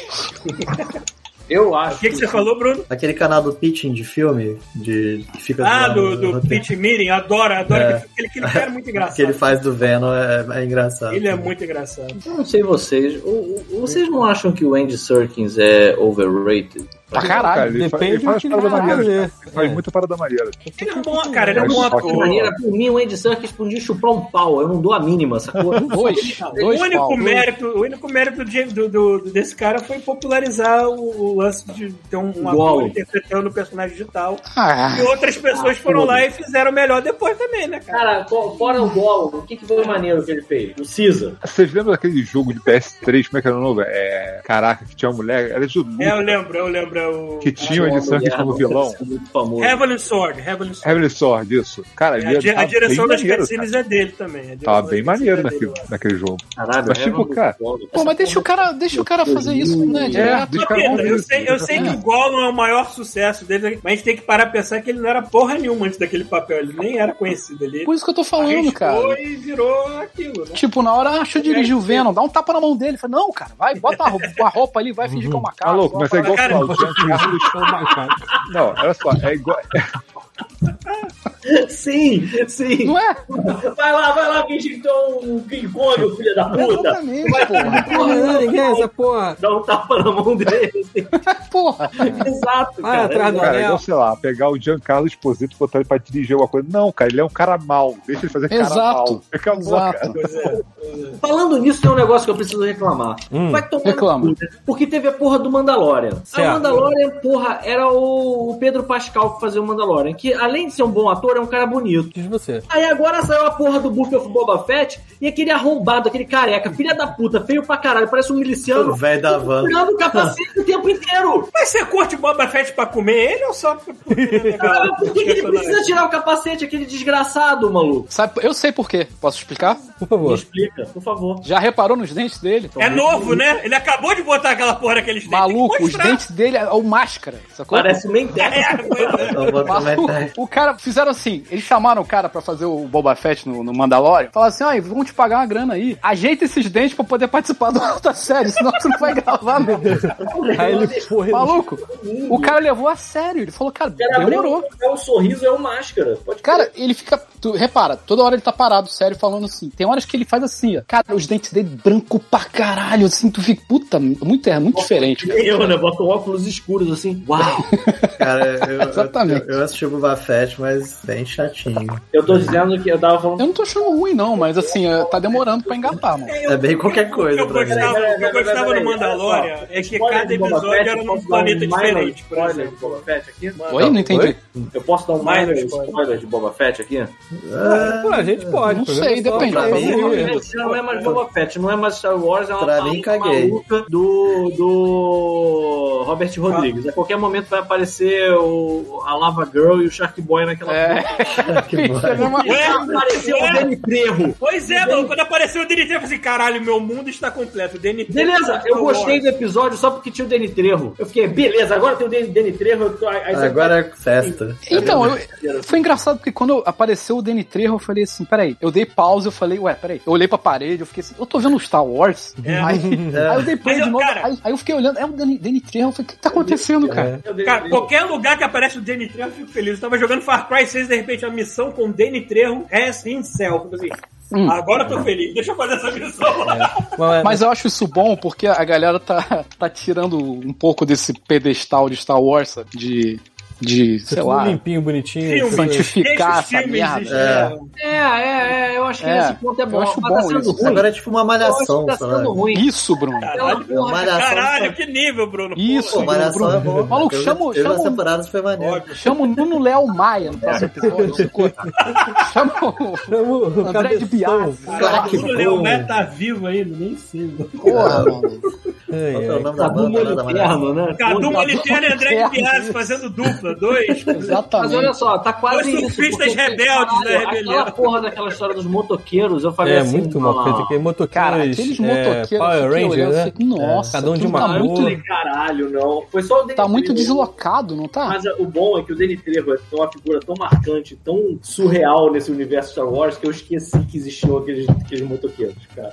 S7: Eu
S4: O
S7: acho.
S4: que, que você falou, Bruno?
S3: Aquele canal do pitching de filme, de, que fica
S4: Ah,
S3: zoando
S4: do,
S3: o
S4: do
S3: roteiro.
S4: Pitch Meeting, adoro, adoro.
S3: né? É.
S4: aquele- Aquele, aquele cara é muito engraçado.
S3: que ele faz do Venom é, é engraçado.
S4: Ele é muito engraçado.
S7: Eu não sei vocês. o- o- vocês não acham que o Andy Serkins é overrated?
S2: Pra
S5: Cara,
S2: caralho.
S5: ele fa- ele
S1: Depende do
S5: faz
S1: que
S5: parada maneira,
S1: fazer.
S5: Faz
S1: É.
S5: muita parada maneira.
S4: Ele é um bom, cara, ele é um
S5: Mas
S4: bom
S5: só que
S4: ator.
S5: maneiro.
S7: Maneira, por mim, o Andy Serkins podia chupar um pau. Eu não dou a mínima, sacou?
S2: Dois.
S4: O
S2: Dois
S4: único,
S2: pau.
S4: mérito, o único mérito de- do, do- desse cara foi popularizar o, o lance de ter um, um ator
S7: Igual.
S4: interpretando o personagem digital.
S2: Ah,
S4: E outras pessoas foram
S7: tudo.
S4: lá e fizeram melhor depois também, né, cara?
S7: [LAUGHS] Cara, fo- fora o Gollum, o que, que foi maneiro que ele fez? O Caesar.
S5: Vocês lembram daquele jogo de PS3, como é que era o nome? É, caraca, que tinha uma mulher, era de luta,
S4: É, eu lembro, eu lembro. é O...
S5: que tinha o Andy Serkis como vilão. É,
S7: Muito famoso.
S4: Heavenly Sword, Heavenly Sword.
S5: Heavenly Sword, isso. Cara,
S4: É, A, di-
S5: ele
S4: a
S5: tava
S4: direção
S5: É tá bem
S4: das
S5: maneiro, cara.
S4: cutscenes é dele também. A direção
S5: Tava
S4: das
S5: bem
S4: cutscenes
S5: maneiro
S4: é dele,
S5: naquele,
S4: eu acho.
S5: naquele jogo.
S7: Caralho,
S5: Mas, tipo,
S7: Heaven do
S5: cara,
S7: Gollum.
S2: Pô, mas deixa o cara, deixa o cara fazer isso, né?
S5: É,
S2: Direto.
S5: deixa o cara
S4: Pedro,
S5: morrer.
S4: eu sei, eu sei que o Gollum é o maior sucesso dele, mas a gente tem que parar a pensar que ele não era porra nenhuma antes daquele papel, ele nem era conhecido ali.
S2: Por isso que eu tô falando,
S4: Arriscou
S2: cara.
S4: e virou aquilo, né?
S2: Tipo, na hora, ah, deixa eu dirigir o Venom, dá um tapa na mão dele. Fala, não, cara, vai, bota a roupa, uma roupa ali, vai fingir que é um macaco.
S5: Tá louco, mas é igual
S4: Cara,
S5: falar, o Jean Carlos. Não, olha só, é igual.
S7: [LAUGHS] Sim, sim.
S2: Não é?
S7: Vai lá, vai lá, finge que tu é um King Kong, filho da puta.
S2: Exatamente, porra.
S1: Porra, não é ninguém essa porra.
S7: Dá um tapa na mão dele.
S5: [LAUGHS]
S2: Porra.
S7: Exato,
S1: Vai
S7: cara.
S1: atrás do
S5: Cara, é igual,
S1: anel.
S5: sei lá, pegar o Giancarlo Esposito e botar ele pra dirigir alguma coisa. Não, cara, ele é um cara mal. Deixa ele fazer cara
S2: Exato.
S5: mal. Acabou, cara.
S2: Exato.
S4: Pois é.
S7: Falando nisso, tem um negócio que eu preciso reclamar. Vai tomar no
S2: reclama.
S7: cu, né? Porque teve a porra do Mandalorian.
S1: Certo.
S7: A Mandalorian, porra, era o o Pedro Pascal que fazia o Mandalorian. Que além de ser um bom ator, é um cara bonito.
S1: Diz você.
S7: Aí agora saiu a porra do Book of Boba Fett e aquele arrombado, aquele careca, filha da puta, feio pra caralho, parece um
S3: O
S7: miliciano.
S3: velho da
S4: [LAUGHS]
S3: van.
S7: Tirando o capacete o tempo inteiro.
S4: Mas você curte Boba Fett pra comer ele ou só porque ele é [LAUGHS] legal?
S7: Cara, por que, que ele precisa tirar o capacete, aquele desgraçado, maluco?
S2: Sabe, eu sei por quê. Posso explicar?
S1: Por
S7: Me
S1: favor.
S7: explica, por favor.
S2: Já reparou nos dentes dele?
S4: É novo, né? Ele acabou de botar aquela porra que eles
S2: Maluco, os dentes dele é o máscara, sacou?
S7: Parece uma ideia.
S3: Eu vou
S2: Maluco,
S3: comentar.
S2: o cara, fizeram assim, eles chamaram o cara pra fazer o Boba Fett no, no Mandalorian, falaram assim, ó, vamos te pagar uma grana aí, ajeita esses dentes pra poder participar [LAUGHS] do da série, senão tu não vai gravar, meu Deus.
S1: Aí ele foi.
S2: Maluco, o cara levou a sério, ele falou, cara, demorou.
S7: É um sorriso, é um máscara. Pode
S2: Cara, ele fica. Tu, repara, toda hora ele tá parado, sério, falando assim. Tem horas que ele faz assim, ó. Cara, os dentes dele branco pra caralho, assim, tu fica. Puta, muito, é muito diferente.
S7: Nem eu, né? Boto óculos escuros assim. Uau!
S3: Cara, eu,
S2: Exatamente.
S3: eu, eu assisti o Boba Fett, mas bem chatinho.
S7: Eu tô dizendo que eu tava falando.
S2: Eu não tô achando ruim, não, mas assim, é, tá demorando pra engatar, mano.
S3: É bem qualquer coisa
S4: Eu
S3: pra mim.
S4: gostava,
S7: Peraí,
S4: o que eu
S7: peraí,
S4: gostava
S7: peraí,
S4: do
S7: peraí,
S4: Mandalorian
S7: olha
S4: é que
S7: Spoiler
S4: cada
S7: de Boba
S4: episódio
S7: Fett,
S4: era
S7: posso
S4: num
S7: dar
S4: planeta
S7: minor
S4: diferente, por
S7: spoiler
S4: exemplo.
S7: de Boba Fett aqui?
S2: Oi? Não entendi.
S7: Eu posso dar um
S4: Minor
S7: minor
S4: spoiler.
S7: spoiler de Boba Fett aqui?
S3: Ah,
S1: Pô, a gente pode.
S2: Não
S1: pô,
S2: sei,
S1: eu só-
S2: depende.
S1: pra mim,
S7: Não,
S1: eu-
S7: Isso não é mais Boba Fett, não é mais Star Wars, é uma
S3: Pra mim,
S7: maluca
S3: caguei.
S7: maluca do, do Robert Rodrigues. A qualquer momento vai aparecer o, a Lava Girl e o Shark Boy naquela
S2: É.
S3: Que
S2: Isso é
S3: bosta.
S2: uma-
S4: Ué,
S7: Apareceu o
S4: ué.
S7: Danny Trejo.
S4: Pois é, mano, quando apareceu o DNT, eu falei assim, caralho, meu mundo está tá completo. O DNT
S7: Beleza, eu gostei do episdio só porque tinha o Danny Trejo. Eu fiquei, beleza, agora tem o Danny, Danny Trejo. eu tô- aí você-
S3: Agora é festa.
S2: Então, eu- foi engraçado porque quando apareceu o Danny Trejo, eu falei assim, peraí, eu dei pausa, eu falei, ué, peraí, eu olhei pra parede, eu fiquei assim, eu tô vendo o Star Wars, aí, aí eu dei pausa
S4: É. Mas eu,
S2: de novo,
S4: cara-
S2: aí, aí eu fiquei olhando, é o Danny, Danny Trejo, eu falei, o que tá acontecendo, cara?
S7: É o Danny
S4: Cara,
S7: Trejo.
S4: qualquer lugar que aparece o Danny Trejo, eu fico feliz. Eu tava jogando Far Cry 6, de repente, uma missão com o Danny Trejo, Rest Himself. Eu falei é assim,
S2: Hum.
S4: agora eu tô feliz, deixa eu fazer essa missão lá.
S7: É,
S1: Mas,
S2: Mas eu acho isso bom porque a galera tá, [LAUGHS] tá tirando um pouco desse pedestal de Star Wars, sabe? de, de sei
S1: tudo
S2: lá,
S1: é um limpinho, bonitinho. [LAUGHS]
S4: Filme.
S1: assim,
S2: santificar
S4: [LAUGHS] Deixa os
S2: essa
S4: tá filmes
S2: merda.
S4: existirem.
S7: É, é, é, eu acho que
S2: É,
S7: nesse ponto é bom.
S2: eu acho
S7: Mas
S2: bom
S7: tá sendo
S2: isso.
S7: ruim.
S3: Agora é tipo uma
S7: Eu acho
S3: malhação,
S7: que tá
S3: sabe?
S7: sendo ruim.
S2: Isso, Bruno.
S7: Aquela
S3: É Uma
S7: porra,
S3: malhação.
S4: Caralho, que nível, Bruno.
S2: Isso,
S3: Pô, malhação é bom.
S2: Maluco,
S3: cara.
S2: chama o-
S3: Teve
S2: chama
S3: umas
S2: o-
S3: temporadas que foi maneiro.
S4: Ótimo.
S2: Chama o Nuno Léo Maia no próximo episódio. sacou? Chama o
S1: Chama o é
S2: André de
S1: cabeção.
S2: Biasi.
S3: Cara, que
S4: o Léo
S3: bom.
S4: Maia tá vivo ainda, nem sei. mano.
S2: Porra, mano.
S1: Ai,
S3: Qual que é
S1: ai.
S3: o nome
S2: Tá
S3: da
S7: Cadu
S3: banda lá da malhação?
S7: Moliterno, né?
S4: Cadu
S7: Porra.
S4: Moliterno e André de Biasi fazendo dupla, dois.
S2: Exatamente.
S7: Mas olha só, tá quase
S4: Dois
S7: isso.
S4: surfistas
S7: porque,
S4: rebeldes né, da
S7: caralho,
S4: rebelião.
S7: Aquela porra daquela história dos motoqueiros, eu falei
S1: É,
S7: assim...
S1: muito mal feito. Aquele motoqueiros.
S2: Cara, aqueles motoqueiros.
S1: É, Power
S2: eu fiquei
S1: Ranger,
S2: olhando,
S1: né?
S2: eu fiquei, Nossa,
S1: Cada um de
S2: aquilo
S1: uma
S2: tá
S1: cor.
S2: muito,
S7: Muito... Caralho, não. Foi só o Danny
S2: tá muito
S7: Trejo.
S2: deslocado, não tá?
S7: Mas o bom é que o Danny Trejo é uma figura tão marcante, tão surreal nesse universo Star Wars, que eu esqueci que existiam aqueles, aqueles motoqueiros, cara.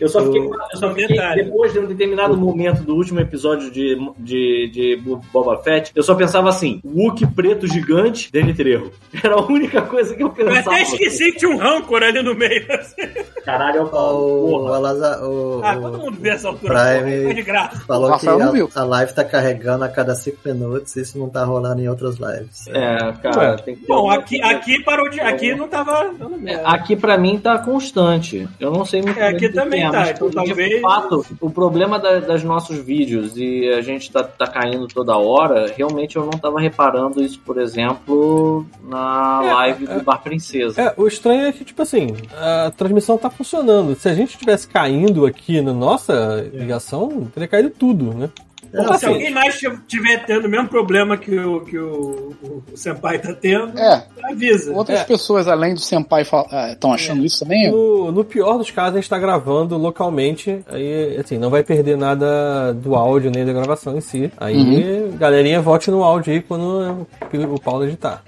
S7: Eu só fiquei, eu só
S4: Um
S7: fiquei-
S4: detalhe.
S7: depois de um determinado momento do último episódio de, de, de Bo- Boba Fett, eu só pensava assim: Wookie preto gigante, Danny Trejo. [LAUGHS] Era a única coisa que eu
S4: Eu
S7: pensava.
S4: até esqueci que tinha um rancor ali no meio. Assim,
S7: Caralho, é o
S3: O
S7: Porra.
S3: Alaza- o-
S4: Ah, todo mundo vê essa altura.
S3: Prime-
S4: Tá de graça.
S3: falou que
S2: Rafael não viu.
S3: a, a live tá carregando a cada 5 minutos, isso não tá rolando em outras lives.
S7: É, cara, tem que ter
S4: Bom,
S7: alguma
S4: aqui,
S7: coisa.
S4: aqui parou de. Aqui não tava. eu não-
S7: É, Aqui pra mim tá constante. Eu não sei muito
S4: É,
S7: bem
S4: aqui
S7: do
S4: também
S7: é,
S4: tá.
S7: mas,
S4: Então,
S7: de
S4: talvez-
S7: fato, o problema da- das nossos vídeos e a gente tá, tá caindo toda hora, realmente eu não tava reparando isso, por exemplo, na live do Bar Princesa.
S1: É, o estranho é que, tipo assim, a transmissão tá funcionando. Se a gente tivesse caindo aqui na nossa ligação, teria caído tudo, né?
S3: Não,
S1: Como
S4: É, Se
S1: assim?
S4: alguém mais tiver tendo o mesmo problema que o, que o, o Senpai tá tendo,
S2: É,
S4: avisa.
S2: outras
S1: É.
S2: pessoas, além do Senpai, estão achando isso também?
S1: assim, No, no pior dos casos, a gente tá gravando localmente, aí, assim, não vai perder nada do áudio nem da gravação em si. Aí,
S2: Uhum.
S1: galerinha, vote no áudio aí quando o Paulo editar.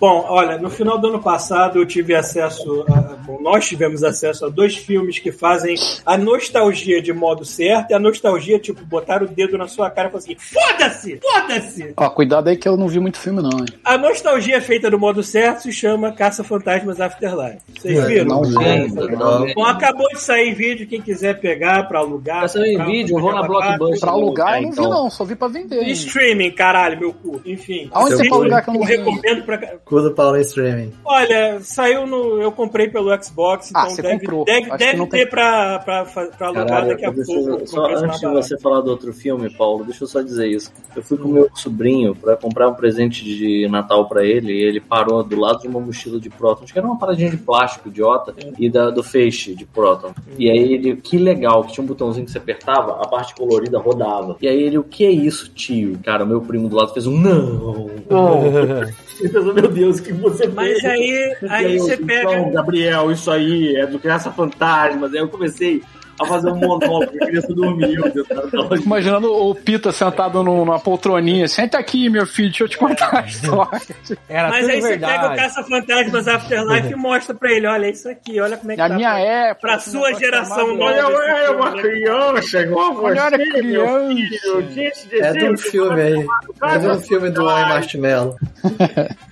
S4: Bom, olha, no final do ano passado eu tive acesso, a, bom, nós tivemos acesso a dois filmes que fazem a nostalgia de modo certo e a nostalgia, tipo, botar o dedo na sua cara e falar assim: foda-se! Foda-se!
S2: Ó, cuidado aí que eu não vi muito filme, não, hein?
S4: A nostalgia é feita do modo certo se chama Caça Fantasmas Afterlife. Vocês
S3: É,
S4: viram?
S2: não vi.
S7: Ainda, então, né? talvez.
S4: Bom, acabou de sair vídeo, quem quiser pegar pra alugar.
S7: Tá saindo em
S4: comprar,
S7: vídeo, eu vou na
S4: comprar
S7: Blockbuster.
S2: Pra alugar eu não vi,
S7: Então.
S2: não, só vi pra vender.
S4: E
S2: hein?
S4: streaming, caralho, meu cu. Enfim.
S2: Aonde
S3: você
S4: Vídeo
S3: pode
S2: alugar que eu não vi?
S4: recomendo pra. ca-
S3: Cu do Paulo em streaming.
S4: Olha, saiu no. Eu comprei pelo Xbox,
S2: Ah,
S4: então
S2: você
S4: deve,
S2: comprou.
S4: deve,
S2: Acho que
S4: deve
S2: não
S4: ter pra, pra, fa- pra alugar
S7: Caralho,
S4: daqui a
S7: eu preciso,
S4: pouco.
S7: só
S4: pra um preço
S7: antes
S4: mais
S7: de
S4: barato.
S7: você falar do outro filme, Paulo, deixa eu só dizer isso. Eu fui com meu sobrinho pra comprar um presente de Natal pra ele e ele parou do lado de uma mochila de prótons, que era uma paradinha de plástico idiota, e da, do feixe de próton. E aí ele, que legal, que tinha um botãozinho que você apertava, a parte colorida rodava. E aí ele, o que é isso, tio? Cara, o meu primo do lado fez um não.
S1: [LAUGHS]
S7: Ele pensou, meu Deus, o que você
S4: Mas
S7: fez?
S4: aí,
S7: E
S4: aí
S7: [LAUGHS] eu,
S4: você
S7: Então,
S4: pega.
S7: Gabriel, isso aí é do Criança Fantasmas. Aí eu comecei a fazer um monólogo, a criança dormiu. eu tava- tava-
S2: Imaginando o Pita sentado no- numa poltroninha. Senta aqui, meu filho, deixa eu te contar a história.
S1: Era
S4: Mas
S1: tudo
S4: aí você
S1: verdade.
S4: pega
S1: [LAUGHS]
S4: o Caça-Fantasmas Afterlife e mostra pra ele: olha isso aqui, olha como é que
S2: Na
S4: tá.
S2: minha
S4: pra-
S2: época.
S4: pra
S2: esse
S4: sua
S2: negócio tá
S4: geração
S2: chamado-
S4: nova.
S2: Eu-
S4: era uma
S7: criança, igual
S2: Quando eu era criança.
S3: É de um filme aí. É de um filme do Homem Marshmallow.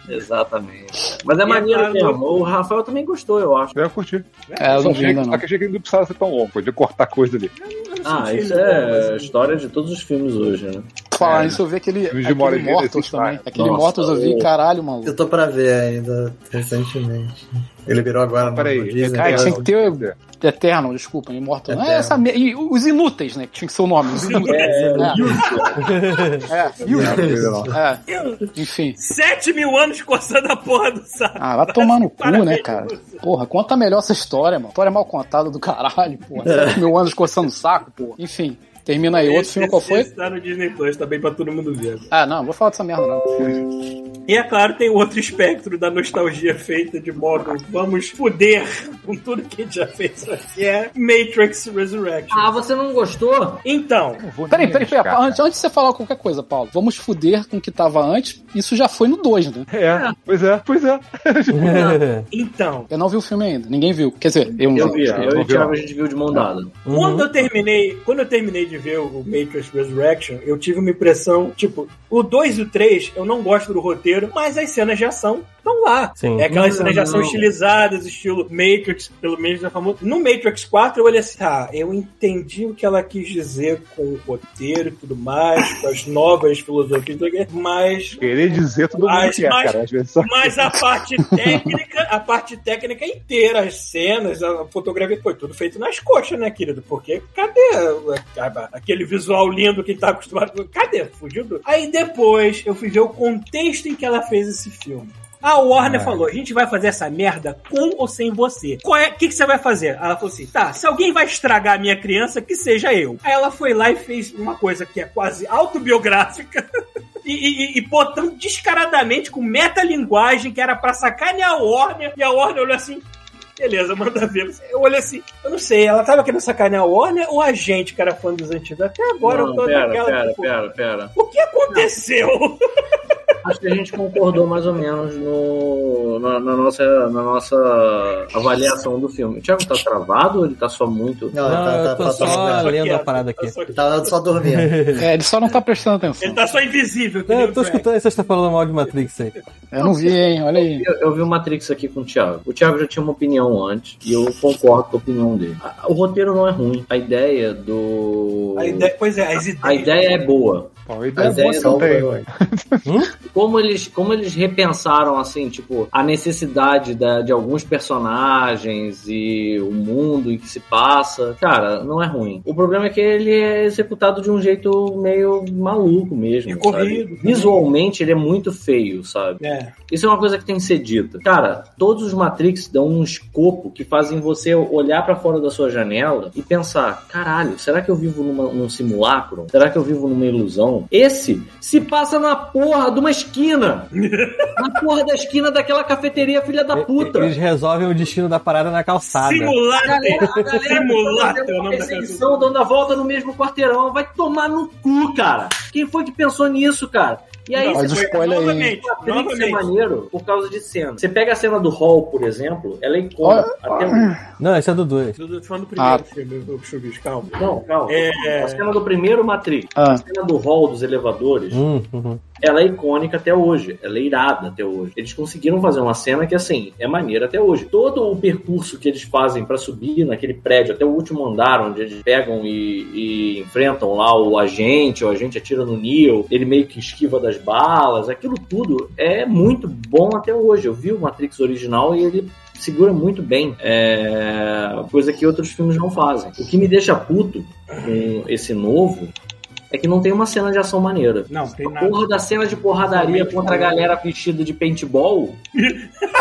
S7: Exatamente. Mas é
S4: E é
S7: maneiro
S4: claro-
S7: mesmo. O Rafael também gostou, eu acho.
S5: Eu curti.
S2: É, eu
S5: Só
S2: não vi
S5: achei,
S2: ainda,
S5: que-
S2: não.
S5: só que achei que não precisava ser tão longo, podia cortar coisa ali.
S7: Ah, isso
S4: né?
S7: é a história de todos os filmes hoje, né?
S2: Falar isso, eu vi aquele,
S5: Filme de uma hora
S2: aquele
S5: e meia
S2: Mortos
S5: existe,
S2: também.
S5: cara.
S2: Aquele
S7: Nossa,
S2: Mortos eu vi,
S7: o-
S2: caralho, maluco.
S3: Eu tô pra ver ainda, recentemente. Ele virou agora no
S5: Peraí,
S3: no Disney.
S2: Ah, Cara, tinha
S5: Eterno.
S2: que ter Eterno, desculpa, Imortal.
S3: Eterno.
S2: É essa me... E os inúteis, né? Que tinha que ser o nome. Os inúteis.
S7: É,
S2: É.
S7: isso.
S2: É, e
S5: Não,
S2: os-
S5: não teve, não.
S2: é. Enfim.
S4: Sete mil anos coçando a porra do saco.
S2: Ah, vai tomar no cu,
S4: Parabéns,
S2: né, cara? Porra, conta melhor essa história, mano. História mal contada do caralho, porra. Meu anos coçando o saco, porra. Enfim, termina aí. Outro
S4: Esse-
S2: filme qual
S4: esse-
S2: foi?
S4: esse tá no Disney Plus, também pra todo mundo ver.
S2: Ah, não, vou falar dessa merda, não.
S4: E é claro, tem outro espectro da nostalgia feita de modo vamos foder com tudo que a gente já fez, que é Matrix Resurrection.
S7: Ah, você não gostou?
S4: Então,
S5: Não vou nem
S2: Peraí, peraí, peraí.
S5: arriscar,
S2: Antes, antes de você falar qualquer coisa, Paulo, vamos fuder com o que tava antes. Isso já foi no 2, né?
S5: cara. É, pois é, pois é.
S4: então,
S2: Eu não vi o filme ainda. Ninguém viu. Quer dizer, eu não
S7: Eu vi,
S5: eu
S7: eu e o
S5: não vi, não.
S7: Thiago a gente viu de mão dada.
S2: Uhum.
S1: Uhum.
S4: quando eu terminei, quando eu terminei de ver o Matrix Resurrection, eu tive uma impressão, tipo, o 2 e o 3, eu não gosto do roteiro, mas as cenas de ação estão lá.
S1: Sim.
S4: É aquelas
S7: Não,
S4: cenas de ação
S7: não.
S4: estilizadas, estilo Matrix, pelo menos na famosa. No Matrix 4, eu olhei assim, ah, eu entendi o que ela quis dizer com o roteiro e tudo mais, com as novas filosofias, não sei o quê, mas.
S5: Querer dizer todo mundo
S4: Mas-
S5: que é,
S4: mas-
S5: cara. Às vezes só
S4: Mas a parte técnica, a parte técnica inteira, as cenas, a fotografia, foi tudo feito nas coxas, né, querido? Porque cadê a- a- aquele visual lindo que tá acostumado? Cadê? Fugiu do... Aí depois eu fui ver o contexto em que ela fez esse filme. A Warner
S5: É.
S4: falou: a gente vai fazer essa merda com ou sem você. O é, que, que você vai fazer? Ela falou assim: tá, se alguém vai estragar a minha criança, que seja eu. Aí ela foi lá e fez uma coisa que é quase autobiográfica. E, e, e- e botando descaradamente com metalinguagem que era pra sacanear a Warner. E a Warner olhou assim: Beleza, manda ver. Eu olhei assim, eu não sei, ela tava querendo sacanear a Warner ou a gente que era fã dos antigos? Até agora eu
S7: Não,
S4: tô tipo,
S7: pera,
S4: naquela.
S7: pera,
S4: tipo,
S7: pera, pera.
S4: O que aconteceu?
S8: Acho que a gente concordou mais ou menos no, na, na nossa, na nossa avaliação do filme. O Thiago tá travado ou ele tá só muito.
S3: Não, tá-
S1: Não, eu tô só
S4: Ah, só
S1: lendo a
S4: quieto,
S1: parada
S4: [LAUGHS] tá
S1: aqui.
S4: só-
S3: Tava só dormindo.
S2: É, ele só não tá prestando atenção.
S4: Ele tá só invisível. que
S1: Não,
S4: nem
S1: eu tô
S4: o Frank.
S1: escutando vocês estão falando mal de Matrix aí.
S2: Eu não vi, hein? Olha aí.
S8: Eu, eu vi o Matrix aqui com o Thiago. O Thiago já tinha uma opinião antes e eu concordo com a opinião dele. A- O roteiro não é ruim. A ideia do.
S4: A ideia, pois é, as ideias.
S8: A ideia é boa.
S5: Bom, a
S3: Mas
S5: ideia
S8: Mas é,
S3: é,
S5: não tem, ué.
S8: Como eles, como eles repensaram, assim, tipo, a necessidade da- de alguns personagens e o mundo em que se passa, cara, não é ruim. O problema é que ele é executado de um jeito meio maluco mesmo.
S4: E
S8: sabe?
S4: corrido.
S8: Visualmente ele é muito feio, sabe?
S4: É.
S8: Isso é uma coisa que tem que ser dita. Cara, todos os Matrix dão um escopo que fazem você olhar pra fora da sua janela e pensar: caralho, será que eu vivo numa- num simulacro? Será que eu vivo numa ilusão? Esse se passa na porra de uma esquina! na porra da esquina daquela cafeteria, filha da puta!
S1: Eles resolvem o destino da parada na calçada.
S4: Simulado.
S8: A galera
S4: Simulado
S8: fazendo
S4: é o
S8: uma
S4: nome da canção.
S8: perseguição, dando a volta no mesmo quarteirão, vai tomar no cu, cara! Quem foi que pensou nisso, cara? E aí,
S4: Não,
S2: Olha o
S4: foi-
S2: spoiler aí.
S4: novamente,
S8: Tem que ser
S4: novamente.
S8: maneiro por causa de cena. Você pega a cena do Hall, por exemplo, ela é icônica. Até o-
S1: Não, esse é do 2.
S4: Eu tô falando do
S2: Ah.
S4: primeiro filme, eu- Chubis, calma.
S8: Não, calma.
S4: É.
S8: A cena do primeiro Matrix,
S2: Ah,
S8: a cena do Hall dos elevadores,
S1: Hum, uhum.
S8: ela é icônica até hoje. Ela é irada até hoje. Eles conseguiram fazer uma cena que, assim, é maneira até hoje. Todo o percurso que eles fazem pra subir naquele prédio até o último andar, onde eles pegam e, e enfrentam lá o agente, o agente atira no Neo, ele meio que esquiva das balas, aquilo tudo é muito bom até hoje. Eu vi o Matrix original e ele segura muito bem, é, coisa que outros filmes não fazem. O que me deixa puto com esse novo é que não tem uma cena de ação maneira.
S4: Não, tem
S8: A
S4: nada.
S8: porra da cena de porradaria contra a galera vestida de paintball.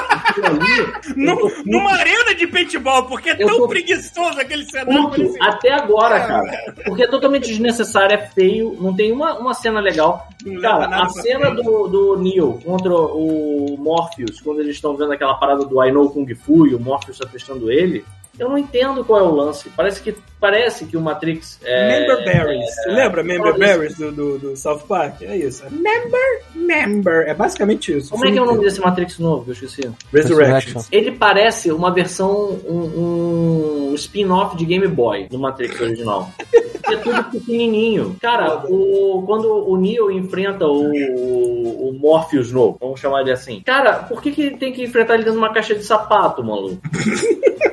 S8: Aquilo
S4: [LAUGHS]
S8: ali, eu tô
S4: Num-
S8: puto.
S4: numa arena de paintball, porque é
S8: Eu
S4: tão
S8: tô-
S4: preguiçoso aquele cenário.
S8: Puto
S4: que eles-
S8: até agora, cara. Porque é totalmente desnecessário, é feio, não tem uma, uma cena legal.
S4: Não leva
S8: Cara,
S4: nada
S8: a
S4: pra
S8: cena
S4: frente.
S8: do, do Neo contra o Morpheus, quando eles estão vendo aquela parada do I Know Kung Fu e o Morpheus tá testando ele, eu não entendo qual é o lance. Parece que, parece que o Matrix é.
S4: Member Berries. Lembra Member
S8: Olha
S4: Berries do, do, do South Park? É isso. É Member, Member. É basicamente isso.
S8: Como é que é o nome desse Matrix novo que eu esqueci?
S4: Resurrections.
S8: Ele parece uma versão, um, um spin-off de Game Boy do Matrix original. [LAUGHS] é tudo pequenininho. Cara, o, quando o Neo enfrenta o, o Morpheus novo, vamos chamar ele assim. Cara, por que, que tem que enfrentar ele dentro de uma caixa de
S4: [LAUGHS]
S8: sapato, maluco?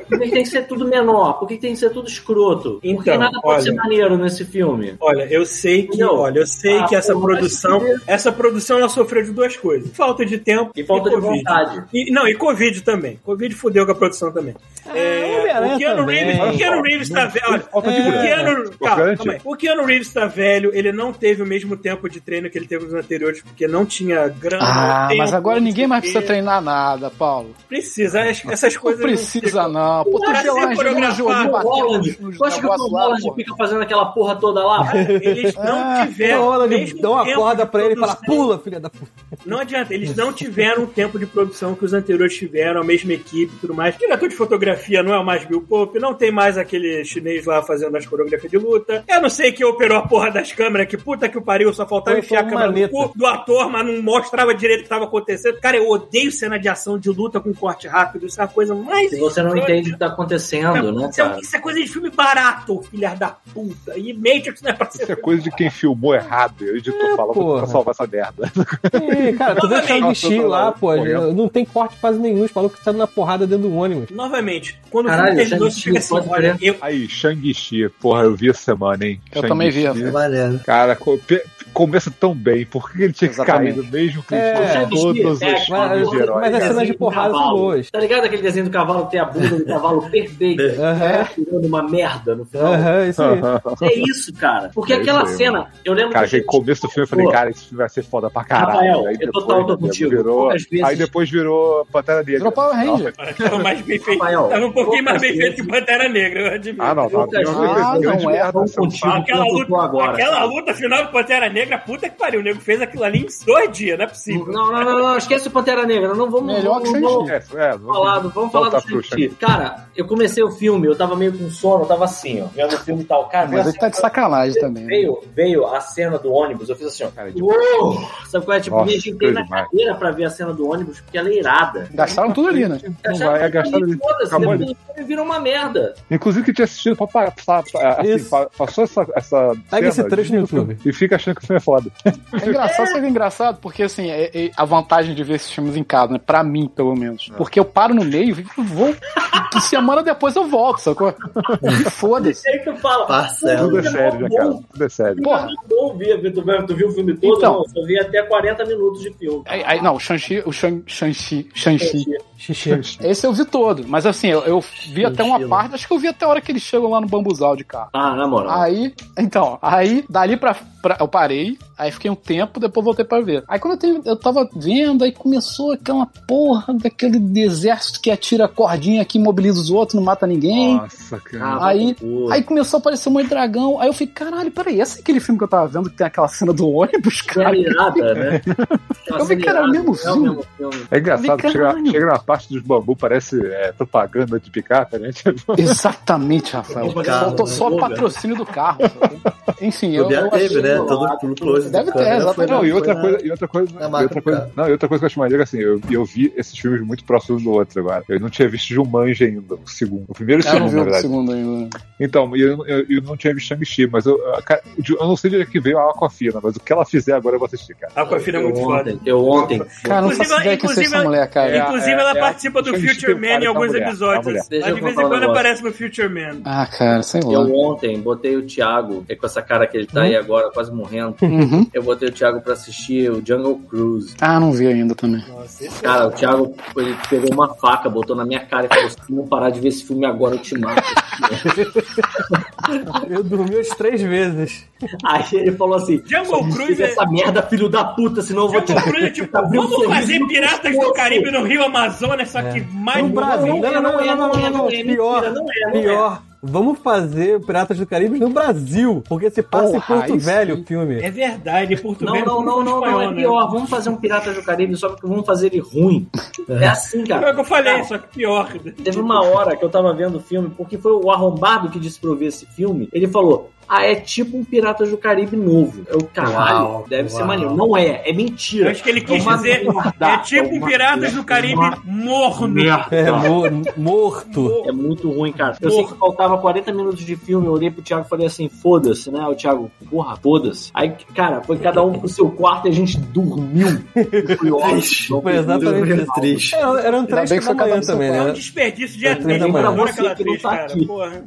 S8: Por que que tem que ser tudo menor? Por que que tem que ser tudo escroto? Por Porque
S4: Então,
S8: nada pode
S4: olha.
S8: ser maneiro nesse filme.
S4: Olha, eu sei que,
S8: Não.
S4: olha, eu sei
S8: Ah,
S4: que essa
S8: pô, mas
S4: produção,
S8: que-
S4: essa produção ela sofreu de duas coisas: falta de tempo
S8: E falta de
S4: Covid.
S8: vontade.
S4: E, não, e Covid também. Covid fudeu com a produção também. É,
S1: Ah, Homem-Aranha
S4: o Keanu
S1: também.
S4: Reeves, o Keanu Reeves tá velho. Olha,
S2: É
S5: Falta de
S4: o
S5: mulher.
S4: Keanu,
S5: Tô
S4: calma,
S5: grande.
S4: calma aí. o Keanu Reeves tá velho, ele não teve o mesmo tempo de treino que ele teve nos anteriores, porque não tinha grana.
S2: ah
S4: tempo,
S2: mas agora
S4: não
S2: ninguém
S4: sei
S2: mais
S4: o quê.
S2: precisa treinar nada, Paulo.
S4: Precisa, es- essas
S2: Não
S4: coisas.
S2: precisa, não. Pô, tu
S4: Pra
S2: vê lá
S4: ser
S2: a né? Angelina
S4: coreografado,
S2: Jolie
S4: o
S8: O Holland,
S2: batendo nos-
S8: tu
S2: nos
S8: acha que o Tom
S2: negócios lá,
S8: Holland
S2: pô.
S8: fica fazendo aquela porra toda lá?
S4: Eles não
S2: Ah,
S4: tiveram.
S1: Dá uma-
S4: É, mesmo
S1: Então, dá uma
S4: tempo
S1: corda
S4: de
S1: pra ele e fala,
S4: produção.
S1: pula, filha da puta.
S4: Não adianta, eles não tiveram o tempo de produção que os anteriores tiveram, a mesma equipe e tudo mais. Diretor de fotografia não é o mais Bill Pope, não tem mais aquele chinês lá fazendo as coreografias de luta. Eu não sei quem operou a porra das câmeras, que puta que o pariu, só faltava
S1: Foi
S4: enfiar a
S1: uma
S4: câmera
S1: maneta.
S4: no cu do ator, mas não mostrava direito o que estava acontecendo. Cara, eu odeio cena de ação de luta com corte rápido, isso é uma coisa mais.
S8: Se você não
S4: escrota.
S8: entende o que tá acontecendo, né,
S4: Isso é,
S8: cara?
S4: isso é coisa de filme barato, filhar da puta. E Matrix não é pra ser
S5: Isso é coisa de quem filmou errado. E o editor
S1: É,
S5: falou
S1: porra.
S5: pra salvar essa merda.
S1: Ih, cara, tu vê
S4: Novamente.
S1: Shang-Chi lá, pô.
S5: Correndo.
S1: Não tem corte quase nenhum. Os malucos saem na porrada dentro do ônibus.
S4: Novamente, quando o
S8: Caralho,
S4: filme terminou, você
S8: Shang-Chi,
S4: fica assim,
S8: pode
S4: olha, eu,
S5: Aí, Shang-Chi. Porra, eu vi essa semana, hein?
S2: Eu também vi
S5: Shang-Chi.
S2: essa.
S3: Maneiro.
S5: Cara, co- pe- começa tão bem. Por que ele tinha que
S2: Exatamente.
S5: cair no mesmo clichê
S1: É.
S5: de todos os
S8: É,
S5: filmes
S1: mas-
S5: de herói?
S1: mas a
S5: cara?
S1: cena- cenas de porrada são
S8: Cavalo.
S1: boas.
S8: Tá ligado aquele desenho do cavalo que tem a bunda do cavalo
S2: [LAUGHS]
S8: perfeita?
S1: Aham,
S8: Tirando uma merda no
S4: É?
S8: final.
S1: aham, isso aí.
S5: Aham.
S8: É isso, cara. Porque
S5: É
S8: aquela
S5: isso aí,
S8: cena, eu lembro
S5: Cara,
S8: que eu
S5: aquele começo do filme eu falei,
S8: Pô.
S5: cara, esse filme vai ser foda pra caralho.
S8: Rafael,
S5: aí
S8: eu total tô contigo.
S5: Virou,
S8: Poucas vezes-
S5: Aí depois virou Pantera Negra.
S2: Virou Power Ranger.
S4: Tava mais bem feito.
S8: Rafael,
S4: Tava um pouquinho mais bem
S8: poucas
S4: feito que Pantera Negra, eu admito.
S5: Ah, não, tá.
S8: Poucas
S5: Tem uma
S2: vezes-
S5: grande
S2: Ah, não é
S5: merda
S8: tão
S5: essa
S8: contigo
S4: Aquela
S8: quanto
S4: luta,
S8: tô agora.
S4: aquela
S8: cara.
S4: luta final do Pantera Negra, puta que pariu. O nego fez aquilo ali em dois dias, não é possível.
S7: Não, não, não, não, esquece o Pantera Negra. Não vamos,
S2: Melhor
S7: não,
S2: que
S7: não,
S5: É, é, vamos
S7: falar do- vamos falar do
S5: voltar pro
S4: né?
S7: Shang-Chi. Cara, eu comecei o filme, eu tava meio com sono, eu tava assim, ó, vendo o filme e tal. Cara,
S2: Mas
S7: veio
S2: ele tá de sacanagem também. né?
S7: veio, veio a cena do ônibus, eu fiz assim, ó.
S5: Cara, de-
S7: Uou! Sabe qual é? Tipo,
S5: Nossa,
S7: me juntei na
S5: demais.
S7: cadeira pra ver a cena do ônibus, porque ela é irada.
S2: Gastaram tudo ali, né?
S5: Não vai, é gastado ali.
S7: Foda-se, né?
S5: Acabou
S7: depois
S5: ali.
S7: o filme vira uma merda.
S5: Inclusive que tinha assistido pra passar, assim,
S1: Isso.
S5: pa- passou essa, essa
S1: Pega esse
S5: cena
S1: trecho no YouTube.
S5: e fica achando que o filme é foda.
S2: É engraçado, sabe o que é engraçado? Porque, assim, é- é a vantagem de ver esses filmes em casa, né? Pra mim, pelo menos. Porque eu paro no meio e vou. Que semana depois eu volto, sacou? Me foda-se.
S8: É
S7: Aí tu fala,
S3: Parcela.
S5: Tudo é sério, né, cara? Tudo é sério.
S2: Porra.
S7: Não, não vi, Vitor, tu, viu o filme todo?
S2: Então.
S7: não, só vi até 40 minutos de filme.
S2: Aí, aí, não, o Shang-Chi, o Shang- Shang-Chi, Shang-Chi.
S1: Xixi.
S2: Esse eu vi todo, mas assim, eu, eu vi né? até uma
S3: Mochila.
S2: parte, acho que eu vi até a hora que eles chegam lá no bambuzal de carro.
S7: Ah, na moral.
S2: Aí, então, aí dali pra, pra- Eu parei, aí fiquei um tempo, depois voltei pra ver. Aí quando eu, teve- eu tava vendo, aí começou aquela porra daquele exército que atira a cordinha que imobiliza os outros, não mata ninguém.
S5: Nossa, cara.
S8: Ah,
S7: Ah, vai
S2: aí-
S7: pro cu.
S2: Aí começou a aparecer um monte de dragão. Aí eu falei, caralho, peraí, esse é aquele filme que eu tava vendo que tem aquela cena do ônibus,
S7: Cena
S2: cara?
S7: irada, né?
S2: Eu vi que era o
S7: Cena
S2: mesmo
S7: irada, é o
S2: filme.
S7: mesmo filme.
S5: É engraçado,
S2: Falei,
S5: chega,
S2: caralho.
S5: chega na parte dos bambu, parece é, propaganda de picape, né? [LAUGHS] Tipo,
S2: Exatamente, Rafael.
S7: Propaganda
S2: Faltou
S3: do
S2: só
S7: Google.
S2: patrocínio do carro. sacou? Enfim, eu, eu
S7: é
S3: Bobear teve,
S2: achei...
S3: né?
S7: achei
S3: Todo
S7: bolado.
S3: o close
S2: Deve
S3: da
S2: ter,
S3: câmera
S2: exatamente.
S3: foi na-
S5: Não, e
S3: foi
S5: outra
S3: na-
S5: coisa, e outra coisa,
S3: na
S5: e outra
S3: marca do
S5: coisa,
S3: cara.
S5: não, e outra coisa que eu acho maneiro, assim, eu, eu vi esses filmes muito próximos do outro agora. Eu não tinha visto Jumanji ainda, o segundo. O
S7: é
S5: primeiro e o
S2: Eu não
S5: segundo,
S2: vi
S5: na
S2: o
S5: verdade.
S2: um segundo ainda.
S5: Então, e eu, eu, eu não tinha visto Shang-Chi, mas eu, eu- cara, eu não sei de onde é que veio a Aquafina, mas o que ela fizer agora eu vou assistir, cara.
S4: A Aquafina é
S7: eu
S4: muito foda.
S7: ontem, Eu ontem.
S2: Cara, não
S4: Inclusive,
S2: faço ideia que seja
S4: inclusive,
S2: essa mulher, cara.
S5: É,
S4: Inclusive,
S5: é,
S4: ela
S5: é,
S4: participa do
S5: acho que a gente
S4: Future
S5: tem um
S4: Man em
S5: cara
S4: alguns
S5: com a mulher, com a mulher.
S4: episódios.
S7: Deixa
S4: Mas
S7: eu
S4: de vez em
S7: contar um
S4: quando
S7: negócio.
S4: aparece no Future Man.
S2: Ah, cara, sei lá.
S7: Eu ontem botei o Thiago, é com essa cara que ele tá
S2: Hum?
S7: aí agora, quase morrendo.
S2: Uhum.
S7: Eu botei o Thiago pra assistir o Jungle Cruise.
S2: Ah, não vi ainda também.
S7: Cara, o Thiago ele pegou uma faca, botou na minha cara e falou: se não parar de ver esse filme agora, eu te mato.
S1: Eu dormi as três vezes.
S7: Aí ele falou assim:
S4: Jungle
S7: "Só
S4: Cruise
S7: desliga
S4: é-
S7: essa merda, filho da puta, senão eu vou te
S4: Jungle Cruise é tipo,
S7: abrir um
S4: vamos fazer
S7: sorriso
S4: Piratas
S7: no
S4: do
S7: rosto."
S4: Caribe no Rio Amazonas, só que mais
S1: No Brasil.
S4: Não,
S1: Não, não, não, não, não, não, não. Pior,
S7: não é, não é.
S1: pior. Vamos fazer Piratas do Caribe no Brasil, porque se passa em
S2: Porra,
S1: Porto
S2: aí sim.
S1: Velho o filme.
S4: É verdade,
S7: Não,
S4: português.
S7: não, não, não,
S4: né?
S7: não, é pior. Vamos fazer um Piratas do Caribe, só que vamos fazer ele ruim. É assim,
S4: É o
S7: cara.
S4: que eu falei,
S7: Cara,
S4: só que pior.
S7: Teve uma hora que eu tava vendo o filme, porque foi o arrombado que disse pra eu ver esse filme. Ele falou: Ah, é tipo um Piratas do Caribe novo. Eu, caralho,
S3: Uau,
S7: deve ser
S3: uau.
S7: maneiro. Não é, é
S4: Eu
S7: mentira.
S4: acho que ele quis
S7: É uma
S4: dizer,
S7: merda,
S4: é tipo um
S7: uma
S4: Piratas do Caribe
S7: merda,
S4: morno.
S7: merda.
S1: É, mo- morto.
S7: É muito ruim, cara. Eu sei que faltava 40 minutos de filme, eu olhei pro Thiago e falei assim, foda-se, né? O Thiago, porra, foda-se. Aí, cara, foi cada um pro seu quarto e a gente dormiu. Foi ótimo.
S1: Foi exatamente
S3: Dormiu
S1: isso. É,
S3: triste.
S1: Era, eram três
S2: bem que
S1: da
S2: foi
S1: manhã
S2: cada um seu
S1: também,
S4: É um
S1: né?
S4: desperdício de
S1: É três
S4: atriz.
S1: da
S4: Eu
S1: manhã.
S4: adoro aquela
S7: Você que não
S4: atriz,
S7: tá
S4: cara.
S7: aqui.
S4: Porra.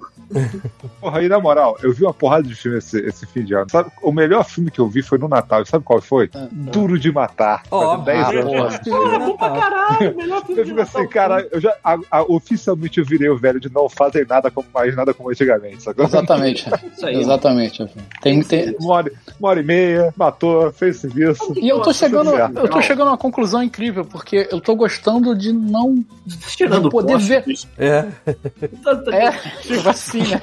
S5: Porra, e na moral, eu vi uma porrada de filme esse, esse fim de ano. Sabe, o melhor filme que eu vi foi no Natal, e sabe qual foi? Duro de Matar.
S1: Ó,
S5: Fazendo
S2: Ah,
S5: 10 anos.
S7: [LAUGHS]
S1: porra.
S7: Porra, bom pra caralho, melhor filme
S5: Eu
S7: de
S5: digo assim,
S7: Natal.
S5: cara, eu já a- a- oficialmente eu virei o velho de não fazer nada como mais nada como antigamente. Sacou?
S2: Exatamente.
S7: Isso aí.
S2: Exatamente. Tem, tem...
S5: [LAUGHS] Uma hora, uma hora e meia, matou, fez serviço.
S2: E eu tô chegando,
S5: Certo.
S2: eu tô chegando a uma conclusão incrível, porque eu tô gostando de não
S7: Tá tirando
S2: poder
S7: poste,
S2: ver.
S7: bicho.
S1: É.
S7: Tá- tá-
S2: É, [LAUGHS] tipo assim, né?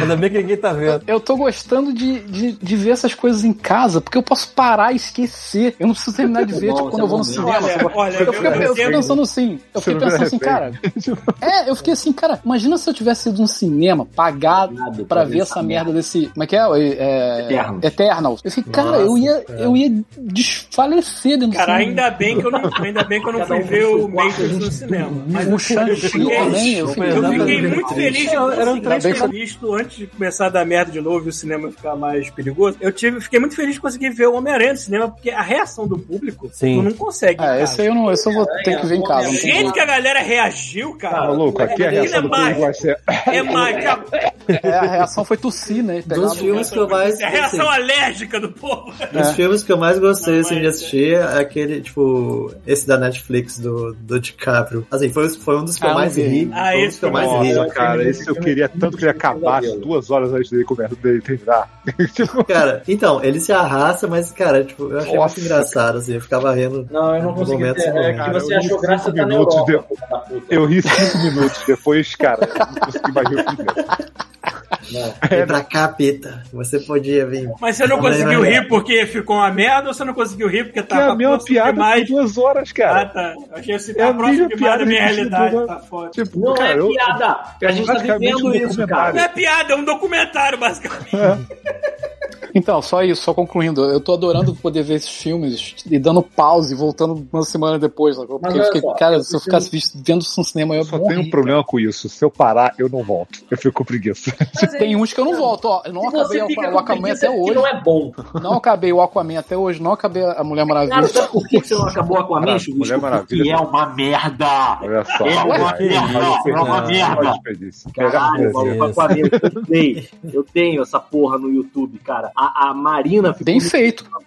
S1: Ainda bem que ninguém tá vendo.
S2: Eu tô gostando de, de, de ver essas coisas em casa, porque eu posso parar e esquecer. Eu não preciso terminar de
S7: Isso é
S2: ver,
S7: bom,
S2: tipo, quando
S7: isso é
S2: eu vou no
S7: bom
S2: cinema.
S7: mesmo.
S4: Olha, olha,
S2: Eu fiquei, eu fiquei pensando assim, eu
S5: Você
S2: fiquei
S5: não vira
S2: pensando assim, cara. É, eu fiquei assim, cara, imagina se eu tivesse ido no cinema, pagado
S7: Nada
S2: pra ver essa merda desse. Como é que é? é
S7: Eternos.
S2: Eternals. Eu fiquei, cara,
S3: Nossa,
S2: eu ia, eu ia desfalecer dentro do
S4: Cara,
S2: cinema.
S4: ainda bem que eu não, ainda bem que eu não
S7: Cada
S4: fui
S7: um
S4: ver
S7: com
S4: o
S7: seu quarto,
S4: Matrix
S7: a
S4: no
S7: gente
S4: cinema.
S2: Mas
S4: Mas eu
S2: o Shang-Chi
S4: fiquei-
S2: também, eu fiquei,
S4: Eu fiquei
S1: Exatamente.
S4: muito feliz de
S1: Eram- eram
S4: conseguir
S1: três
S4: ter
S1: filmes.
S4: visto antes de começar a dar merda de novo e o cinema ficar mais perigoso. Eu tive, fiquei muito feliz de conseguir ver o Homem-Aranha no cinema, porque a reação do público,
S1: Sim.
S4: tu não consegue. cara.
S2: É, esse aí eu não, esse eu vou ter que ver em casa.
S4: O
S2: não tem
S4: jeito
S2: como.
S4: que a galera reagiu, cara.
S5: Tá Maluco, aqui a
S4: é
S5: reação do público
S4: mágico.
S5: vai ser.
S4: É
S5: [LAUGHS]
S4: mágica.
S2: É, a reação foi tossir, né? Pegar
S3: Dos filmes que eu mais.
S4: É a reação
S3: assim,
S4: alérgica do povo.
S3: Dos
S2: É.
S3: filmes que eu mais gostei assim, de assistir é aquele, tipo, esse da Netflix do, do DiCaprio. Assim, foi, foi um dos que
S2: Ah,
S3: eu mais
S2: não vi.
S3: ri.
S4: Ah,
S3: foi um dos
S4: esse
S3: que eu mais
S4: foi
S5: Nossa,
S3: ri.
S5: cara, esse eu queria tanto que ele acabasse duas horas antes dele, começar- dele terminar. Tipo,
S3: Cara, então, ele se arrasta, mas, cara, tipo, eu achei
S5: Nossa.
S3: muito engraçado, assim, eu ficava rindo.
S7: Não, eu não
S3: No
S7: consegui
S3: momento,
S7: ter.
S2: né,
S7: É que
S3: cara,
S7: você
S5: eu
S7: achou
S5: vi
S7: graça
S5: cinco
S7: tá na
S5: minutos,
S7: Europa,
S5: deu-
S7: filho da puta.
S5: é. eu ri cinco minutos depois, cara, eu não consegui mais ver o filme.
S3: Não, vem pra cá, Pita. Você podia vir.
S4: Mas você não
S3: Vai,
S4: conseguiu
S3: vai, vai.
S4: rir porque ficou uma merda ou você não conseguiu rir porque
S5: Que é
S4: tava
S7: Tá,
S5: a mesma
S4: próximo
S5: piada
S4: demais?
S5: de duas horas,
S4: Ah,
S5: cara.
S4: tá. Eu achei assim,
S5: É
S4: tá
S5: a
S4: próximo demais
S5: mesma
S4: da
S5: piada
S4: minha
S5: de
S4: realidade,
S5: tudo,
S4: tá foda.
S5: Tipo,
S7: Não
S5: cara,
S7: é
S5: eu-
S7: piada.
S5: é
S7: a gente tá
S5: basicamente
S7: vivendo
S5: um
S7: isso,
S5: documentário.
S4: Não
S7: cara.
S4: é piada, é um documentário, basicamente.
S2: Então, só isso, só concluindo. Eu tô adorando poder ver esses filmes e dando pause e voltando uma semana depois. sacou? Porque
S7: Mas
S2: eu
S7: olha
S2: fiquei,
S7: só,
S2: cara, se eu ficasse visto- vendo isso no cinema, eu
S5: Eu
S2: ia
S5: só
S2: morrer.
S5: tenho um problema com isso. Se eu parar, eu não volto. Eu fico com preguiça.
S2: Se tem uns que eu não volto, ó. Eu não
S7: Se
S2: acabei
S7: é você
S2: o
S7: fica
S2: o
S7: um com
S2: Aquaman
S7: preguiça,
S2: até
S7: que
S2: hoje.
S7: não é bom.
S2: Não acabei o Aquaman até hoje, não acabei a Mulher
S7: Cara,
S2: Maravilha.
S7: sabe por que você tá não acabou com a
S5: Cara,
S7: mente?
S5: Mulher Maravilha.
S7: é uma merda.
S5: Olha só.
S7: É uma
S5: Olha aí,
S7: merda,
S5: olha
S7: é uma
S5: isso aí,
S7: merda.
S5: olha a desperdício. Melhor
S7: Caralho,
S5: coisa.
S7: maluco, Aquaman, eu tenho. Eu tenho essa porra no YouTube, cara. A, a Marina ficou
S2: Bem
S7: muito
S2: feito.
S7: brava.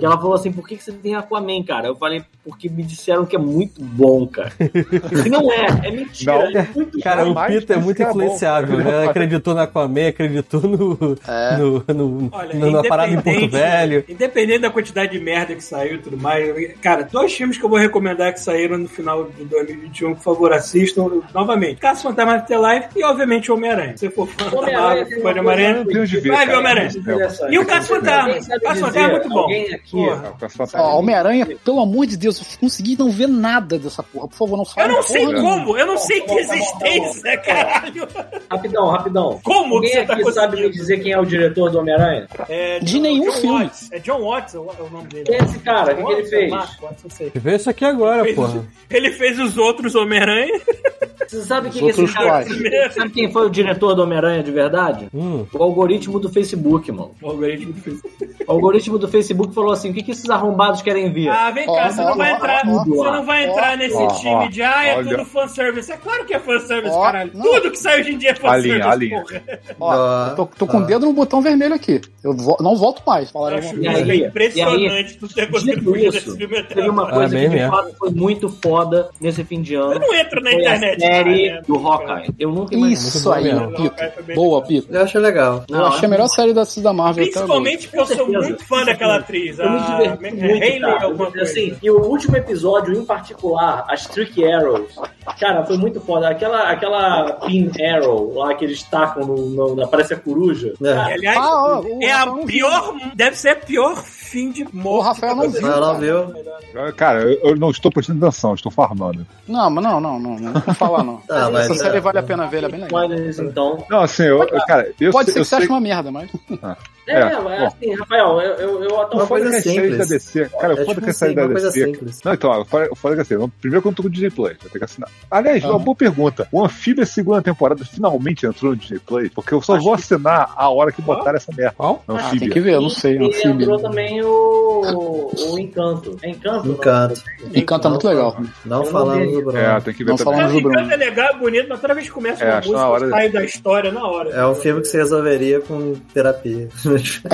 S7: E ela falou assim: por que, que você tem Aquaman, cara? Eu falei, porque me disseram que é muito bom, cara. E não é, é mentira.
S5: Não.
S7: É muito
S1: Cara, o
S5: Jamais
S1: Pita é
S5: que
S1: muito
S5: isso era bom.
S1: influenciável, né? Ela acreditou na Aquaman, acreditou no, no, no-
S4: Olha,
S1: no- na parada em Porto
S4: independente-
S1: Velho.
S4: Independente da quantidade de merda que saiu e tudo mais, eu- cara, dois filmes que eu vou recomendar que saíram no final de 2021, por favor, assistam novamente. Caso Fantasma Afterlife e, obviamente, Homem-Aranha. Se for fã da
S7: Homem-Aranha
S4: Marvel,
S7: tem
S4: fã de
S7: uma
S4: Homem-Aranha.
S7: coisa-
S5: Deus de ver,
S4: Vai,
S5: cara.
S4: Homem-Aranha.
S5: Não,
S4: E o Caso Fantasma.
S7: Alguém sabe
S4: Caso
S7: dizer,
S4: Fantasma é muito bom.
S7: Alguém aqui,
S4: Porra.
S5: não, com essa
S2: Ó,
S7: Tá.
S5: tarde.
S2: Homem-Aranha, pelo amor de Deus, eu consegui não ver nada dessa porra. Por favor, não fale.
S4: Eu não sei
S2: porra nenhuma.
S4: como, eu não sei que
S7: Tá bom, tá bom, tá bom.
S4: existência, caralho.
S7: Rapidão, rapidão.
S4: Como
S7: Alguém
S4: que você tá
S7: aqui sabe me
S4: conseguindo?
S7: dizer quem é o diretor do Homem-Aranha?
S4: É,
S2: De nenhum filme.
S4: Watts. É John Watts é o é o nome dele.
S7: Quem é esse cara? O que que ele
S4: Watts,
S7: fez?
S4: Mark Watts, não sei.
S1: Vê isso aqui agora,
S2: É,
S4: Fez-
S1: porra.
S4: Ele fez os outros Homem-Aranha.
S7: Você sabe quem que
S2: Os
S7: é esse
S2: outros
S7: cara
S4: quais?
S7: Sabe quem foi o diretor do Homem-Aranha de verdade?
S1: Hum.
S7: O algoritmo do Facebook, mano.
S4: O algoritmo fez.
S7: O algoritmo do Facebook falou assim: o que, que esses arrombados querem ver?
S4: Ah, vem cá,
S2: Ó,
S4: você não
S2: ó,
S4: vai
S2: ó,
S4: entrar,
S2: ó,
S4: você não vai
S2: ó,
S4: entrar nesse
S5: ó,
S4: time de ah, é
S5: olha.
S4: tudo fanservice. É claro que é fanservice,
S2: Ó,
S4: caralho.
S2: não.
S4: Tudo que sai hoje em dia é fanservice,
S5: Alinha, alinha.
S4: porra.
S2: Ó, eu tô, tô com
S3: Ah.
S2: o dedo no botão vermelho aqui. Eu vo- não volto mais.
S4: Eu
S2: Falaram
S4: acho
S7: E aí?
S4: impressionante tu ter conseguido
S7: Dito
S4: fugir desse
S7: isso,
S4: filme até
S7: teve uma
S4: agora.
S7: coisa
S1: bem
S7: que de
S1: mesmo.
S7: fato foi muito foda nesse fim de
S4: Eu
S7: ano.
S4: não entro na
S7: Foi a
S4: internet.
S7: série
S4: cara. é.
S7: do
S8: Ah,
S7: Hawkeye. Eu nunca imaginei.
S2: Isso aí,
S1: Muito bom,
S4: mesmo.
S2: Pito. Boa, Pito.
S3: Eu acho legal.
S2: Eu achei a melhor série da, da Marvel até agora.
S4: Principalmente porque eu sou
S7: Com certeza.
S4: muito fã daquela atriz.
S7: Eu me
S4: a-
S7: diverti
S4: é
S7: muito,
S4: Hayley
S7: cara.
S4: alguma coisa.
S7: Assim, e o último episódio, em particular, as Trick Arrows, cara, foi muito foda. Aquela, aquela Pin Arrow lá que eles tacam no, no- na parece a coruja.
S3: É.
S4: E, Aliás,
S2: Ah, ó, o
S4: é
S2: Rafael
S4: a
S2: não
S4: pior. Deve ser a pior fim de
S2: O
S4: morte.
S2: Rafael não viu.
S3: Vai lá,
S2: cara.
S3: viu?
S5: Cara, eu eu não estou prestando atenção, eu estou farmando.
S2: Não, mas não, não, não. Não vou falar, não.
S3: Tá, mas-
S2: Essa série vale a pena ver, ela é bem legal.
S7: Spoilers, então.
S5: Não, assim, eu, cara, eu
S2: Pode
S5: sei-
S2: ser
S5: eu
S2: que você
S5: sei-
S2: ache uma merda, mas.
S7: É,
S5: É,
S7: mas
S5: bom.
S7: assim, Rafael, eu, eu, eu até
S5: Não,
S3: Uma
S5: foda
S3: coisa
S5: que é série da
S3: simples.
S5: DC. Cara,
S3: é
S5: foda
S3: tipo
S5: que é
S3: assim,
S5: série da
S3: uma coisa
S5: DC.
S3: simples.
S5: Não, então, ó, foda foda que é assim. vamos- Primeiro que eu não tô com o Disney Play, vou ter que assinar. Aliás,
S2: Aham.
S5: uma boa pergunta. O Anfíbio, a segunda temporada, finalmente entrou no Disney Play, porque eu só vou assinar a hora que botar essa merda.
S1: Qual?
S2: Ah, tem que
S5: Anfíbia.
S2: ver, eu não sei.
S7: E entrou
S2: Anfíbio.
S7: também o, o Encanto. É Encanto? não?
S3: Encanto.
S2: Encanta muito legal.
S3: Não
S7: Eu não
S3: falando
S7: vi.
S3: do Bruno.
S5: É, tem que ver
S2: Não
S5: também.
S2: falando-
S4: Cara,
S2: Vamos, Bruno.
S4: Encanto é legal, é bonito, mas toda vez que começa
S5: É,
S4: uma
S5: acho na
S4: música,
S5: hora-
S4: sai da história na hora.
S3: É um filme que você resolveria com terapia. [LAUGHS]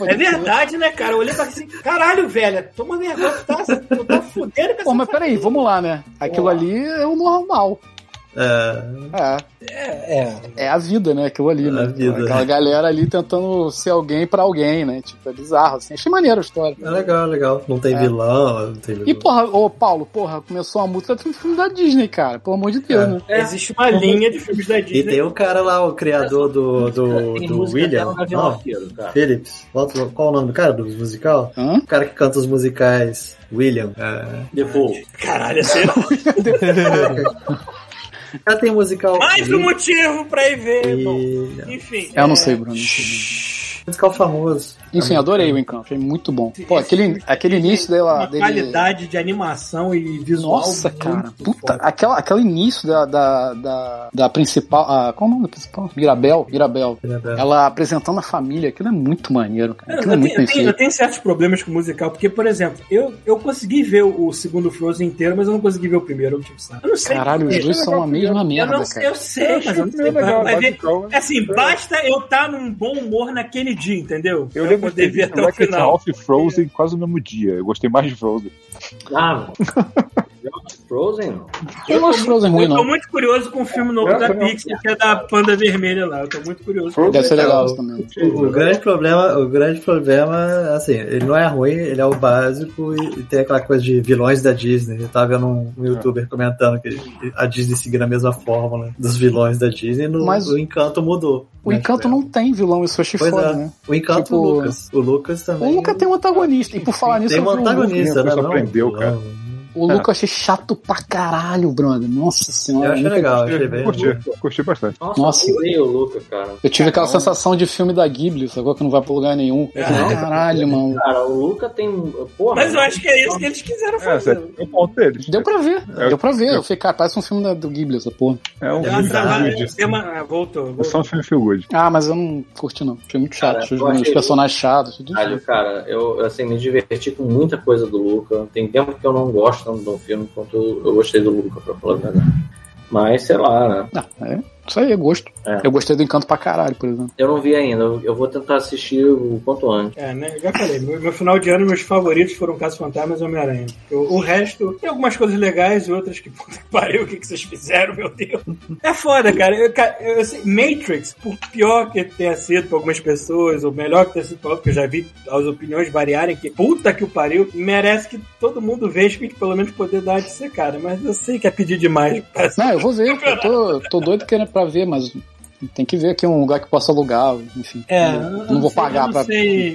S4: É verdade, né, cara? Eu olhei pra assim, caralho, velho, toma vergonha, tu tá, tu tá fudendo com
S2: Pô,
S4: essa
S2: mas peraí, vamos lá, né? Aquilo ali é o normal.
S3: É,
S2: É. É, a vida, né? Aquilo ali, né?
S3: É a vida.
S2: Aquela galera ali tentando ser alguém pra alguém, né? Tipo, é bizarro, assim. Achei maneiro a história.
S3: é legal, é legal. Não tem
S2: É.
S3: vilão, não tem vilão.
S2: E, porra, ô Paulo, porra, começou a música do filme da Disney, cara. Pelo amor de Deus,
S3: É.
S2: né?
S7: É.
S4: Existe uma linha de filmes da
S3: E
S4: Disney.
S3: tem o cara lá, o criador do, do,
S7: Tem
S3: do
S7: música
S3: William.
S7: dela na
S4: é
S7: Vila
S3: Não,
S7: Arqueiro, cara.
S3: Phillips. Qual qual o nome do cara do musical?
S2: Hã?
S3: O cara que canta os musicais. William. É.
S7: Default.
S4: Caralho, é sei lá.
S3: O cara tem musical.
S4: Mais um motivo pra ir ver, bom.
S3: e...
S4: Enfim. é
S2: Eu não sei, Bruno. não sei.
S3: Musical famoso.
S2: Enfim, adorei o Encanto. Achei muito bom. Pô, aquele, aquele início dela,
S4: é Uma
S2: dele...
S4: qualidade de animação e visual.
S2: Nossa,
S4: muito
S2: cara. Puta,
S4: foda.
S2: aquela, aquele início da, da, da, da principal... ah, qual o nome da principal? Mirabel. Mirabel.
S3: é
S2: Ela apresentando a família. Aquilo é muito maneiro, cara.
S4: Eu,
S2: Aquilo é
S4: eu
S2: muito
S4: tenho, eu
S2: bem
S4: tenho- eu
S2: feito.
S4: tenho certos problemas com o musical, porque, por exemplo, eu, eu consegui ver o, o segundo Frozen inteiro, mas eu não consegui ver o primeiro, eu tive saco. Eu não sei.
S2: Caralho, os dois são a mesma
S4: eu,
S2: merda,
S4: não,
S2: cara.
S4: eu sei, mas é eu não sei.
S5: legal,
S4: Vai ver,
S5: musical,
S4: É Assim, basta eu estar num bom humor naquele dia, entendeu?
S5: Eu lembro de
S4: poder
S5: ter
S4: ver
S5: visto
S4: até o
S5: Wreck-It
S4: final.
S5: Ralph e Frozen quase no mesmo dia. Eu gostei mais de Frozen.
S7: Ah,
S8: Frozen, não.
S2: Eu não acho Frozen ruim,
S4: Eu tô
S2: não.
S4: muito curioso com o filme novo
S5: Eu
S4: da
S5: também.
S4: Pixar, que é da Panda Vermelha lá. Eu tô muito curioso.
S2: Deve ser legal isso também.
S3: O, o grande problema, o grande problema, assim, ele não é ruim, ele é o básico e, e tem aquela coisa de vilões da Disney. Eu tava vendo um, um youtuber comentando que a Disney seguindo a mesma fórmula né, dos vilões da Disney, no,
S2: Mas-
S3: o encanto mudou.
S2: O Encanto não tem vilão, isso eu achei
S3: Pois
S2: foda,
S3: é.
S2: né?
S3: O encanto
S2: Tipo,
S3: e o Lucas. O Lucas também.
S2: O Luca tem um antagonista, e por falar nisso,
S3: tem um
S2: eu vi o Luca.
S3: antagonista,
S5: Luca,
S3: né?
S5: só
S3: Não,
S5: prendeu,
S3: não.
S5: cara.
S2: O Luca eu achei chato pra caralho, brother. Nossa
S3: Eu
S2: senhora.
S3: achei
S2: nunca-
S3: legal, achei bem.
S5: Eu Curti, curti bastante.
S8: Nossa,
S2: Nossa.
S8: eu adorei o Luca, cara.
S2: Eu tive aquela sensação de filme da Ghibli, sacou? Que não vai pra lugar nenhum.
S4: É. [LAUGHS]
S2: Caralho, mano.
S8: Cara, o Luca tem. um- Porra,
S4: Mas eu acho que é isso que eles quiseram
S5: É,
S4: fazer.
S5: sério, é o ponto deles.
S2: Deu pra ver,
S5: É,
S2: deu pra ver. Eu falei, cara, parece um filme da, do Ghibli, essa porra.
S5: É um
S4: Deu uma
S5: filme feel
S4: travada.
S5: good. assim.
S4: deu uma- ah, Voltou.
S5: É só
S4: voltou.
S5: um filme feel good.
S2: Ah, mas eu não curti, não. Achei muito chato.
S8: Cara,
S2: achei os,
S8: eu achei-
S2: os personagens chatos. Tudo isso.
S8: Caralho, cara, eu assim, me diverti com muita coisa do Luca. Tem tempo que eu não gosto tanto de um filme quanto eu gostei do Luca, pra falar a verdade. Mas sei lá, né?
S2: Ah, é. Isso aí é gosto.
S8: É.
S2: Eu gostei do Encanto pra caralho, por exemplo.
S8: Eu não vi ainda, eu eu vou tentar assistir o quanto antes.
S4: É, né? Eu já falei, meu, meu final de ano, meus favoritos foram Caso Fantasmas e Homem-Aranha. O, o resto, tem algumas coisas legais e outras que, [LAUGHS] puta que pariu, o que, que vocês fizeram, meu Deus. É foda, cara. Eu, ca- eu, assim, Matrix, por pior que tenha sido pra algumas pessoas, ou melhor que tenha sido pra outras, que eu já vi as opiniões variarem, que puta que o pariu, merece que todo mundo veja que pelo menos poder dar uma dissecada. Mas eu sei que é pedir demais. Mas...
S2: Não, eu vou ver. Eu tô, eu tô doido querendo pra ver, mas tem que ver aqui um lugar que possa alugar, enfim.
S4: É,
S2: não,
S4: eu
S2: não vou
S4: sei-
S2: pagar
S4: eu não
S2: pra.
S4: sei,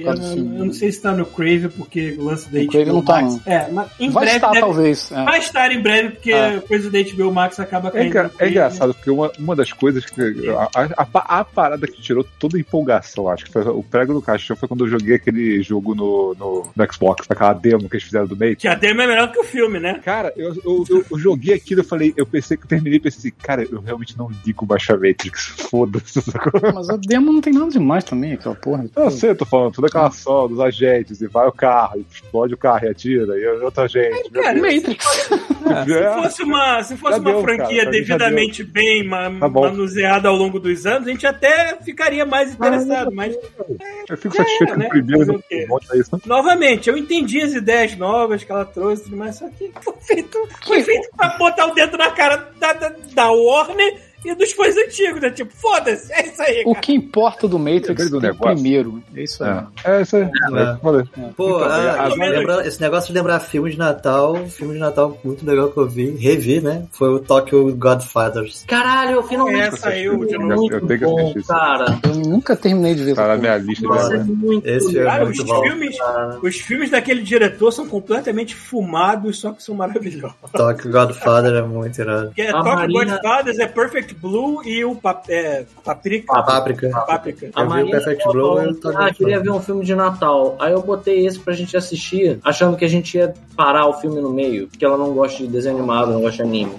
S2: por
S4: eu,
S2: causa do
S4: não,
S2: filme.
S4: eu não sei se tá no Crave, porque o lance da
S2: No
S4: HBO
S2: Crave não tá,
S4: Max. É, mas em
S2: Vai
S4: breve
S2: estar,
S4: deve
S2: talvez. é.
S4: Vai estar em breve, porque
S2: Ah.
S4: a coisa da HBO Max acaba
S5: É,
S4: caindo.
S5: engra-
S4: no né?
S5: é
S4: Crave.
S5: engraçado, porque uma, uma das coisas que. A, a- a pa- a parada que tirou toda a empolgação, acho que foi o prego no caixão foi quando eu joguei aquele jogo no, no, no Xbox, aquela demo que eles fizeram do Mate.
S4: Que a demo é melhor que o filme, né?
S5: Cara, eu, eu, eu, eu joguei aquilo, eu falei, eu pensei que eu terminei e pensei, assim, cara, eu realmente não ligo baixar Matrix, [LAUGHS] foda-se. sacou?
S2: Mas a demo não tem nada demais também, aquela porra.
S5: Eu sei, eu tô falando, toda aquela só dos agentes, e vai o carro, e explode o carro e atira, e outro agente. meu é,
S4: cara,
S5: Deus.
S2: Matrix.
S4: Se fosse uma, se fosse
S5: Ah, Já
S4: uma
S5: deu,
S4: franquia
S5: cara, pra mim já
S4: devidamente bem ma-
S5: Tá bom. Ah,
S4: manuseada ao longo dos anos, a gente até ficaria mais interessado. Mas,
S5: eu fico
S4: já
S5: satisfeito
S4: era,
S5: com
S4: né?
S5: o primeiro,
S4: Fazer
S5: não
S4: o quê?
S5: bota isso.
S4: novamente, eu entendi as ideias novas que ela trouxe, e tudo mais, só que foi feito, foi feito pra botar o dedo na cara da, da, da Warner e dos fãs antigos, né? Tipo, foda-se, é isso aí,
S2: O
S4: cara.
S2: que importa do Matrix
S5: Lembrei do
S2: é o
S5: negócio.
S2: primeiro. É isso aí.
S5: É, é isso aí. É, falei.
S3: Pô,
S5: Então,
S3: ah,
S5: agora-
S3: lembra- esse negócio de lembrar filme de Natal, filme de Natal muito legal que eu vi, revi, né? Foi o Tokyo Godfathers.
S8: Caralho, eu
S5: é
S8: finalmente.
S4: Essa eu É, de novo.
S8: Muito
S5: Eu tenho que
S8: bom,
S5: assistir isso.
S8: cara.
S2: Eu nunca terminei de ver
S5: Tá na
S2: essa porra.
S5: minha lista.
S3: Nossa.
S5: né?
S8: É muito
S3: Esse filme é
S4: Cara, os
S3: muito bom.
S4: filmes, os filmes daquele diretor são completamente fumados, só que são maravilhosos.
S3: Tokyo Godfather é muito irado.
S4: Que é
S8: A
S4: Tokyo
S8: Marina-
S4: Godfathers, é Perfect Blue e o pap é, Paprika.
S3: Páprica.
S4: Páprica.
S3: Eu vi o Perfect
S8: tava
S3: Blow,
S8: falando,
S3: eu tô
S8: Ah,
S3: gostando."
S8: queria ver um filme de Natal. Aí eu botei esse pra gente assistir, achando que a gente ia parar o filme no meio, porque ela não gosta de desenho animado, não gosta de anime.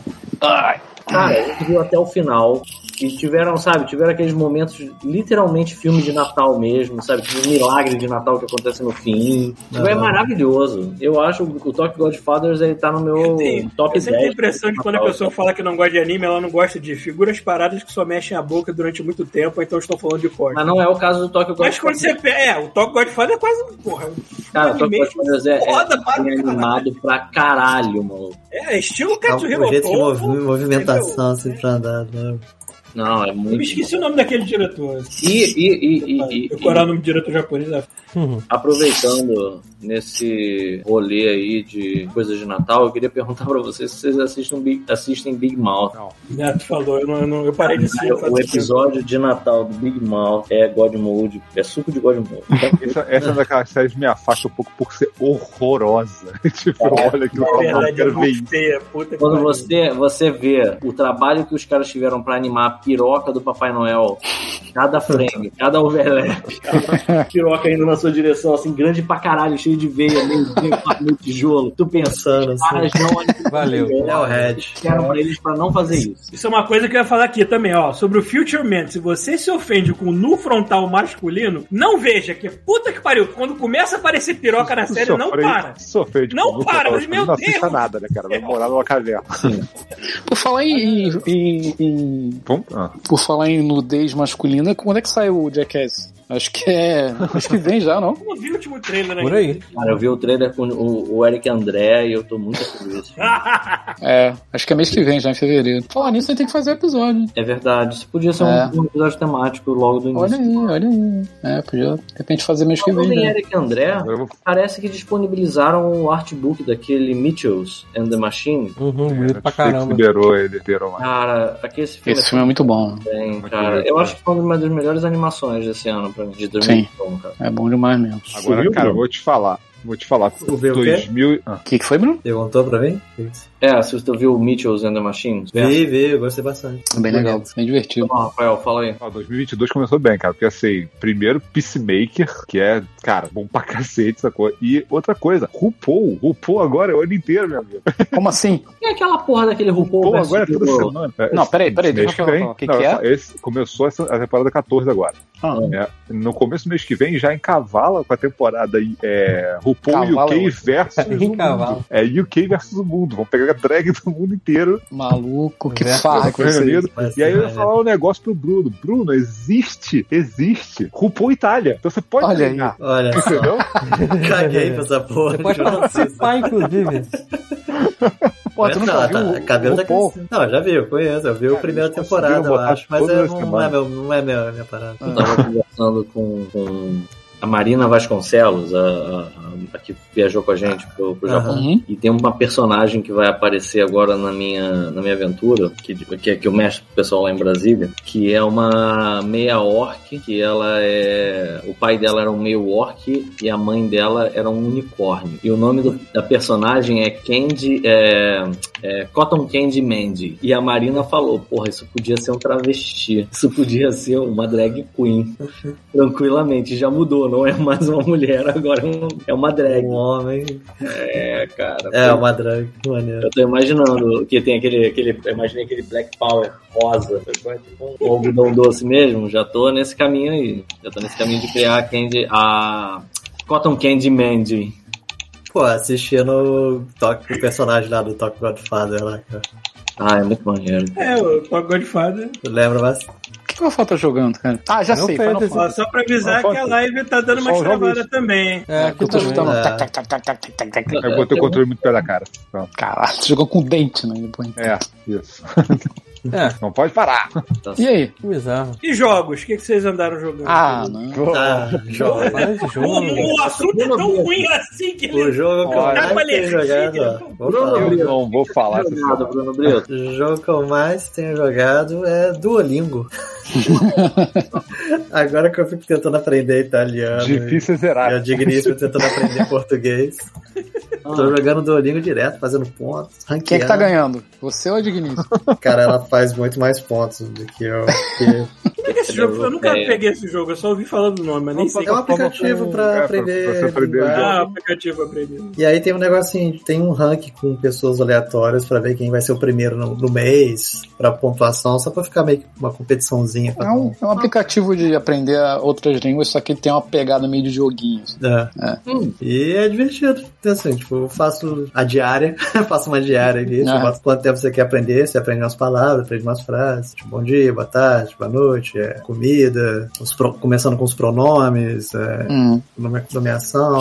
S8: Cara, a gente viu até o final. E tiveram, sabe, tiveram aqueles momentos literalmente filme de Natal mesmo, sabe? Tipo, milagre de Natal que acontece no fim. Tipo, é
S3: Aham.
S8: maravilhoso. Eu acho que o Top Godfathers ele tá no meu
S4: Sim,
S8: top
S4: Eu
S8: 10.
S4: sempre tenho a impressão de
S8: Natal.
S4: quando a pessoa fala que não gosta de anime, ela não gosta de figuras paradas que só mexem a boca durante muito tempo, então estou falando de corte.
S8: Mas não é o caso do Tokyo
S4: Mas quando você pega. É, o Tokyo Godfather é quase um. Porra, é um-
S8: Cara,
S4: Ele
S8: Tokyo
S4: mesmo
S8: Godfathers é, é
S4: foda pra
S8: bem
S4: caralho.
S8: animado pra caralho, mano.
S4: é estilo
S3: É um
S4: Katsuhiro
S3: um jeito de movi-
S4: Otomo.
S3: movimentação assim pra andar. Né?
S8: Não, é
S4: Eu me
S8: muito.
S4: esqueci o nome daquele diretor.
S8: E, e, e, e, e-
S4: Decorar o nome do diretor japonês é
S8: e aproveitando nesse rolê aí de coisas de Natal, eu queria perguntar pra vocês se vocês assistem Big, assistem Big Mouth.
S4: né, tu falou, eu, não, eu, não- eu parei de assistir. eu faço
S8: Ah, O
S4: tempo.
S8: episódio de Natal do Big Mouth é God Mode, é suco de God Mode. Então, [LAUGHS]
S5: Essa, essa é daquelas séries que me afasta um pouco por ser horrorosa. [LAUGHS] tipo, olha aquilo
S4: Na
S5: que eu não
S4: verdade, é
S5: quero ver. isso.
S4: muito feia, puta que
S8: Quando
S4: pariu.
S8: você, você vê o trabalho que os caras tiveram pra animar a piroca do Papai Noel, cada frame, cada overlap, cada piroca indo na sua direção, assim, grande pra caralho, cheio de veia, meio, meio, meio tijolo. Tu pensa,
S3: Pensando
S8: os
S3: assim.
S8: caras não
S1: Valeu.
S3: Ele é o Red.
S8: Quero pra eles pra não fazer isso.
S4: Isso é uma coisa que eu ia falar aqui também, ó. Sobre o Future Man, se você se ofende com nu frontal masculino, não veja, que puta que pariu. Quando começa a aparecer piroca na série, não
S5: Sofrei-
S4: para.
S5: Sofrei de
S4: Não
S5: conduta,
S4: para, mas
S5: eu
S4: meu
S5: Não assista
S4: Deus.
S5: nada, né, cara? Vai morar numa caverna.
S2: Por falar em, em- em- em-
S5: Vamos? Ah.
S2: por falar em nudez masculina, quando é que saiu o Jackass? Acho que é. Acho que vem já, não?
S4: Eu não vi o último trailer
S1: Por
S4: ainda.
S1: aí.
S4: [LAUGHS]
S8: Cara, eu vi o trailer com o, o Eric André e eu tô muito feliz.
S4: Ah!
S2: É, acho que é mês que vem, já em fevereiro. Falar nisso, a gente tem que fazer episódio. hein?
S8: É verdade. Isso podia ser um-
S2: É.
S8: um, episódio temático logo do
S2: Olha
S8: início.
S2: aí, olha aí. É, podia de repente fazer mês que vem.
S8: Falando em
S2: Né?
S8: Eric
S4: Ah.
S8: André,
S5: Agora eu vou
S8: parece que disponibilizaram o artbook daquele Mitchells and the Machine.
S1: Uhum, bonito pra
S5: Netflix
S1: caramba.
S5: liberou ele, liberou lá.
S8: Cara, aqui esse filme
S2: Esse
S8: é
S2: filme é muito bom.
S8: tão bem,
S5: muito
S8: cara.
S5: bonito,
S8: Eu
S5: né?
S8: acho que foi uma das melhores animações desse ano, pra mim, de 2021, cara.
S2: É bom demais mesmo.
S5: Agora,
S9: Sumiu,
S5: cara,
S9: Bruno?
S5: vou te falar. Vou te falar.
S3: O
S4: é
S3: ver o quê?
S5: 2000... Ah,
S2: O que, que foi, Bruno?
S3: Perguntou pra mim? Isso.
S8: É, se você viu o Mitchells and the Machine,
S3: Vi, vi, eu gostei bastante.
S2: Bem legal, bem divertido.
S8: Não, Rafael, fala aí.
S5: ó, 2022 começou bem, cara. Porque assim, primeiro Peacemaker, que é, cara, bom pra [LAUGHS] cacete, sacou? E outra coisa, RuPaul. RuPaul agora é o ano inteiro, meu amigo.
S2: Como assim?
S8: E aquela porra daquele RuPaul
S5: RuPaul
S8: versus
S5: agora é toda
S8: World?
S5: semana. É,
S2: Não, peraí, peraí,
S5: mês
S2: deixa eu falar.
S5: vem.
S2: O que,
S5: Não,
S2: que é?
S5: essa- esse- começou essa, a temporada 14 agora.
S2: Ah.
S5: É, no começo do mês que vem já encavala com a temporada é, RuPaul
S2: Cavala
S5: UK versus o
S1: Em
S5: mundo.
S1: cavalo.
S5: É UK versus o mundo. Vão pegar a drag do mundo inteiro.
S2: Maluco, que
S1: Verso-
S2: farra.
S5: com o Reino Unido.
S3: Mas,
S5: E aí eu ia
S3: né,
S5: falar um negócio pro Bruno. Bruno, existe, existe. RuPaul Itália. Então você pode
S2: Olha aí.
S5: ligar.
S3: Olha
S5: [LAUGHS]
S3: só,
S5: Entendeu?
S3: caguei pra essa porra.
S1: Você pode
S3: juro pra vocês.
S1: participar, inclusive.
S2: Pô, tu nunca
S3: Tá,
S2: viu
S3: tá, cabelo
S2: o
S3: tá
S2: RuPaul?
S3: crescendo. Não, eu já vi, eu conheço. Eu vi
S5: Cara,
S3: a primeira
S5: eles
S3: temporada,
S5: conseguiram
S3: eu
S5: botar
S3: acho. Mas
S5: todas
S3: eu
S5: as
S3: não, é
S5: camadas.
S3: meu, não é meu, minha parada.
S8: Eu tava conversando com, com a Marina Vasconcelos, a, a- a que viajou com a gente pro, pro
S3: Aham.
S8: Japão.
S2: Uhum.
S8: E tem uma personagem que vai aparecer agora na minha, na minha aventura, que, que, é, que eu mestro pro pessoal lá em Brasília, que é uma meia orc, que ela é. O pai dela era um meio orc e a mãe dela era um unicórnio. E o nome do- da personagem é Candy. É, é, Cotton Candy Mandy. E a Marina falou: porra, isso podia ser um travesti. Isso podia ser uma drag
S3: [LAUGHS]
S8: queen. Tranquilamente. Já mudou, não é mais uma mulher, agora é um- é uma drag.
S3: Um homem.
S8: É, cara.
S3: É, uma drag, que maneiro.
S8: Eu tô imaginando que tem aquele, aquele. Eu imaginei aquele Black Power rosa, com um algodão doce mesmo. Já tô nesse caminho aí. Já tô nesse caminho de criar a Candy. A Cotton Candy Mandy.
S3: Pô, assistindo o toque do personagem lá do Talk Godfather lá, cara.
S8: Ah, é muito maneiro.
S4: É, o Top Godfather.
S3: Lembra bastante.
S2: O que, que o Rafael tá jogando, cara? Ah, já
S1: Não
S2: sei.
S1: foi
S2: Final
S1: desse-
S4: Ó, só pra avisar
S5: Não,
S4: que a
S5: pode.
S4: live tá dando uma
S5: Só joga
S4: travada
S5: isso.
S4: também.
S1: É, aqui
S2: Eu tô
S1: também.
S2: chutando.
S3: É.
S2: Tac, tac, tac, tac, tac, tac, tac.
S5: Aí eu botei o controle muito pé da cara. Então,
S2: Caralho, tu jogou com dente, né? depois.
S5: é, isso.
S1: É,
S5: Não pode parar.
S2: E aí?
S1: que bizarro.
S4: E jogos? O que, que vocês andaram jogando?
S2: Ah, não.
S3: [LAUGHS] Ah, joga.
S1: Para de jogo.
S4: o, o assunto é tão ruim assim que ele.
S3: O jogo que eu
S5: Olha,
S3: mais tenho jogado, ó. Vou falar.
S5: Eu não vou falar. essa
S8: Obrigado,
S5: semana.
S8: Bruno Brito.
S3: O jogo que eu mais tenho jogado é [LAUGHS] Duolingo. Agora que eu fico tentando aprender italiano.
S5: Difícil é
S3: E
S5: zerar.
S3: eu digníssimo tentando aprender português. Tô jogando Duolingo direto, fazendo pontos.
S2: Quem é que tá
S3: ranqueando.
S2: ganhando? Você ou a Digníssimo?
S3: Cara, ela faz muito mais pontos do que eu. porque
S4: Esse jogo, eu nunca
S8: É.
S4: peguei esse jogo, eu só ouvi falar do nome, mas nem
S1: Vamos
S4: sei.
S3: É um
S1: Plataforma
S3: aplicativo
S1: com-
S5: é,
S3: pra
S5: pra-
S3: aprender.
S5: pra você aprender o
S3: linguagem.
S4: Ah, o aplicativo aprendi.
S3: E aí tem um negocinho, tem um rank com pessoas aleatórias pra ver quem vai ser o primeiro no, no mês, pra pontuação, só pra ficar meio que uma competiçãozinha. Pra
S2: É um, é um aplicativo de aprender outras línguas, só que tem uma pegada meio de joguinhos.
S3: É.
S8: Hum.
S3: E é divertido. Então, assim, tipo, eu faço a diária, [LAUGHS] faço uma diária ali, você
S2: Ah.
S3: bota quanto tempo você quer aprender, você aprende umas palavras, aprende umas frases, tipo, bom dia, boa tarde, boa noite, é, comida, os pro- começando com os pronomes, é,
S2: Hum.
S3: nome- nomeação.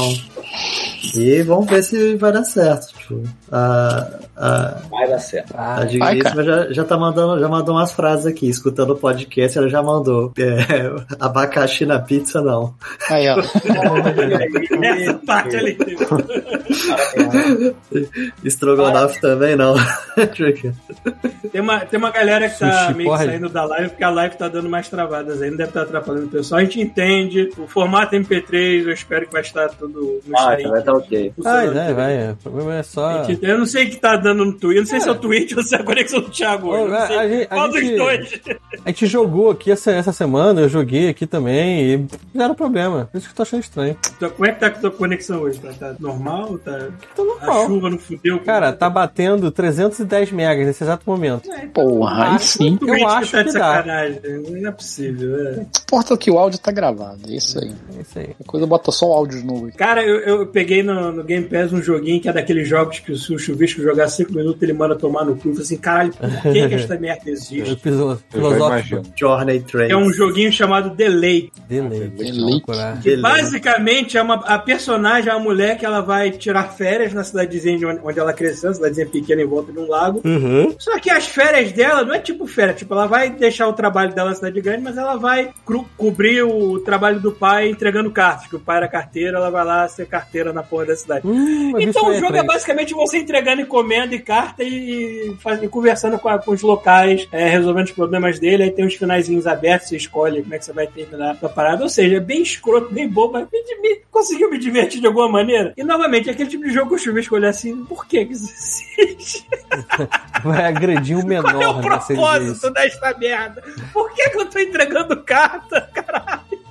S3: E vamos ver se vai dar certo. Tipo, a, a,
S8: Vai dar certo.
S3: a
S1: Ah,
S3: digníssima já, já tá mandando, já mandou umas frases aqui, escutando o podcast, ela já mandou. É, [LAUGHS] abacaxi na pizza, não.
S2: Aí, ó.
S4: É, Essa parte ali.
S3: Estrogonofe também, não. [LAUGHS]
S4: Tem uma, tem uma galera que tá
S1: Sushi,
S4: meio que
S1: porra.
S4: saindo da live, porque a live tá dando mais travadas ainda, deve estar atrapalhando o pessoal. A gente entende. O formato MP3, eu espero que vai estar tudo no
S8: Ah,
S4: stream.
S8: vai estar ok.
S1: Vai, né,
S4: funcionando
S1: vai,
S4: direito.
S1: vai. O problema é só.
S4: A gente- Eu não sei o que tá dando no Twitter. Eu não sei se é o Twitter ou se é a conexão do Thiago. hoje,
S1: Ô,
S4: eu não
S1: a-
S4: sei.
S1: a gente- a
S4: Qual dos
S1: gente-
S4: dois?
S1: A gente jogou aqui essa, essa semana, eu joguei aqui também e não era problema. Por isso que eu tô achando estranho.
S4: Então, Como é que tá a tua conexão hoje? Tá, tá normal? Tá...
S1: Tá
S4: A
S1: normal.
S4: chuva não fudeu?
S1: Cara, tá batendo 310 megas nesse exato momento.
S2: Porra, aí sim.
S4: Twitch
S1: eu acho
S4: tá de
S1: que dá.
S4: sacanagem. Não é possível. É.
S2: Importa que o áudio tá gravado, é isso aí.
S1: É isso aí.
S2: A coisa bota só o áudio de novo.
S4: Cara, eu, eu peguei no, no Game Pass um joguinho que é daqueles jogos jogos que se o chuvisco jogar 5 minutos, ele manda tomar no cu. Eu falei assim, caralho, por que, que esta merda
S1: [LAUGHS]
S4: existe?
S1: Fiso-
S5: Eu já
S1: Filosófico.
S5: imagino.
S3: Journey Trace.
S4: É um joguinho chamado Delay.
S1: Delay. Vou
S2: Delay.
S1: procurar.
S3: Beleza.
S4: Basicamente, é uma, a personagem, é uma mulher que ela vai tirar férias na cidadezinha de onde, onde ela cresceu, cidadezinha pequena em volta de um lago.
S1: Uhum.
S4: Só que as férias dela não é tipo férias, tipo, ela vai deixar o trabalho dela na cidade grande, mas ela vai cru- cobrir o trabalho do pai entregando cartas, que o pai era carteiro, ela vai lá ser carteira na porra da cidade.
S1: Hum, mas isso
S4: Então o
S1: é
S4: jogo é
S1: três.
S4: basicamente você entregando encomenda e carta e, e faz- e conversando com, a- com os locais, é, resolvendo os problemas dele. Aí tem uns finaizinhos abertos, você escolhe como é que você vai terminar a parada. Ou seja, é bem escroto, bem bobo, mas me, me- conseguiu me divertir de alguma maneira. E novamente, é aquele tipo de jogo que eu chuveiro escolher assim, por que que isso [LAUGHS] existe?
S1: Vai agredir o
S4: [LAUGHS]
S1: menor.
S4: Qual é
S1: né,
S4: o
S1: se ele diz
S4: propósito
S1: isso.
S4: desta merda? Por que que eu tô entregando carta?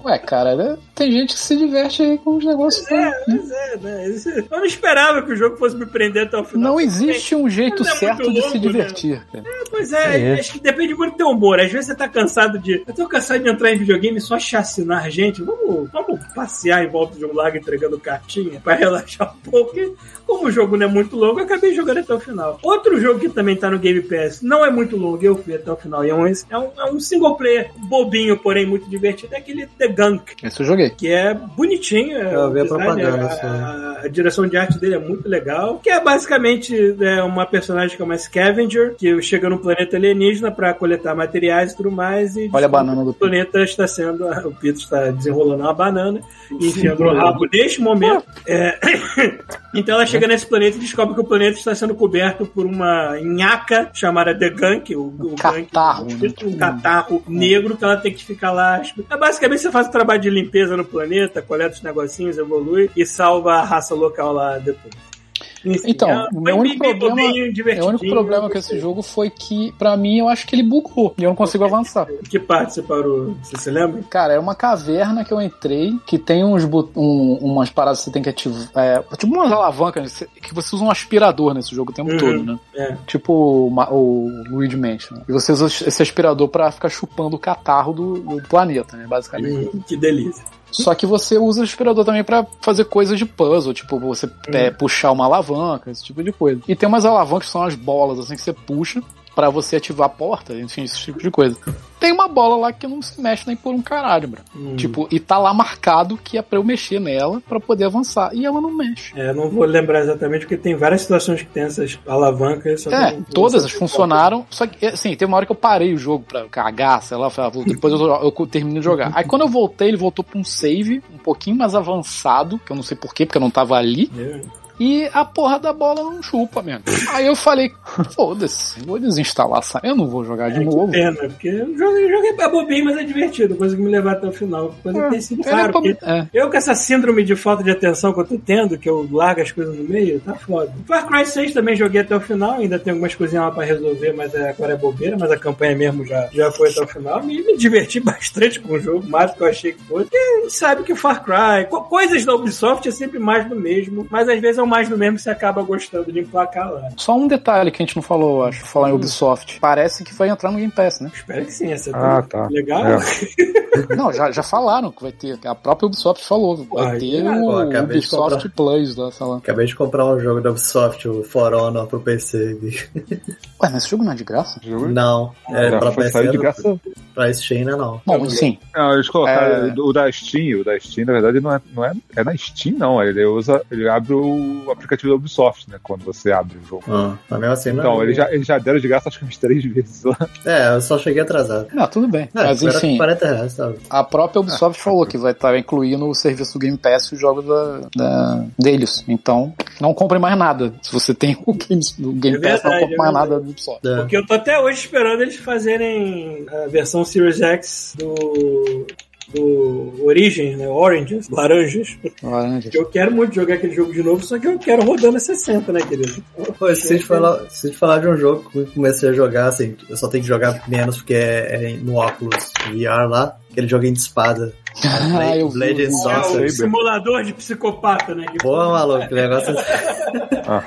S2: Ué, cara, né? tem gente que se diverte aí com os negócios.
S4: É, pois é, né? Isso- Eu não esperava que o jogo fosse me prender até o final.
S2: Não existe um jeito
S4: Mas é muito
S2: certo de se
S4: louco, né?
S2: divertir. cara.
S4: Pois é,
S1: É.
S4: acho que depende muito do teu humor. Às vezes você tá cansado de. Eu tô cansado de entrar em videogame e só chacinar gente. Vamos, vamos passear em volta de um lago entregando cartinha pra relaxar um pouco. E como o jogo não é muito longo, eu acabei jogando até o final. Outro jogo que também tá no Game Pass, não é muito longo, eu fui até o final. E é um, é um, é um single player bobinho, porém muito divertido. É aquele The Gunk.
S2: Esse eu joguei.
S4: Que é bonitinho. é
S3: Eu vi a
S4: o design,
S3: propaganda,
S4: a-
S3: só.
S4: a, a direção de arte dele é muito legal. Que é basicamente é, uma personagem que é uma scavenger, que chega num planeta alienígena pra coletar materiais e tudo mais. E
S2: Olha a
S4: descobre
S2: banana do
S4: que o planeta está sendo. [LAUGHS] O Pito está desenrolando uma banana e enfiando o rabo neste momento. É, então
S2: Né?
S4: ela chega nesse planeta e descobre que o planeta está sendo coberto por uma nhaca chamada The Gunk, o, o Gunk
S2: Um Catarro, né?
S4: um catarro negro que ela tem que ficar lá. É, basicamente, você faz o trabalho de limpeza no planeta, coleta os negocinhos, evolui e salva a raça local lá depois. Enfim, é
S2: Então, o meu único problema-
S4: bobinho,
S2: É, O único
S4: divertidinho.
S2: problema com esse jogo foi que, pra mim, eu acho que ele bugou e eu não consigo avançar.
S4: Que parte você parou? Você se lembra?
S2: Cara, é uma caverna que eu entrei que tem uns bot- um- umas paradas que você tem que ativar. é, tipo umas alavancas que você usa um aspirador nesse jogo o tempo
S4: Uhum.
S2: todo, né?
S4: É.
S2: Tipo o, Ma- o Luigi Mansion. E você usa esse aspirador pra ficar chupando o catarro do, do planeta, né? Basicamente.
S4: Hum, que delícia.
S2: Só que você usa o aspirador também pra fazer coisas de puzzle, tipo
S4: Hum.
S2: você é, puxar uma alavanca, esse tipo de coisa. E tem umas alavancas que são as bolas, assim, que você puxa pra você ativar a porta, enfim, esse tipo de coisa. Tem uma bola lá que não se mexe nem por um caralho, bro.
S4: Hum.
S2: Tipo, e tá lá marcado que é pra eu mexer nela pra poder avançar. E ela não mexe.
S4: É, não vou lembrar exatamente, porque tem várias situações que tem essas alavancas. só então que eu
S2: É,
S4: não-
S2: todas
S4: não
S2: as
S4: sei
S2: funcionaram. Só que, assim, tem uma hora que eu parei o jogo pra cagar, sei lá. falei, ah, vou- Depois eu, eu termino de jogar. Aí quando eu voltei, ele voltou pra um save, um pouquinho mais avançado, que eu não sei porquê, porque eu não tava ali.
S4: qual é.
S2: E a porra da bola não chupa mesmo. Aí eu falei, foda-se, vou desinstalar essa. Eu não vou jogar de
S4: É, que
S2: novo.
S4: pena, porque o jogo, o jogo é bobinho, mas é divertido. Conseguiu me levar até o final. Coisa que tem sido
S2: Ele é
S4: raro,
S2: pra-
S4: porque
S2: é.
S4: Eu com essa síndrome de falta de atenção que eu tô tendo, que eu largo as coisas no meio, tá foda. Far Cry 6 também joguei até o final, ainda tem algumas coisinhas lá pra resolver, mas é- agora é bobeira, mas a campanha mesmo já, já foi até o final. Me, me diverti [LAUGHS] bastante com o jogo, mais do que eu achei que fosse. Porque a gente sabe que o Far Cry, co- coisas da Ubisoft é sempre mais do mesmo, mas às vezes é o mais do mesmo que você acaba gostando de emplacar lá.
S2: Só um detalhe que a gente não falou, eu acho, falar em Ubisoft. Parece que vai entrar no Game Pass,
S4: [LAUGHS]
S2: né?
S4: Espero que sim, essa é
S5: Ah, tá.
S4: legal.
S5: É.
S2: Não, já, já falaram que vai ter. A própria Ubisoft falou. Vai
S4: Ai,
S2: ter
S4: cara,
S2: o
S3: pô, acabei de
S2: Ubisoft Plus lá, sei lá.
S3: Acabei de comprar um jogo da Ubisoft, o For Honor, pro PC. Gui.
S2: Ué, mas esse jogo não é de graça?
S3: Não, é
S5: Não,
S3: pra
S5: foi-
S3: PC.
S5: saiu de
S3: não.
S5: graça.
S3: Pra Steam, né, não. não.
S2: Bom, sim.
S5: Não, eles colocaram
S2: É.
S5: o da Steam, o da Steam, na verdade, não é, não é, é na Steam, não. Ele usa, ele abre o aplicativo da Ubisoft, né? Quando você abre o jogo.
S3: Ah, mas mesmo assim, não.
S5: Então, eles já, eles já deram de graça acho que umas três [LAUGHS] vezes lá.
S3: É, eu só cheguei atrasado.
S2: Não, tudo bem.
S3: É,
S2: mas
S3: era
S2: enfim,
S3: 40 reais, sabe?
S2: a própria Ubisoft falou que vai estar incluindo o serviço do Game Pass e os jogos da, da- deles. Então, não compre mais nada. Se você tem o Game, o Game
S4: É
S2: Pass, não
S4: verdade,
S2: compre
S4: é
S2: mais
S4: verdade.
S2: nada do Ubisoft.
S3: É.
S4: Porque eu tô até hoje esperando eles fazerem a versão Series X do. do Origins, né? Oranges, laranjas.
S2: Laranja.
S4: Eu quero muito jogar aquele jogo de novo, só que eu quero rodando a 60, né, querido?
S3: Pô, se a gente falar, se a gente falar de um jogo que eu comecei a jogar, assim, eu só tenho que jogar menos porque é, é no óculos VR lá, aquele joguinho de espada.
S2: Ah, eu vi.
S3: Blade and
S4: É
S3: Sorcery.
S4: o simulador de psicopata, né? Que
S3: Pô, maluco, que negócio. é assim.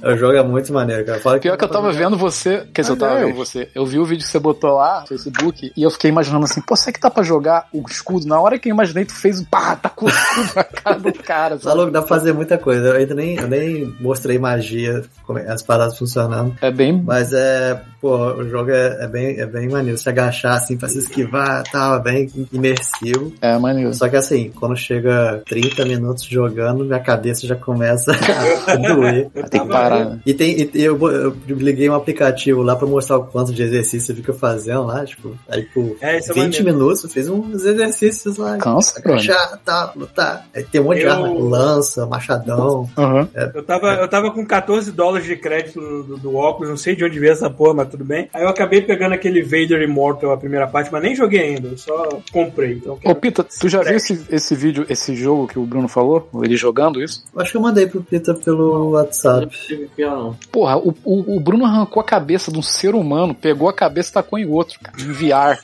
S3: O jogo é muito maneiro, cara. Fala
S2: Pior que eu tava vendo você. Quer dizer, eu tava
S5: Aliás.
S2: vendo você. Eu vi o vídeo que você botou lá no Facebook e eu fiquei imaginando assim, pô, será que tá pra jogar o escudo? Na hora que eu imaginei, tu fez um pá, tá com o escudo na cara do cara.
S3: Tá
S2: sabe?
S3: louco, dá pra fazer muita coisa. Eu ainda nem, eu nem mostrei magia, como é- as paradas funcionando.
S2: É bem.
S3: Mas é, pô, o jogo é, é bem, é bem maneiro. Se agachar assim pra se esquivar e tal, é bem imersivo.
S2: É, maneiro.
S3: Só que assim, quando chega 30 minutos jogando, minha cabeça já começa [LAUGHS] a doer.
S2: Tem que parar, né?
S3: E tem, e- e eu, bo- eu liguei um aplicativo lá pra mostrar o quanto de exercício eu fico fazendo lá, tipo, aí por
S4: É, isso é
S3: 20
S4: maneiro.
S3: minutos eu fiz uns exercícios lá.
S2: Cansa, Bruno.
S3: Agachar, tá, lutar. Aí tem um monte de
S4: Eu-
S3: arma, lança, machadão.
S2: Aham.
S4: Eu tava, eu tava com 14 dólares de crédito do, do- do óculos, não sei de onde veio essa porra, mas tudo bem. Aí eu acabei pegando aquele Vader Immortal, a primeira parte, mas nem joguei ainda, eu só comprei. Então eu
S2: Ô,
S4: quero...
S2: Pita, tu já viu esse, esse vídeo, esse jogo que o Bruno falou? Ele jogando isso?
S3: Eu Acho que eu mandei pro Pita pelo WhatsApp.
S7: tive que pior, não.
S2: Porra, o, o, o Bruno arrancou a cabeça de um ser humano, pegou a cabeça e tacou em outro, cara. Em VR.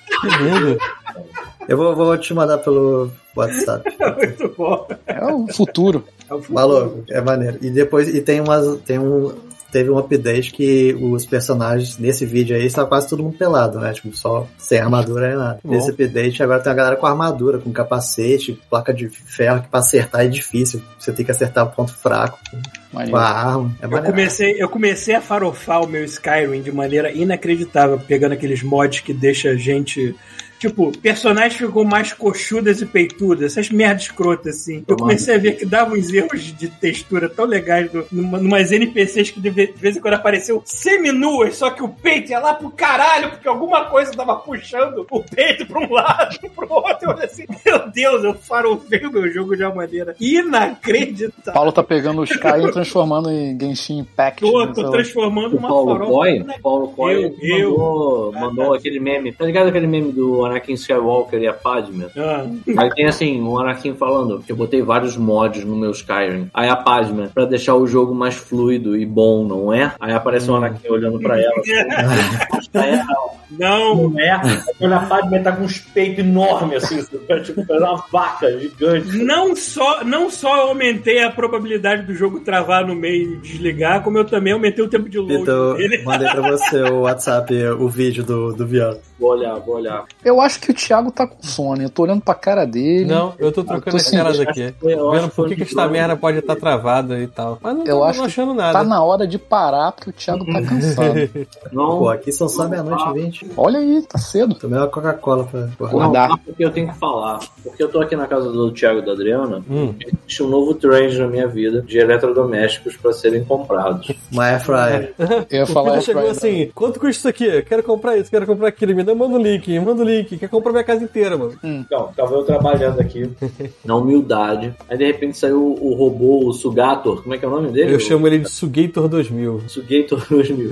S3: Eu vou, vou te mandar pelo WhatsApp.
S4: Muito bom.
S2: É o futuro.
S4: É o futuro.
S3: Falou, é maneiro. E depois, e tem umas, tem um, teve um update que os personagens nesse vídeo aí está quase todo mundo pelado, né? Tipo, só sem armadura nem nada.
S1: Bom.
S3: Nesse update agora tem uma galera com armadura, com capacete, placa de ferro, que pra acertar é difícil. Você tem que acertar o ponto fraco com
S2: Maneiro.
S3: a arma. É
S4: Eu
S3: maneiro.
S4: comecei, eu comecei a farofar o meu Skyrim de maneira inacreditável, pegando aqueles mods que deixa a gente. Tipo, personagens ficam mais coxudas e peitudas, essas merdas escrotas, assim. Eu comecei a ver que dava uns erros de textura tão legais do, numa, numas NPCs que de ve- de vez em quando apareceu seminuas, só que o peito ia lá pro caralho, porque alguma coisa tava puxando o peito pra um lado, [LAUGHS] pro outro. Eu olhei assim, meu Deus, eu farofei o meu jogo de uma maneira inacreditável.
S2: Paulo tá pegando os [LAUGHS] caras e transformando em Genshin Impact.
S4: Tô,
S2: né, sei
S4: tô
S2: lá.
S4: transformando
S7: O
S4: uma
S7: Paulo
S4: farofa
S7: Coy,
S4: na
S7: o Paulo Coy
S4: Eu- eu-
S7: mandou, mandou aquele meme. Tá ligado aquele meme do Anakin Skywalker e a Padme?
S4: Ah,
S7: Aí tem assim, o Anakin falando, eu botei vários mods no meu Skyrim. Aí a Padme, pra deixar o jogo mais fluido e bom, não é? Aí aparece o Anakin olhando pra ela. assim, "Não é,
S4: não,
S7: não é. Aí Quando a Padme tá com uns peitos enormes, assim, [LAUGHS] tipo, parece uma vaca gigante.
S4: não só, não só eu aumentei a probabilidade do jogo travar no meio e desligar, como eu também aumentei o tempo de load
S3: Então, [LAUGHS]
S4: dele.
S3: mandei pra você o WhatsApp, o vídeo do, do Vian.
S7: Vou olhar, vou olhar.
S2: Eu acho que o Thiago tá com sono. Eu tô olhando pra cara dele.
S1: Não, eu tô
S2: Eu
S1: trocando
S2: tô
S1: as
S2: sem
S1: caras
S7: graça.
S1: aqui.
S7: Eu acho
S1: Vendo por
S7: que
S1: que, que
S7: foi
S1: esta
S7: um
S1: merda
S7: jogo.
S1: pode estar travada e tal. Mas não
S2: Eu
S1: tô
S2: acho que
S1: achando
S2: Tá
S1: nada.
S2: na hora de parar, porque o Thiago tá cansado.
S1: [LAUGHS]
S7: Não,
S3: Pô, aqui são só meia-noite e vinte.
S2: Olha aí, tá cedo.
S3: Tomei uma Coca-Cola pra
S2: Porra.
S3: acordar.
S7: não,
S2: Guardar.
S7: não, porque eu tenho que falar. Porque eu tô aqui na casa do Thiago e da Adriana.
S1: Hum.
S7: existe um novo trend na minha vida de eletrodomésticos para serem comprados.
S3: Uma air fryer.
S2: Eu ia
S1: O
S2: falar
S1: Pedro chegou
S2: Airfryer.
S1: assim, quanto custa isso aqui? Quero comprar isso, quero comprar aquilo. Me dá, manda o link, manda o link. Quer comprar minha casa inteira, mano.
S7: Então, tava eu trabalhando aqui [LAUGHS] na humildade. Aí de repente saiu o robô, o Sugator, como é que é o nome dele?
S1: Eu chamo ele de Sugator 2000.
S7: O Sugator [LAUGHS] 2000.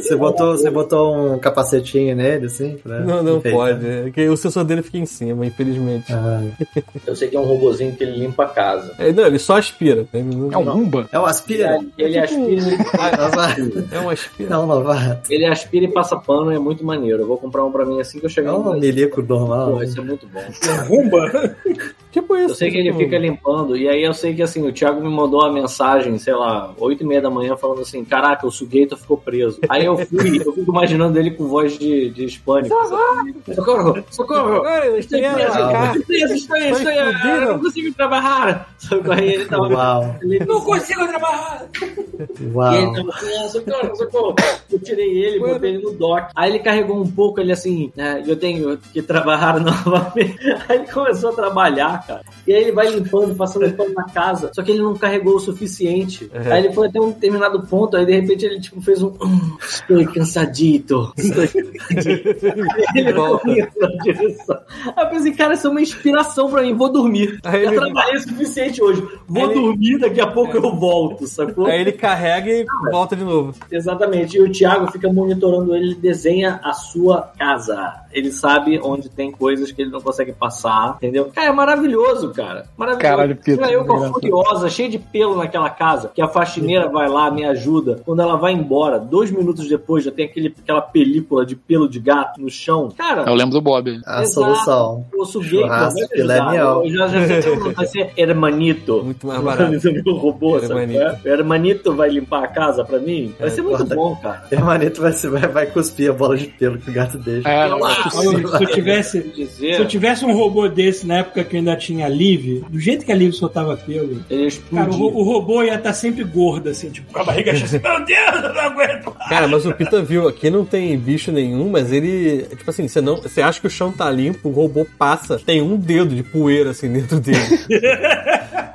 S3: Você botou, você botou um capacetinho nele, assim? pra
S1: Não, não
S3: enfeitar?
S1: pode. É que O sensor dele fica em cima, infelizmente.
S3: Ah,
S7: Eu sei que é um robozinho que ele limpa a casa.
S1: É, não, ele só aspira. né? Ele
S2: É
S1: não-
S2: um Umba?
S3: É o aspira?
S7: Ele aspira,
S4: Ah,
S3: Novato.
S1: É um aspira.
S3: Não, novato.
S7: [LAUGHS] ele aspira e passa pano, é muito maneiro. Eu vou comprar um pra mim assim que eu
S3: É
S7: chegar
S3: um
S7: em casa.
S3: milico normal.
S7: Pô, isso é muito bom.
S4: Rumba?
S1: Tipo isso.
S7: Eu sei que ele
S1: tipo,
S7: fica limpando, e aí eu sei que assim, o Thiago me mandou uma mensagem, sei lá, 8 e meia da manhã, falando assim: Caraca, o Sugator ficou preso. Aí eu fui, eu fico imaginando ele com voz de, de hispânico. sabe? Socorro, socorro!
S1: Ai, eu
S7: Estou
S1: tenho
S7: preso,
S1: ela.
S7: estou preso, estou
S1: tá
S7: preso, estou preso, eu não consigo trabalhar. Só que aí ele tava.
S3: Uau,
S7: Ele,
S4: Não consigo trabalhar!
S3: uau.
S7: e ele tava assim, "Ah, socorro, socorro. Eu tirei ele, botei ele no dock. Aí ele carregou um pouco, ele assim, "É, eu tenho que trabalhar [LAUGHS] novamente. Aí ele começou a trabalhar, cara. E aí ele vai limpando, passando pano na casa. Só que ele não carregou o suficiente. Aí ele foi até um determinado ponto, aí de repente ele tipo fez um. "Hum, Estou [LAUGHS] cansadito. Estou cansadito. Aí ele
S1: Volta.
S7: correu na direção. Aí eu pensei, cara, isso é uma inspiração pra mim, vou dormir.
S1: Aí
S7: eu
S1: ele-
S7: trabalhei o é suficiente hoje. Vou
S1: Aí ele- é
S7: dormir, daqui a
S8: É.
S7: pouco eu volto,
S8: [LAUGHS]
S7: sacou?
S1: Aí ele carrega e volta de novo.
S7: Exatamente. E o Thiago fica monitorando ele, ele desenha a sua casa. Ele sabe onde tem coisas que ele não consegue passar, entendeu? Cara, é maravilhoso.
S8: maravilhoso, cara. Maravilhoso.
S2: Caralho, Pedro,
S8: Era eu com a
S2: engraçado.
S8: furiosa, cheia de pelo naquela casa, que a faxineira vai lá, me ajuda. Quando ela vai embora, dois minutos depois já tem aquele, aquela película de pelo de gato no chão. Cara,
S2: Eu lembro do Bob.
S4: tá
S3: A
S8: Exato.
S3: solução.
S8: o sujeito
S3: Churrasco,
S8: vai me
S3: filé
S8: ajudar.
S3: mignon.
S8: Eu já, já sei é que eu
S7: [LAUGHS]
S8: vou fazer hermanito.
S1: Muito
S3: Tá
S1: mais barato.
S8: Meu robô, sabe?
S1: Hermanito.
S8: qual é? O hermanito vai limpar a casa pra mim? Vai ser muito
S3: É, corta.
S8: bom, cara.
S3: Permanente vai, se- vai, vai cuspir a bola de pelo que o gato deixa.
S2: É,
S8: Eu
S2: não é
S8: acho
S2: possível.
S4: Se eu tivesse.
S8: Dizer,
S4: Se eu tivesse um robô desse na época que eu ainda tinha a Liv, do jeito que a Liv soltava pelo,
S8: ele
S4: cara, o,
S8: explodiu.
S4: ro- o robô ia estar sempre gordo, assim, tipo, com a barriga cheia, assim, meu Deus, eu não aguento.
S1: Cara, mas o Pita viu, aqui não tem bicho nenhum, mas ele. Tipo assim, você não. Você acha que o chão tá limpo, o robô passa, tem um dedo de poeira assim dentro [LAUGHS] dele.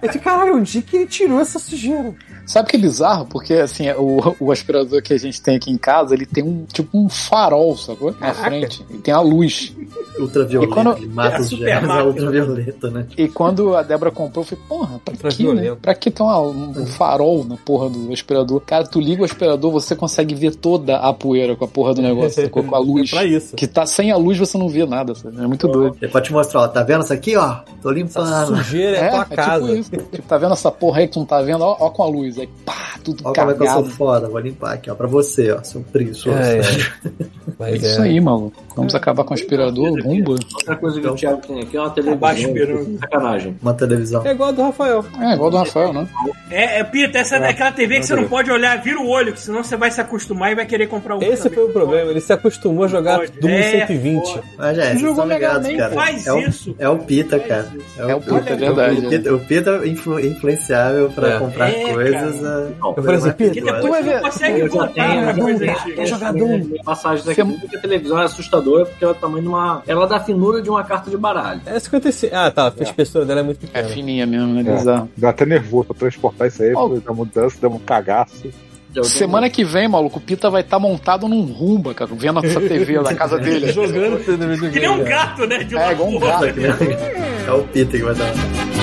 S1: É de caralho, onde que ele tirou essa sujeira?
S2: Sabe que é bizarro? Porque, assim, o, o aspirador que a gente tem aqui em casa, ele tem um, tipo, um farol, sacou? Na frente. E tem a luz.
S3: Ultravioleta,
S2: E quando-
S3: ele mata
S4: é a
S3: os
S4: super
S3: germes, é
S4: máquina.
S3: ultravioleta, né?
S2: E quando a Débora comprou, eu falei, porra, pra que, né?
S1: Ultravioleta.
S2: Pra que ter uma- um, um farol na porra do aspirador? Cara, tu liga o aspirador, você consegue ver toda a poeira com a porra do negócio, sacou? com a luz.
S1: É pra isso.
S2: Que tá sem a luz, você não vê nada, sabe? É muito doido.
S3: Ele pode te mostrar, ó, tá vendo isso aqui, ó? Tô
S1: Essa
S3: limpando.
S1: sujeira é, tua casa.
S2: tipo isso. Tipo, tá vendo essa porra aí que tu não tá vendo? Ó, ó com a luz. Aí, pá, tudo
S3: Ó como é que eu sou
S2: cagado.
S3: foda, vou limpar aqui, ó, pra você, ó, seu príncipe.
S1: É, é. Mas
S2: É
S1: é.
S2: Isso aí, maluco. Vamos acabar com o aspirador, bomba.
S8: Outra coisa que o
S3: Então-
S8: Thiago tem aqui é uma
S4: Abaixo,
S8: televisão.
S4: Peru.
S8: Sacanagem.
S3: Uma televisão.
S1: É igual a do Rafael.
S2: É, igual do Rafael, né?
S4: É, é Pita, essa é aquela TV que você não pode olhar, vira o olho, que senão você vai se acostumar e vai querer comprar um.
S1: Esse
S4: também.
S1: foi o problema, ele se acostumou a jogar
S4: Pode.
S1: Doom
S4: É,
S1: 120.
S4: pode.
S3: Mas, gente, vocês
S2: Jogou
S3: estão
S2: legal,
S3: ligados,
S2: nem
S3: cara.
S4: Faz
S3: é o,
S4: isso.
S3: é o Pita,
S4: Faz
S3: cara.
S4: isso.
S2: É o Pita, é verdade.
S3: O Pita, o Pita é influ- influenciável pra
S1: É.
S3: comprar
S4: É,
S3: coisas. é
S8: Não,
S3: coisa
S1: falei assim,
S3: mais
S1: Pita,
S4: Que
S3: perigosa.
S4: depois você
S2: ver-
S4: não consegue né?
S8: Eu já
S4: voltar
S8: tenho,
S4: pra
S8: já
S4: coisa
S8: tenho.
S4: antiga.
S8: É jogador. Passagem daqui,
S2: Você-
S8: porque a televisão é assustadora, porque ela é o tamanho de uma. Ela dá a finura de uma carta de baralho.
S1: É 55. Ah, tá. A espessura dela é muito
S2: É
S1: pequena.
S2: fininha mesmo, né?
S5: É.
S2: Bizarro.
S5: Dá até nervoso pra transportar isso aí,
S2: Ó.
S5: oh. dá mudança, dá um cagaço.
S8: Eu tenho-
S2: Semana que vem, maluco, o Pita vai estar montado num rumba, cara, vendo essa TV da [LAUGHS] casa dele.
S1: [LAUGHS] Jogando
S4: Que nem um gato, né? De uma
S2: É, igual um
S4: porra.
S2: gato.
S3: É o Pita que vai dar.